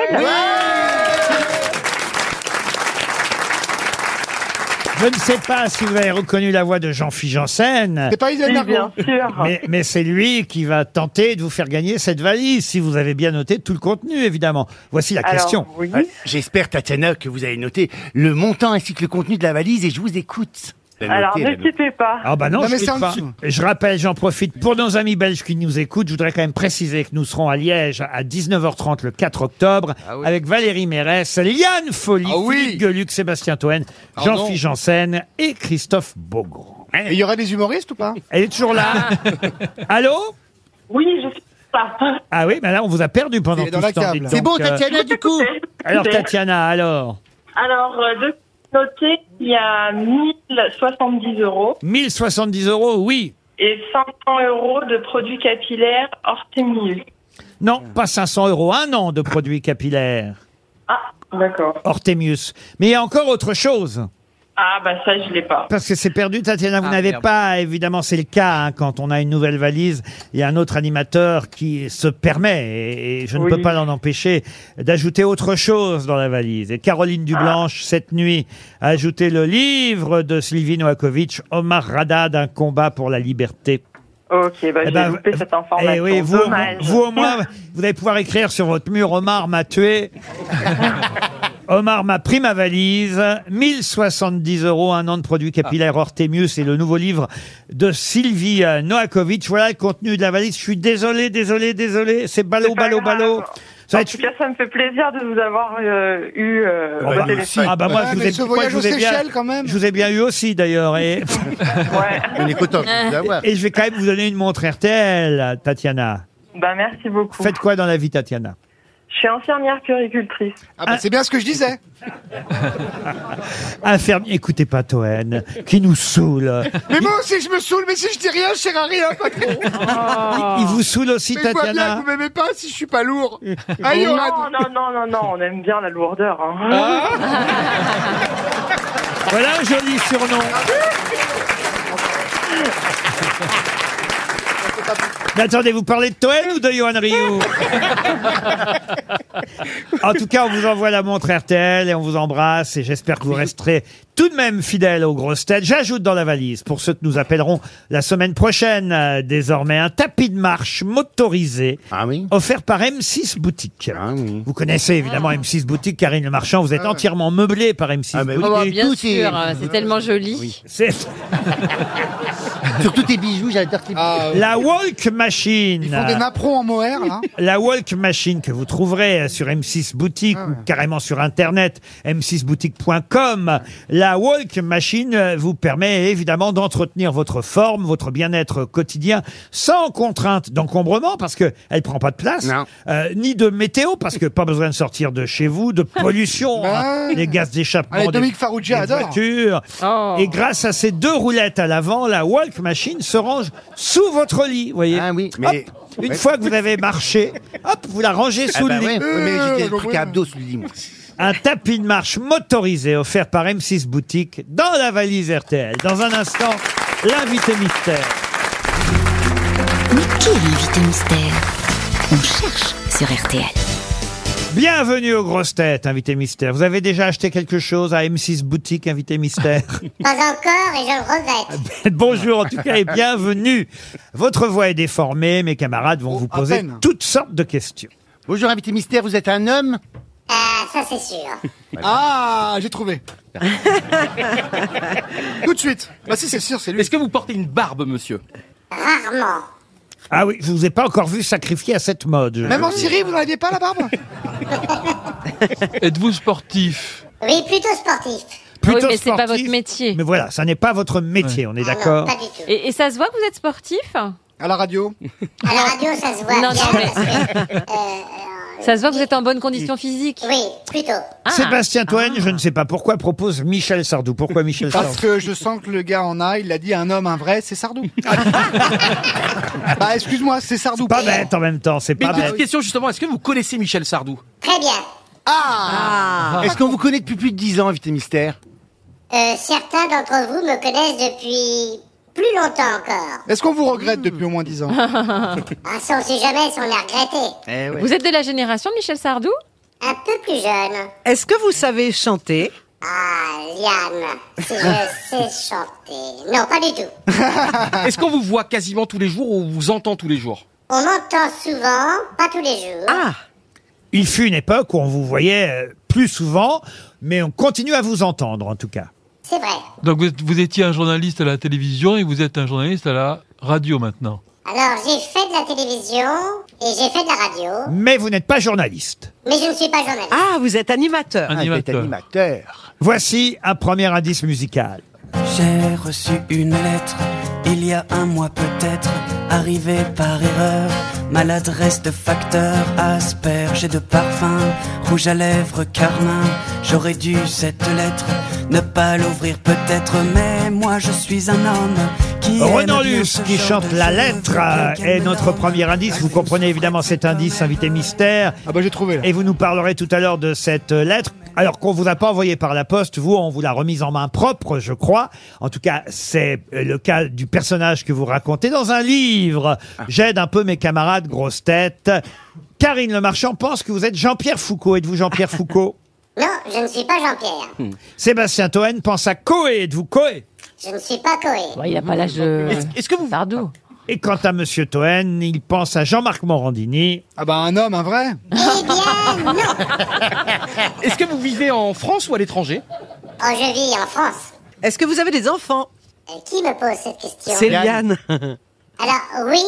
Je ne sais pas si vous avez reconnu la voix de Jean-Philippe Janssen.
C'est pas Isabelle
Oui, bien
Mergo.
sûr.
Mais, mais c'est lui qui va tenter de vous faire gagner cette valise, si vous avez bien noté tout le contenu, évidemment. Voici la question.
Ah, J'espère, Tatiana, que vous avez noté le montant ainsi que le contenu de la valise et je vous écoute.
Alors, ne quittez pas.
Ah bah non, je,
mais
clique pas. je rappelle, j'en profite pour nos amis belges qui nous écoutent. Je voudrais quand même préciser que nous serons à Liège à 19h30 le 4 octobre
Ah
avec Valérie Mérès, Liane Folly, Philippe Gueluc, Sébastien Toen,
Ah non.
Jean-Philippe Janssen et Christophe Beaugrand.
Eh.
Et Il y aura des humoristes ou pas
Elle est toujours là. Allô
Oui, je suis là.
Ah oui, mais là on vous a perdu pendant
C'est
tout
dans la
ce temps.
cave,
dites
là.
donc,
C'est bon,
euh,
Tatiana,
du coup
Alors Tatiana, alors
Alors, euh, de noter, il y a 1070 euros
1070 euros, oui.
et 500 euros de produits capillaires Hortemius.
Non, pas 500 euros, un an de produits capillaires.
Ah, d'accord.
Hortemius. Mais il y a encore autre chose.
Ah, bah ça, je l'ai pas.
Parce que c'est perdu, Tatiana. Vous
Ah,
n'avez
merde.
pas, évidemment, c'est le cas hein, quand on a une nouvelle valise. Il y a un autre animateur qui se permet, et, et je ne
Oui.
peux pas l'en empêcher, d'ajouter autre chose dans la valise. Et Caroline Dublanche, cette nuit, a ajouté le livre de Sylvie Noakovic, Omar Radad, un combat pour la liberté.
Ok, bah
Eh
j'ai
ben,
loupé cette information.
Eh oui, vous, au moins-
Dommage.
vous au moins, vous allez pouvoir écrire sur votre mur Omar m'a tué. Omar m'a pris ma valise. 1070 euros, un an de produits capillaires
Ah.
Hortemius et le nouveau livre de Sylvie euh, Noakovic. Voilà le contenu de la valise. Je suis désolé, désolé, désolé. C'est ballot, ballot, ballot. Ça va
en
être
tout cas, ça me fait plaisir de vous avoir euh, eu euh, au téléphone.
Ah bah moi, je vous ai, moi, je vous ai bien, je vous ai bien eu aussi d'ailleurs. Et...
On est content de vous avoir.
Et je vais quand même vous donner une montre RTL, Tatiana.
Bah, merci beaucoup.
Faites quoi dans la vie, Tatiana
Je suis infirmière puricultrice.
Ah bah, c'est bien ce que je disais.
Infirmière, écoutez pas Toen, qui nous saoule.
Mais moi aussi, je me saoule, mais si je dis rien, je serai rien, patron.
Il vous saoule aussi,
Mais je vois bien
Tatiana
que vous m'aimez pas si je suis pas lourd. Ah, Aïe,
non,
Yoann.
non, non, non, non, on aime bien la lourdeur. hein.
Ah.
Voilà un joli
Oh
surnom. Mais attendez, vous parlez de Toen ou de Johan Rioux En tout cas, on vous envoie la montre RTL et on vous embrasse et j'espère que vous resterez tout de même fidèles aux grosses têtes. J'ajoute dans la valise, pour ceux que nous appellerons la semaine prochaine euh, désormais, un tapis de marche motorisé
Ah
offert par M6 Boutique. Vous connaissez évidemment M6 Boutique, Karine Le Marchand, vous êtes entièrement meublé par M6 Boutique.
Oh,
bah,
bien
Ah, tout est- Ah
sûr, euh, c'est tellement joli.
C'est
Surtout tes bijoux, j'adore tes bijoux.
la Walk Machine.
Ils font
Ah.
des napperons en mohair, là.
La Walk Machine que vous trouverez euh, sur M6 Boutique
Ah
ou carrément sur Internet, m6boutique.com. La Walk Machine euh, vous permet évidemment d'entretenir votre forme, votre bien-être quotidien sans contrainte d'encombrement parce que elle prend pas de place, euh, ni de météo parce que pas besoin de sortir de chez vous, de pollution, hein, les gaz d'échappement
Bah Allez,
des-
Dominique Farrugia
des
adore.
voitures. Et grâce à ces deux roulettes à l'avant, la Walk Machine se range sous votre lit, vous voyez.
Ah mais-
Hop, une
Ouais.
fois que vous avez marché, hop, vous la rangez
Ah
sous
bah
le
ouais,
lit.
ouais, mais j'ai des trucs à abdos sous le lit, moi.
Un tapis de marche motorisé offert par M6 Boutique dans la valise RTL. Dans un instant, l'invité mystère.
Mais qui est l'invité mystère On cherche sur RTL.
Bienvenue aux grosses têtes, invité mystère. Vous avez déjà acheté quelque chose à M6 Boutique, invité mystère
Pas encore et je le
Ah
regrette.
ben.
Bonjour en tout cas et bienvenue. Votre voix est déformée, mes camarades vont vous poser
Oh, peine.
toutes sortes de questions.
Bonjour, invité mystère, vous êtes un homme
Ah, ça c'est sûr.
Ah, j'ai trouvé.
Tout de suite. Bah si, c'est sûr, c'est lui. Est-ce que vous portez une barbe, monsieur
Rarement.
Ah oui, je vous ai pas encore vu sacrifier à cette mode.
Même en Syrie, vous n'en aviez pas la barbe
Êtes-vous sportif
Oui, plutôt sportif.
Plutôt
mais c'est pas
sportif.
votre métier.
Mais voilà, ça n'est pas votre métier, on est
Ah Non,
d'accord
pas du tout.
Et, et ça se voit que vous êtes sportif
À la radio
À la radio, ça se voit
Non,
bien.
non, mais-
parce que- euh,
Ça se voit que vous êtes en bonne condition physique Ah.
Oui, plutôt.
Ah.
Sébastien Toen, je ne sais pas pourquoi, propose Michel Sardou. Pourquoi Michel
Parce
Sardou
que je sens que le gars en a, il a dit un homme, un vrai, c'est Sardou. bah excuse-moi, c'est Sardou.
Pas bête en même temps, c'est
Mais
pas
une petite
bête.
question justement, est-ce que vous connaissez Michel Sardou
Très bien. Ah,
Est-ce qu'on vous connaît depuis plus de 10 ans, invité mystère
Euh, Certains d'entre vous me connaissent depuis plus longtemps encore.
Est-ce qu'on vous regrette depuis au moins 10 ans
Ah, ça, on sait jamais si on a regretté.
Eh
Vous êtes de la génération de Michel Sardou
Un peu plus jeune.
Est-ce que vous savez chanter
Ah, Liane, si je sais chanter. Non, pas du tout.
Est-ce qu'on vous voit quasiment tous les jours ou on vous entend tous les jours
On m'entend souvent, pas tous les jours. Ah
Il fut une époque où on vous voyait euh, plus souvent, mais on continue à vous entendre en tout cas.
C'est vrai.
Donc vous, êtes- vous étiez un journaliste à la télévision et vous êtes un journaliste à la radio maintenant.
Alors, j'ai fait de la télévision et j'ai fait de la radio,
Mais vous n'êtes pas journaliste.
mais je ne suis pas journaliste.
Ah, vous êtes animateur.
Ah,
Voici un premier indice musical.
J'ai reçu une lettre, il y a un mois peut-être, arrivée par erreur, maladresse de facteur, asperge et de parfum, rouge à lèvres, carmin, j'aurais dû cette lettre, ne pas l'ouvrir peut-être, mais moi je suis un homme qui
Renan
aime bien
Luce
ce
qui
genre
chante
de
la
jeu.
lettre euh, est notre premier indice. Vous comprenez évidemment cet indice, invité mystère. Ah bah j'ai trouvé. Et vous nous parlerez tout à l'heure de cette euh, lettre. Alors qu'on vous a pas envoyé par la poste, vous, on vous l'a remise en main propre, je crois. En tout cas, c'est euh, le cas du personnage que vous racontez dans un livre. J'aide un peu mes camarades grosses têtes. Karine Le Marchand pense que vous êtes Jean-Pierre Foucault. Êtes-vous Jean-Pierre Foucault
Non, je ne suis pas Jean-Pierre.
Sébastien Toen pense à Coé. Êtes-vous Coé
Je ne suis pas Coé.
Ouais, Il a pas l'âge de
que vous
Sardou.
Et quant à Monsieur Toen, il pense à Jean-Marc Morandini.
Ah bah un homme, un vrai
Eh bien, non.
Est-ce que vous vivez en France ou à l'étranger
Oh, je vis en France.
Est-ce que vous avez des enfants
Euh, qui me pose cette question
C'est Liane.
Alors, oui,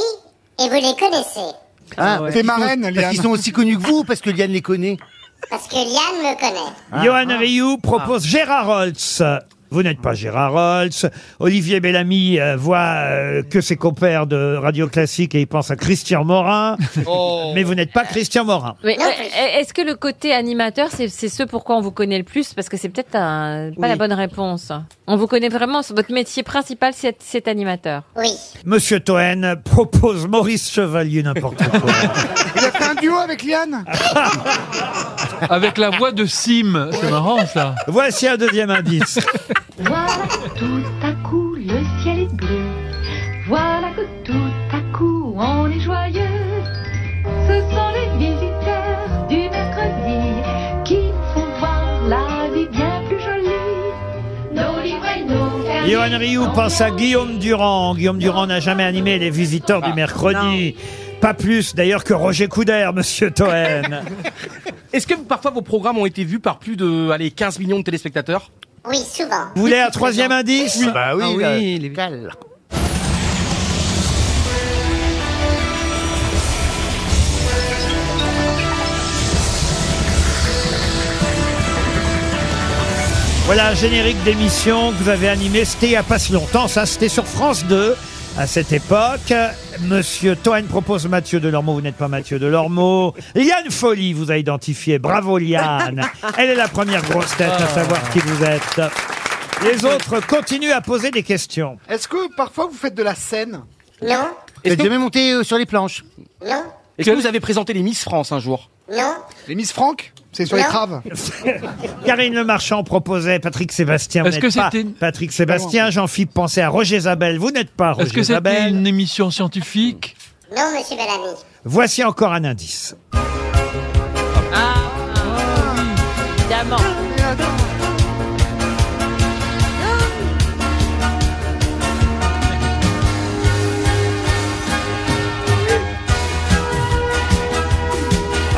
et vous les connaissez.
Ah,
T'es marraine,
parce
Liane.
qu'ils sont aussi connus que vous, ou parce que Liane les connaît. Ah.
Parce que Liane me connaît.
Ah. Johan
Ah.
Rioux propose Gérard Holtz. Vous n'êtes pas Gérard Holtz. Olivier Bellamy euh, voit euh, que ses compères de Radio Classique et il pense à Christian Morin.
Oh.
Mais vous n'êtes pas Christian Morin.
Mais euh, est-ce que le côté animateur, c'est c'est ce pourquoi on vous connaît le plus Parce que c'est peut-être un- pas la bonne réponse. On vous connaît vraiment, c'est- votre métier principal, c'est c'est animateur.
Oui.
Monsieur Toen propose Maurice Chevalier, n'importe quoi.
Il a fait un duo avec Liane
Avec la voix de Sim, c'est marrant ça.
Voici un deuxième indice.
Voilà que tout à coup le ciel est bleu. Voilà que tout à coup on est joyeux. Ce sont les visiteurs du mercredi qui font voir la vie bien plus jolie. Nos livres et nos carnets.
Johan Rioux pense à Guillaume Durand. Guillaume Durand n'a jamais animé les visiteurs du mercredi. Pas plus d'ailleurs que Roger Coudert, monsieur Toen.
Est-ce que parfois vos programmes ont été vus par plus de allez, 15 millions de téléspectateurs
Oui, souvent.
Vous voulez un troisième indice
Bah oui,
Ah oui,
là.
il
Voilà un générique d'émission que vous avez animé. C'était il n'y a pas si longtemps, ça. C'était sur France 2 à cette époque. Monsieur Toen propose Mathieu Delormeau. Vous n'êtes pas Mathieu Delormeau. Liane Folly vous a identifié. Bravo Liane. Elle est la première grosse tête à savoir qui vous êtes. Les autres continuent à poser des questions.
Est-ce que parfois vous faites de la scène
Non.
Vous êtes jamais monté euh, sur les planches.
Non.
Est-ce que vous avez présenté les Miss France un jour
Non.
Les Miss Franck C'est sur les craves
Karine Le Marchand proposait Patrick Sébastien. vous
Est-ce que
n'êtes pas
c'était une-
Patrick Sébastien, Jean-Philippe pensait à Roger Isabelle. Vous n'êtes pas
Est-ce
Roger
que c'était
Isabelle.
une émission scientifique
Non, monsieur Bellamy.
Voici encore un indice.
Ah, évidemment.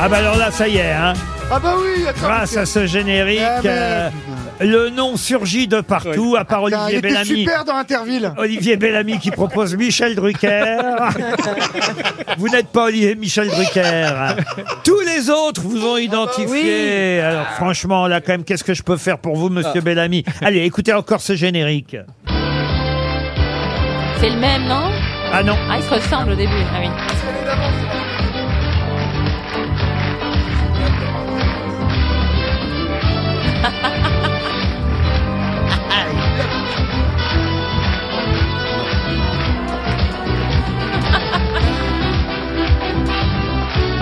Ah bah alors là, ça y est, hein.
Ah bah oui attends,
Grâce
c'est-
à ce générique,
Ah, mais-
euh, le nom surgit de partout, à part
Putain, Ah, Il
Olivier
était
Bellamy.
super dans Interville
Olivier Bellamy qui propose Michel Drucker. vous n'êtes pas Olivier Michel Drucker. Tous les autres
Ah
vous
bah
ont identifié. Alors franchement, là quand même, qu'est-ce que je peux faire pour vous,
Ah.
Monsieur Bellamy Allez, écoutez encore ce générique.
C'est le même, non
Ah non.
Ah, ils se ressemblent au début. Ah oui.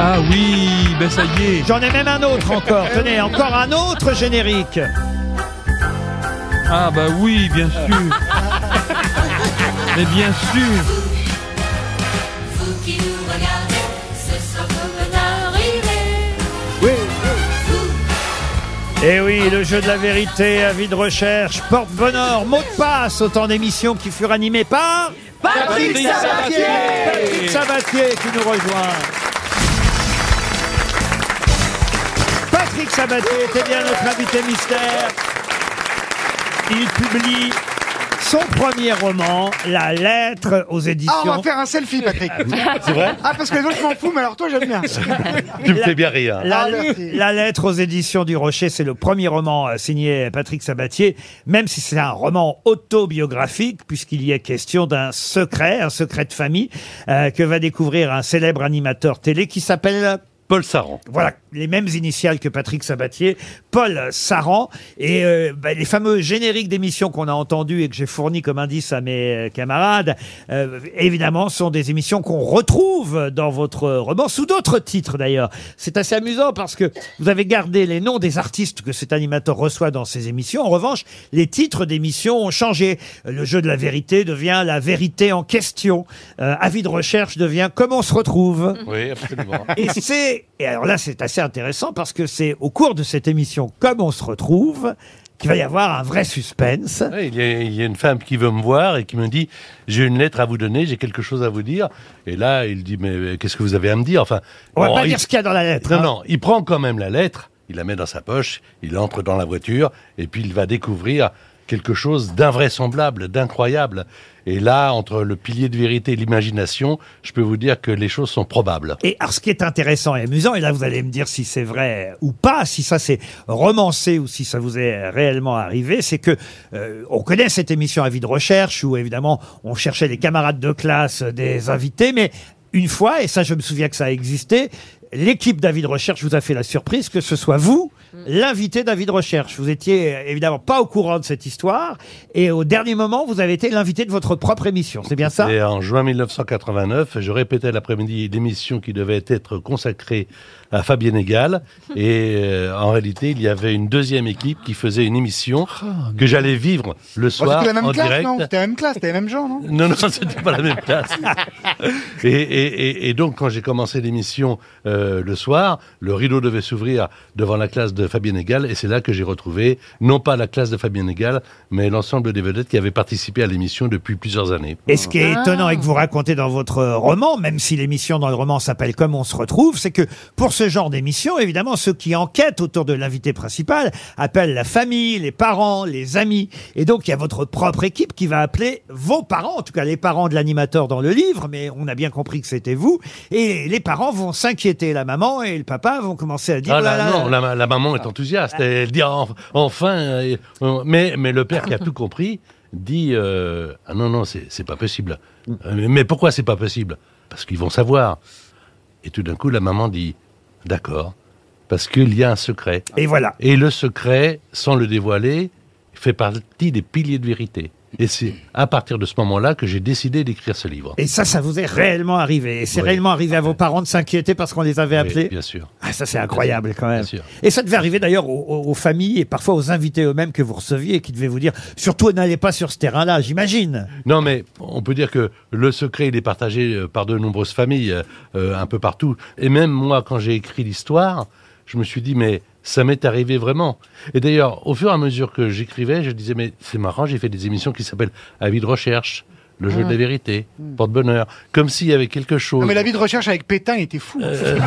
Ah oui, ben ça y est.
J'en ai même un autre encore. Tenez, encore un autre générique.
Ah bah oui, bien sûr. Mais bien sûr.
Vous qui nous regardez, ce soir vous venez d'arriver.
Oui. Et oui, le jeu de la vérité, avis de recherche, porte-bonheur, mot de passe, autant d'émissions qui furent animées par
Patrick Sabatier
Patrick Sabatier qui nous rejoint. Patrick Sabatier était bien notre invité mystère. Il publie son premier roman, La lettre aux éditions.
Ah on va faire un selfie Patrick
C'est vrai
Ah parce que les autres je m'en fous mais alors toi j'aime bien Oh,
Tu me fais bien
rire.
La,
Ah, merci.
La lettre aux éditions du Rocher, c'est le premier roman euh, signé Patrick Sabatier, même si c'est un roman autobiographique, puisqu'il y est question d'un secret, un secret de famille, euh, que va découvrir un célèbre animateur télé qui s'appelle...
Paul Saran.
Voilà, les mêmes initiales que Patrick Sabatier, Paul Saran, et euh, bah, les fameux génériques d'émissions qu'on a entendus et que j'ai fournis comme indice à mes euh, camarades, euh, évidemment, sont des émissions qu'on retrouve dans votre roman, sous d'autres titres d'ailleurs. C'est assez amusant parce que vous avez gardé les noms des artistes que cet animateur reçoit dans ses émissions. En revanche, les titres d'émissions ont changé. Le jeu de la vérité devient la vérité en question. Euh, avis de recherche devient comment on se retrouve.
Oui, absolument.
Et c'est, et alors là, c'est assez intéressant parce que c'est au cours de cette émission, comme on se retrouve, qu'il va y avoir un vrai suspense.
Ouais, il, y a, il y a une femme qui veut me voir et qui me dit J'ai une lettre à vous donner, j'ai quelque chose à vous dire. Et là, il dit Mais euh, qu'est-ce que vous avez à me dire Enfin,
On va
bon,
pas
Oh, il-
dire ce qu'il y a dans la lettre.
Non,
hein.
non, il prend quand même la lettre, il la met dans sa poche, il entre dans la voiture et puis il va découvrir quelque chose d'invraisemblable, d'incroyable. Et là, entre le pilier de vérité et l'imagination, je peux vous dire que les choses sont probables.
Et alors, ce qui est intéressant et amusant, et là, vous allez me dire si c'est vrai ou pas, si ça c'est romancé ou si ça vous est réellement arrivé, c'est que euh, on connaît cette émission Avis de recherche où évidemment on cherchait les camarades de classe des invités, mais une fois, et ça, je me souviens que ça a existé. L'équipe d'Avis de Recherche vous a fait la surprise que ce soit vous, l'invité d'Avis de Recherche. Vous étiez euh, évidemment pas au courant de cette histoire, et au dernier moment, vous avez été l'invité de votre propre émission. C'est bien ça
Et en juin 1989, je répétais l'après-midi l'émission qui devait être consacrée à Fabien Egal. Et euh, en réalité, il y avait une deuxième équipe qui faisait une émission que j'allais vivre le
Oh,
soir
Ah, C'était la même
en
classe,
direct.
non C'était la même classe, c'était les mêmes gens, non
Non, non, c'était pas la même classe. Et, et- et- et donc, quand j'ai commencé l'émission euh, le soir, le rideau devait s'ouvrir devant la classe de Fabien Egal, et c'est là que j'ai retrouvé, non pas la classe de Fabien Egal, mais l'ensemble des vedettes qui avaient participé à l'émission depuis plusieurs années.
Et ce qui est
Ah.
Ah.
étonnant et que vous racontez dans votre euh, roman, même si l'émission dans le roman s'appelle Comme on se retrouve, c'est que pour ce genre d'émission, évidemment, ceux qui enquêtent autour de l'invité principal appellent la famille, les parents, les amis. Et donc, il y a votre propre équipe qui va appeler vos parents, en tout cas les parents de l'animateur dans le livre, mais on a bien compris que c'était vous. Et les parents vont s'inquiéter, la maman et le papa vont commencer à dire...
Ah
Oh là
là,
là,
non, la, la maman est enthousiaste.
Ah.
Elle dit en- enfin. euh, euh, Mais, mais le père qui a tout compris dit euh, Ah non, non, c'est c'est pas possible. Euh, Mais, mais pourquoi c'est pas possible Parce qu'ils vont savoir. Et tout d'un coup, la maman dit D'accord, parce qu'il y a un secret.
Et voilà.
Et le secret, sans le dévoiler, fait partie des piliers de vérité. Et c'est à partir de ce moment-là que j'ai décidé d'écrire ce livre.
Et ça, ça vous est réellement arrivé. Et c'est
Oui.
réellement arrivé à vos parents de s'inquiéter parce qu'on les avait
Oui,
appelés
bien sûr.
Ah, ça, c'est incroyable quand même. Et ça devait arriver d'ailleurs aux, aux- aux familles et parfois aux invités eux-mêmes que vous receviez et qui devaient vous dire surtout n'allez pas sur ce terrain-là, j'imagine.
Non, mais on peut dire que le secret, il est partagé euh, par de nombreuses familles, euh, euh, un peu partout. Et même moi, quand j'ai écrit l'histoire, je me suis dit, mais ça m'est arrivé vraiment. Et d'ailleurs, au fur et à mesure que j'écrivais, je disais, mais c'est marrant, j'ai fait des émissions qui s'appellent Avis de recherche, Le jeu
Ah.
de la vérité, Porte-bonheur, comme s'il y avait quelque chose.
Non, mais la vie de recherche avec Pétain il était fou.
Euh,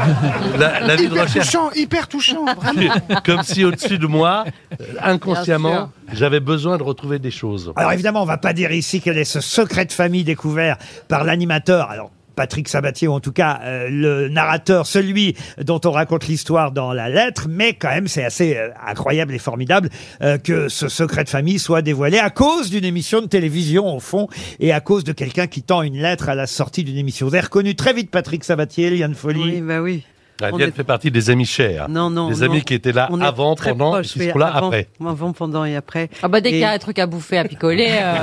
la- la vie de
hyper
recherche.
touchant, hyper touchant, vraiment.
comme si au-dessus de moi, euh,
Bien
inconsciemment,
sûr.
j'avais besoin de retrouver des choses.
Alors évidemment, on va pas dire ici quel est ce secret de famille découvert par l'animateur. Alors Patrick Sabatier, ou en tout cas euh, le narrateur, celui dont on raconte l'histoire dans la lettre, mais quand même c'est assez euh, incroyable et formidable euh, que ce secret de famille soit dévoilé à cause d'une émission de télévision au fond et à cause de quelqu'un qui tend une lettre à la sortie d'une émission. Vous avez reconnu très vite Patrick Sabatier, Liane Folly. Oui,
bah oui. On
Aliette
est-
fait partie des amis chers.
Non, non.
Des
non.
amis qui étaient là
On est
avant,
très
pendant, et
proches,
qui
oui,
seront là
avant-
après.
Avant, pendant et après.
Ah bah dès
Et-
qu'il y a un truc à bouffer, à picoler. euh,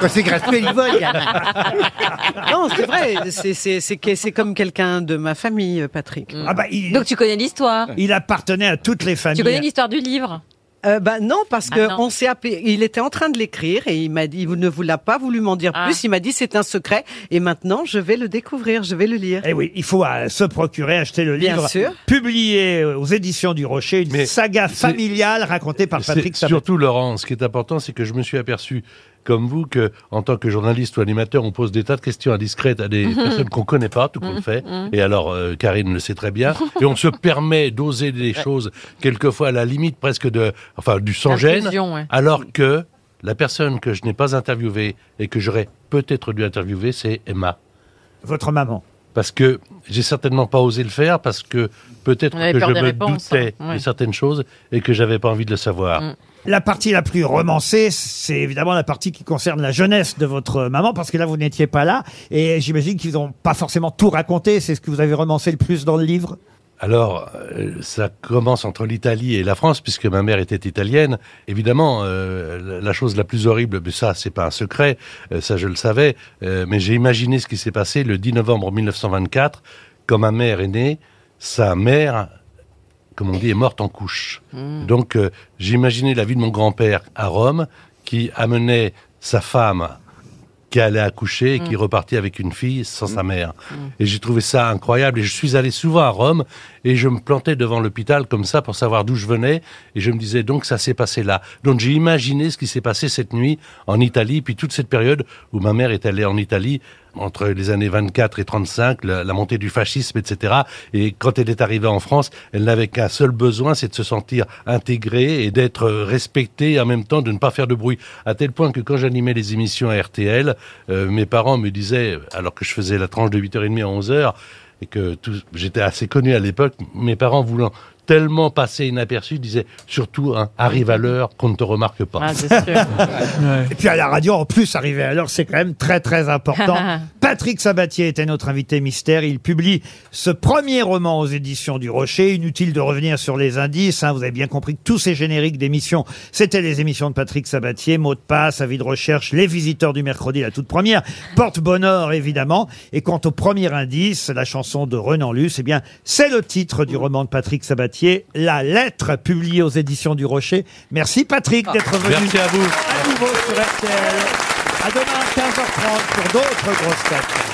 Quand c'est gratuit, il vole. non, c'est vrai. c'est- C'est c'est que- c'est comme quelqu'un de ma famille, euh, Patrick.
Ah bah, Donc tu connais l'histoire.
Il appartenait à toutes les familles.
Tu connais l'histoire du livre.
Euh, bah non, parce
Ah
que
non.
on s'est appelé. Il était en train de l'écrire et il m'a dit, il ne vous l'a pas voulu m'en
Ah.
dire plus. Il m'a dit c'est un secret et maintenant je vais le découvrir, je vais le lire.
Eh oui, il faut euh, se procurer, acheter le
Bien
livre
sûr.
publié aux éditions du Rocher, une saga familiale racontée par
C'est
Patrick Sabatier.
Surtout, Laurent, ce qui est important, c'est que je me suis aperçu, comme vous, que en tant que journaliste ou animateur, on pose des tas de questions indiscrètes à des
Mhm.
personnes qu'on connaît pas, tout qu'on
Mhm,
fait.
mhm.
Et alors, euh, Karine le sait très bien. Et on se permet d'oser des choses, quelquefois à la limite presque de, enfin, du sans-gêne,
L'intrusion, ouais.
alors que la personne que je n'ai pas interviewée et que j'aurais peut-être dû interviewer, c'est Emma.
Votre maman.
Parce que j'ai certainement pas osé le faire, parce que peut-être
On avait
que je
peur des
me
réponses, hein.
doutais
Ouais. Mm.
de certaines choses et que j'avais pas envie de le savoir.
La partie la plus romancée, c'est évidemment la partie qui concerne la jeunesse de votre maman, parce que là, vous n'étiez pas là, et j'imagine qu'ils n'ont pas forcément tout raconté, c'est ce que vous avez romancé le plus dans le livre
Alors, euh, ça commence entre l'Italie et la France, puisque ma mère était italienne. Évidemment, euh, la- la chose la plus horrible, mais ça, c'est pas un secret, euh, ça je le savais, euh, mais j'ai imaginé ce qui s'est passé le 10 novembre 1924, quand ma mère est née, sa mère, comme on dit, est morte en couche.
Mm.
Donc, euh, j'ai imaginé la vie de mon grand-père à Rome, qui amenait sa femme qui allait accoucher et qui
Mm.
repartit avec une fille sans sa mère. Et j'ai trouvé ça incroyable. Et je suis allé souvent à Rome et je me plantais devant l'hôpital comme ça pour savoir d'où je venais. Et je me disais donc ça s'est passé là. Donc j'ai imaginé ce qui s'est passé cette nuit en Italie, puis toute cette période où ma mère est allée en Italie entre les années 24 et 35, la, la montée du fascisme, etc. Et quand elle est arrivée en France, elle n'avait qu'un seul besoin, c'est de se sentir intégrée et d'être respectée et en même temps de ne pas faire de bruit. À tel point que quand j'animais les émissions à RTL, euh, mes parents me disaient, alors que je faisais la tranche de 8h30 à 11h, et que tout- j'étais assez connu à l'époque, mes parents voulant tellement passer inaperçu, disaient surtout hein, arrive à l'heure qu'on ne te remarque pas.
Et puis à la radio, en plus, arriver à l'heure, c'est quand même très très important. Patrick Sabatier était notre invité mystère. Il publie ce premier roman aux éditions du Rocher. Inutile de revenir sur les indices. hein. vous avez bien compris que tous ces génériques d'émissions, c'était les émissions de Patrick Sabatier, Mots de passe, avis de recherche, Les visiteurs du mercredi, la toute première, Porte Bonheur évidemment. Et quant au premier indice, la chanson de Renan Luce, eh bien, c'est le titre du roman de Patrick Sabatier, La lettre, publiée aux éditions du Rocher. Merci Patrick d'être venu.
Merci à vous.
À nouveau sur RTL. À demain, 15h30 pour d'autres grosses têtes.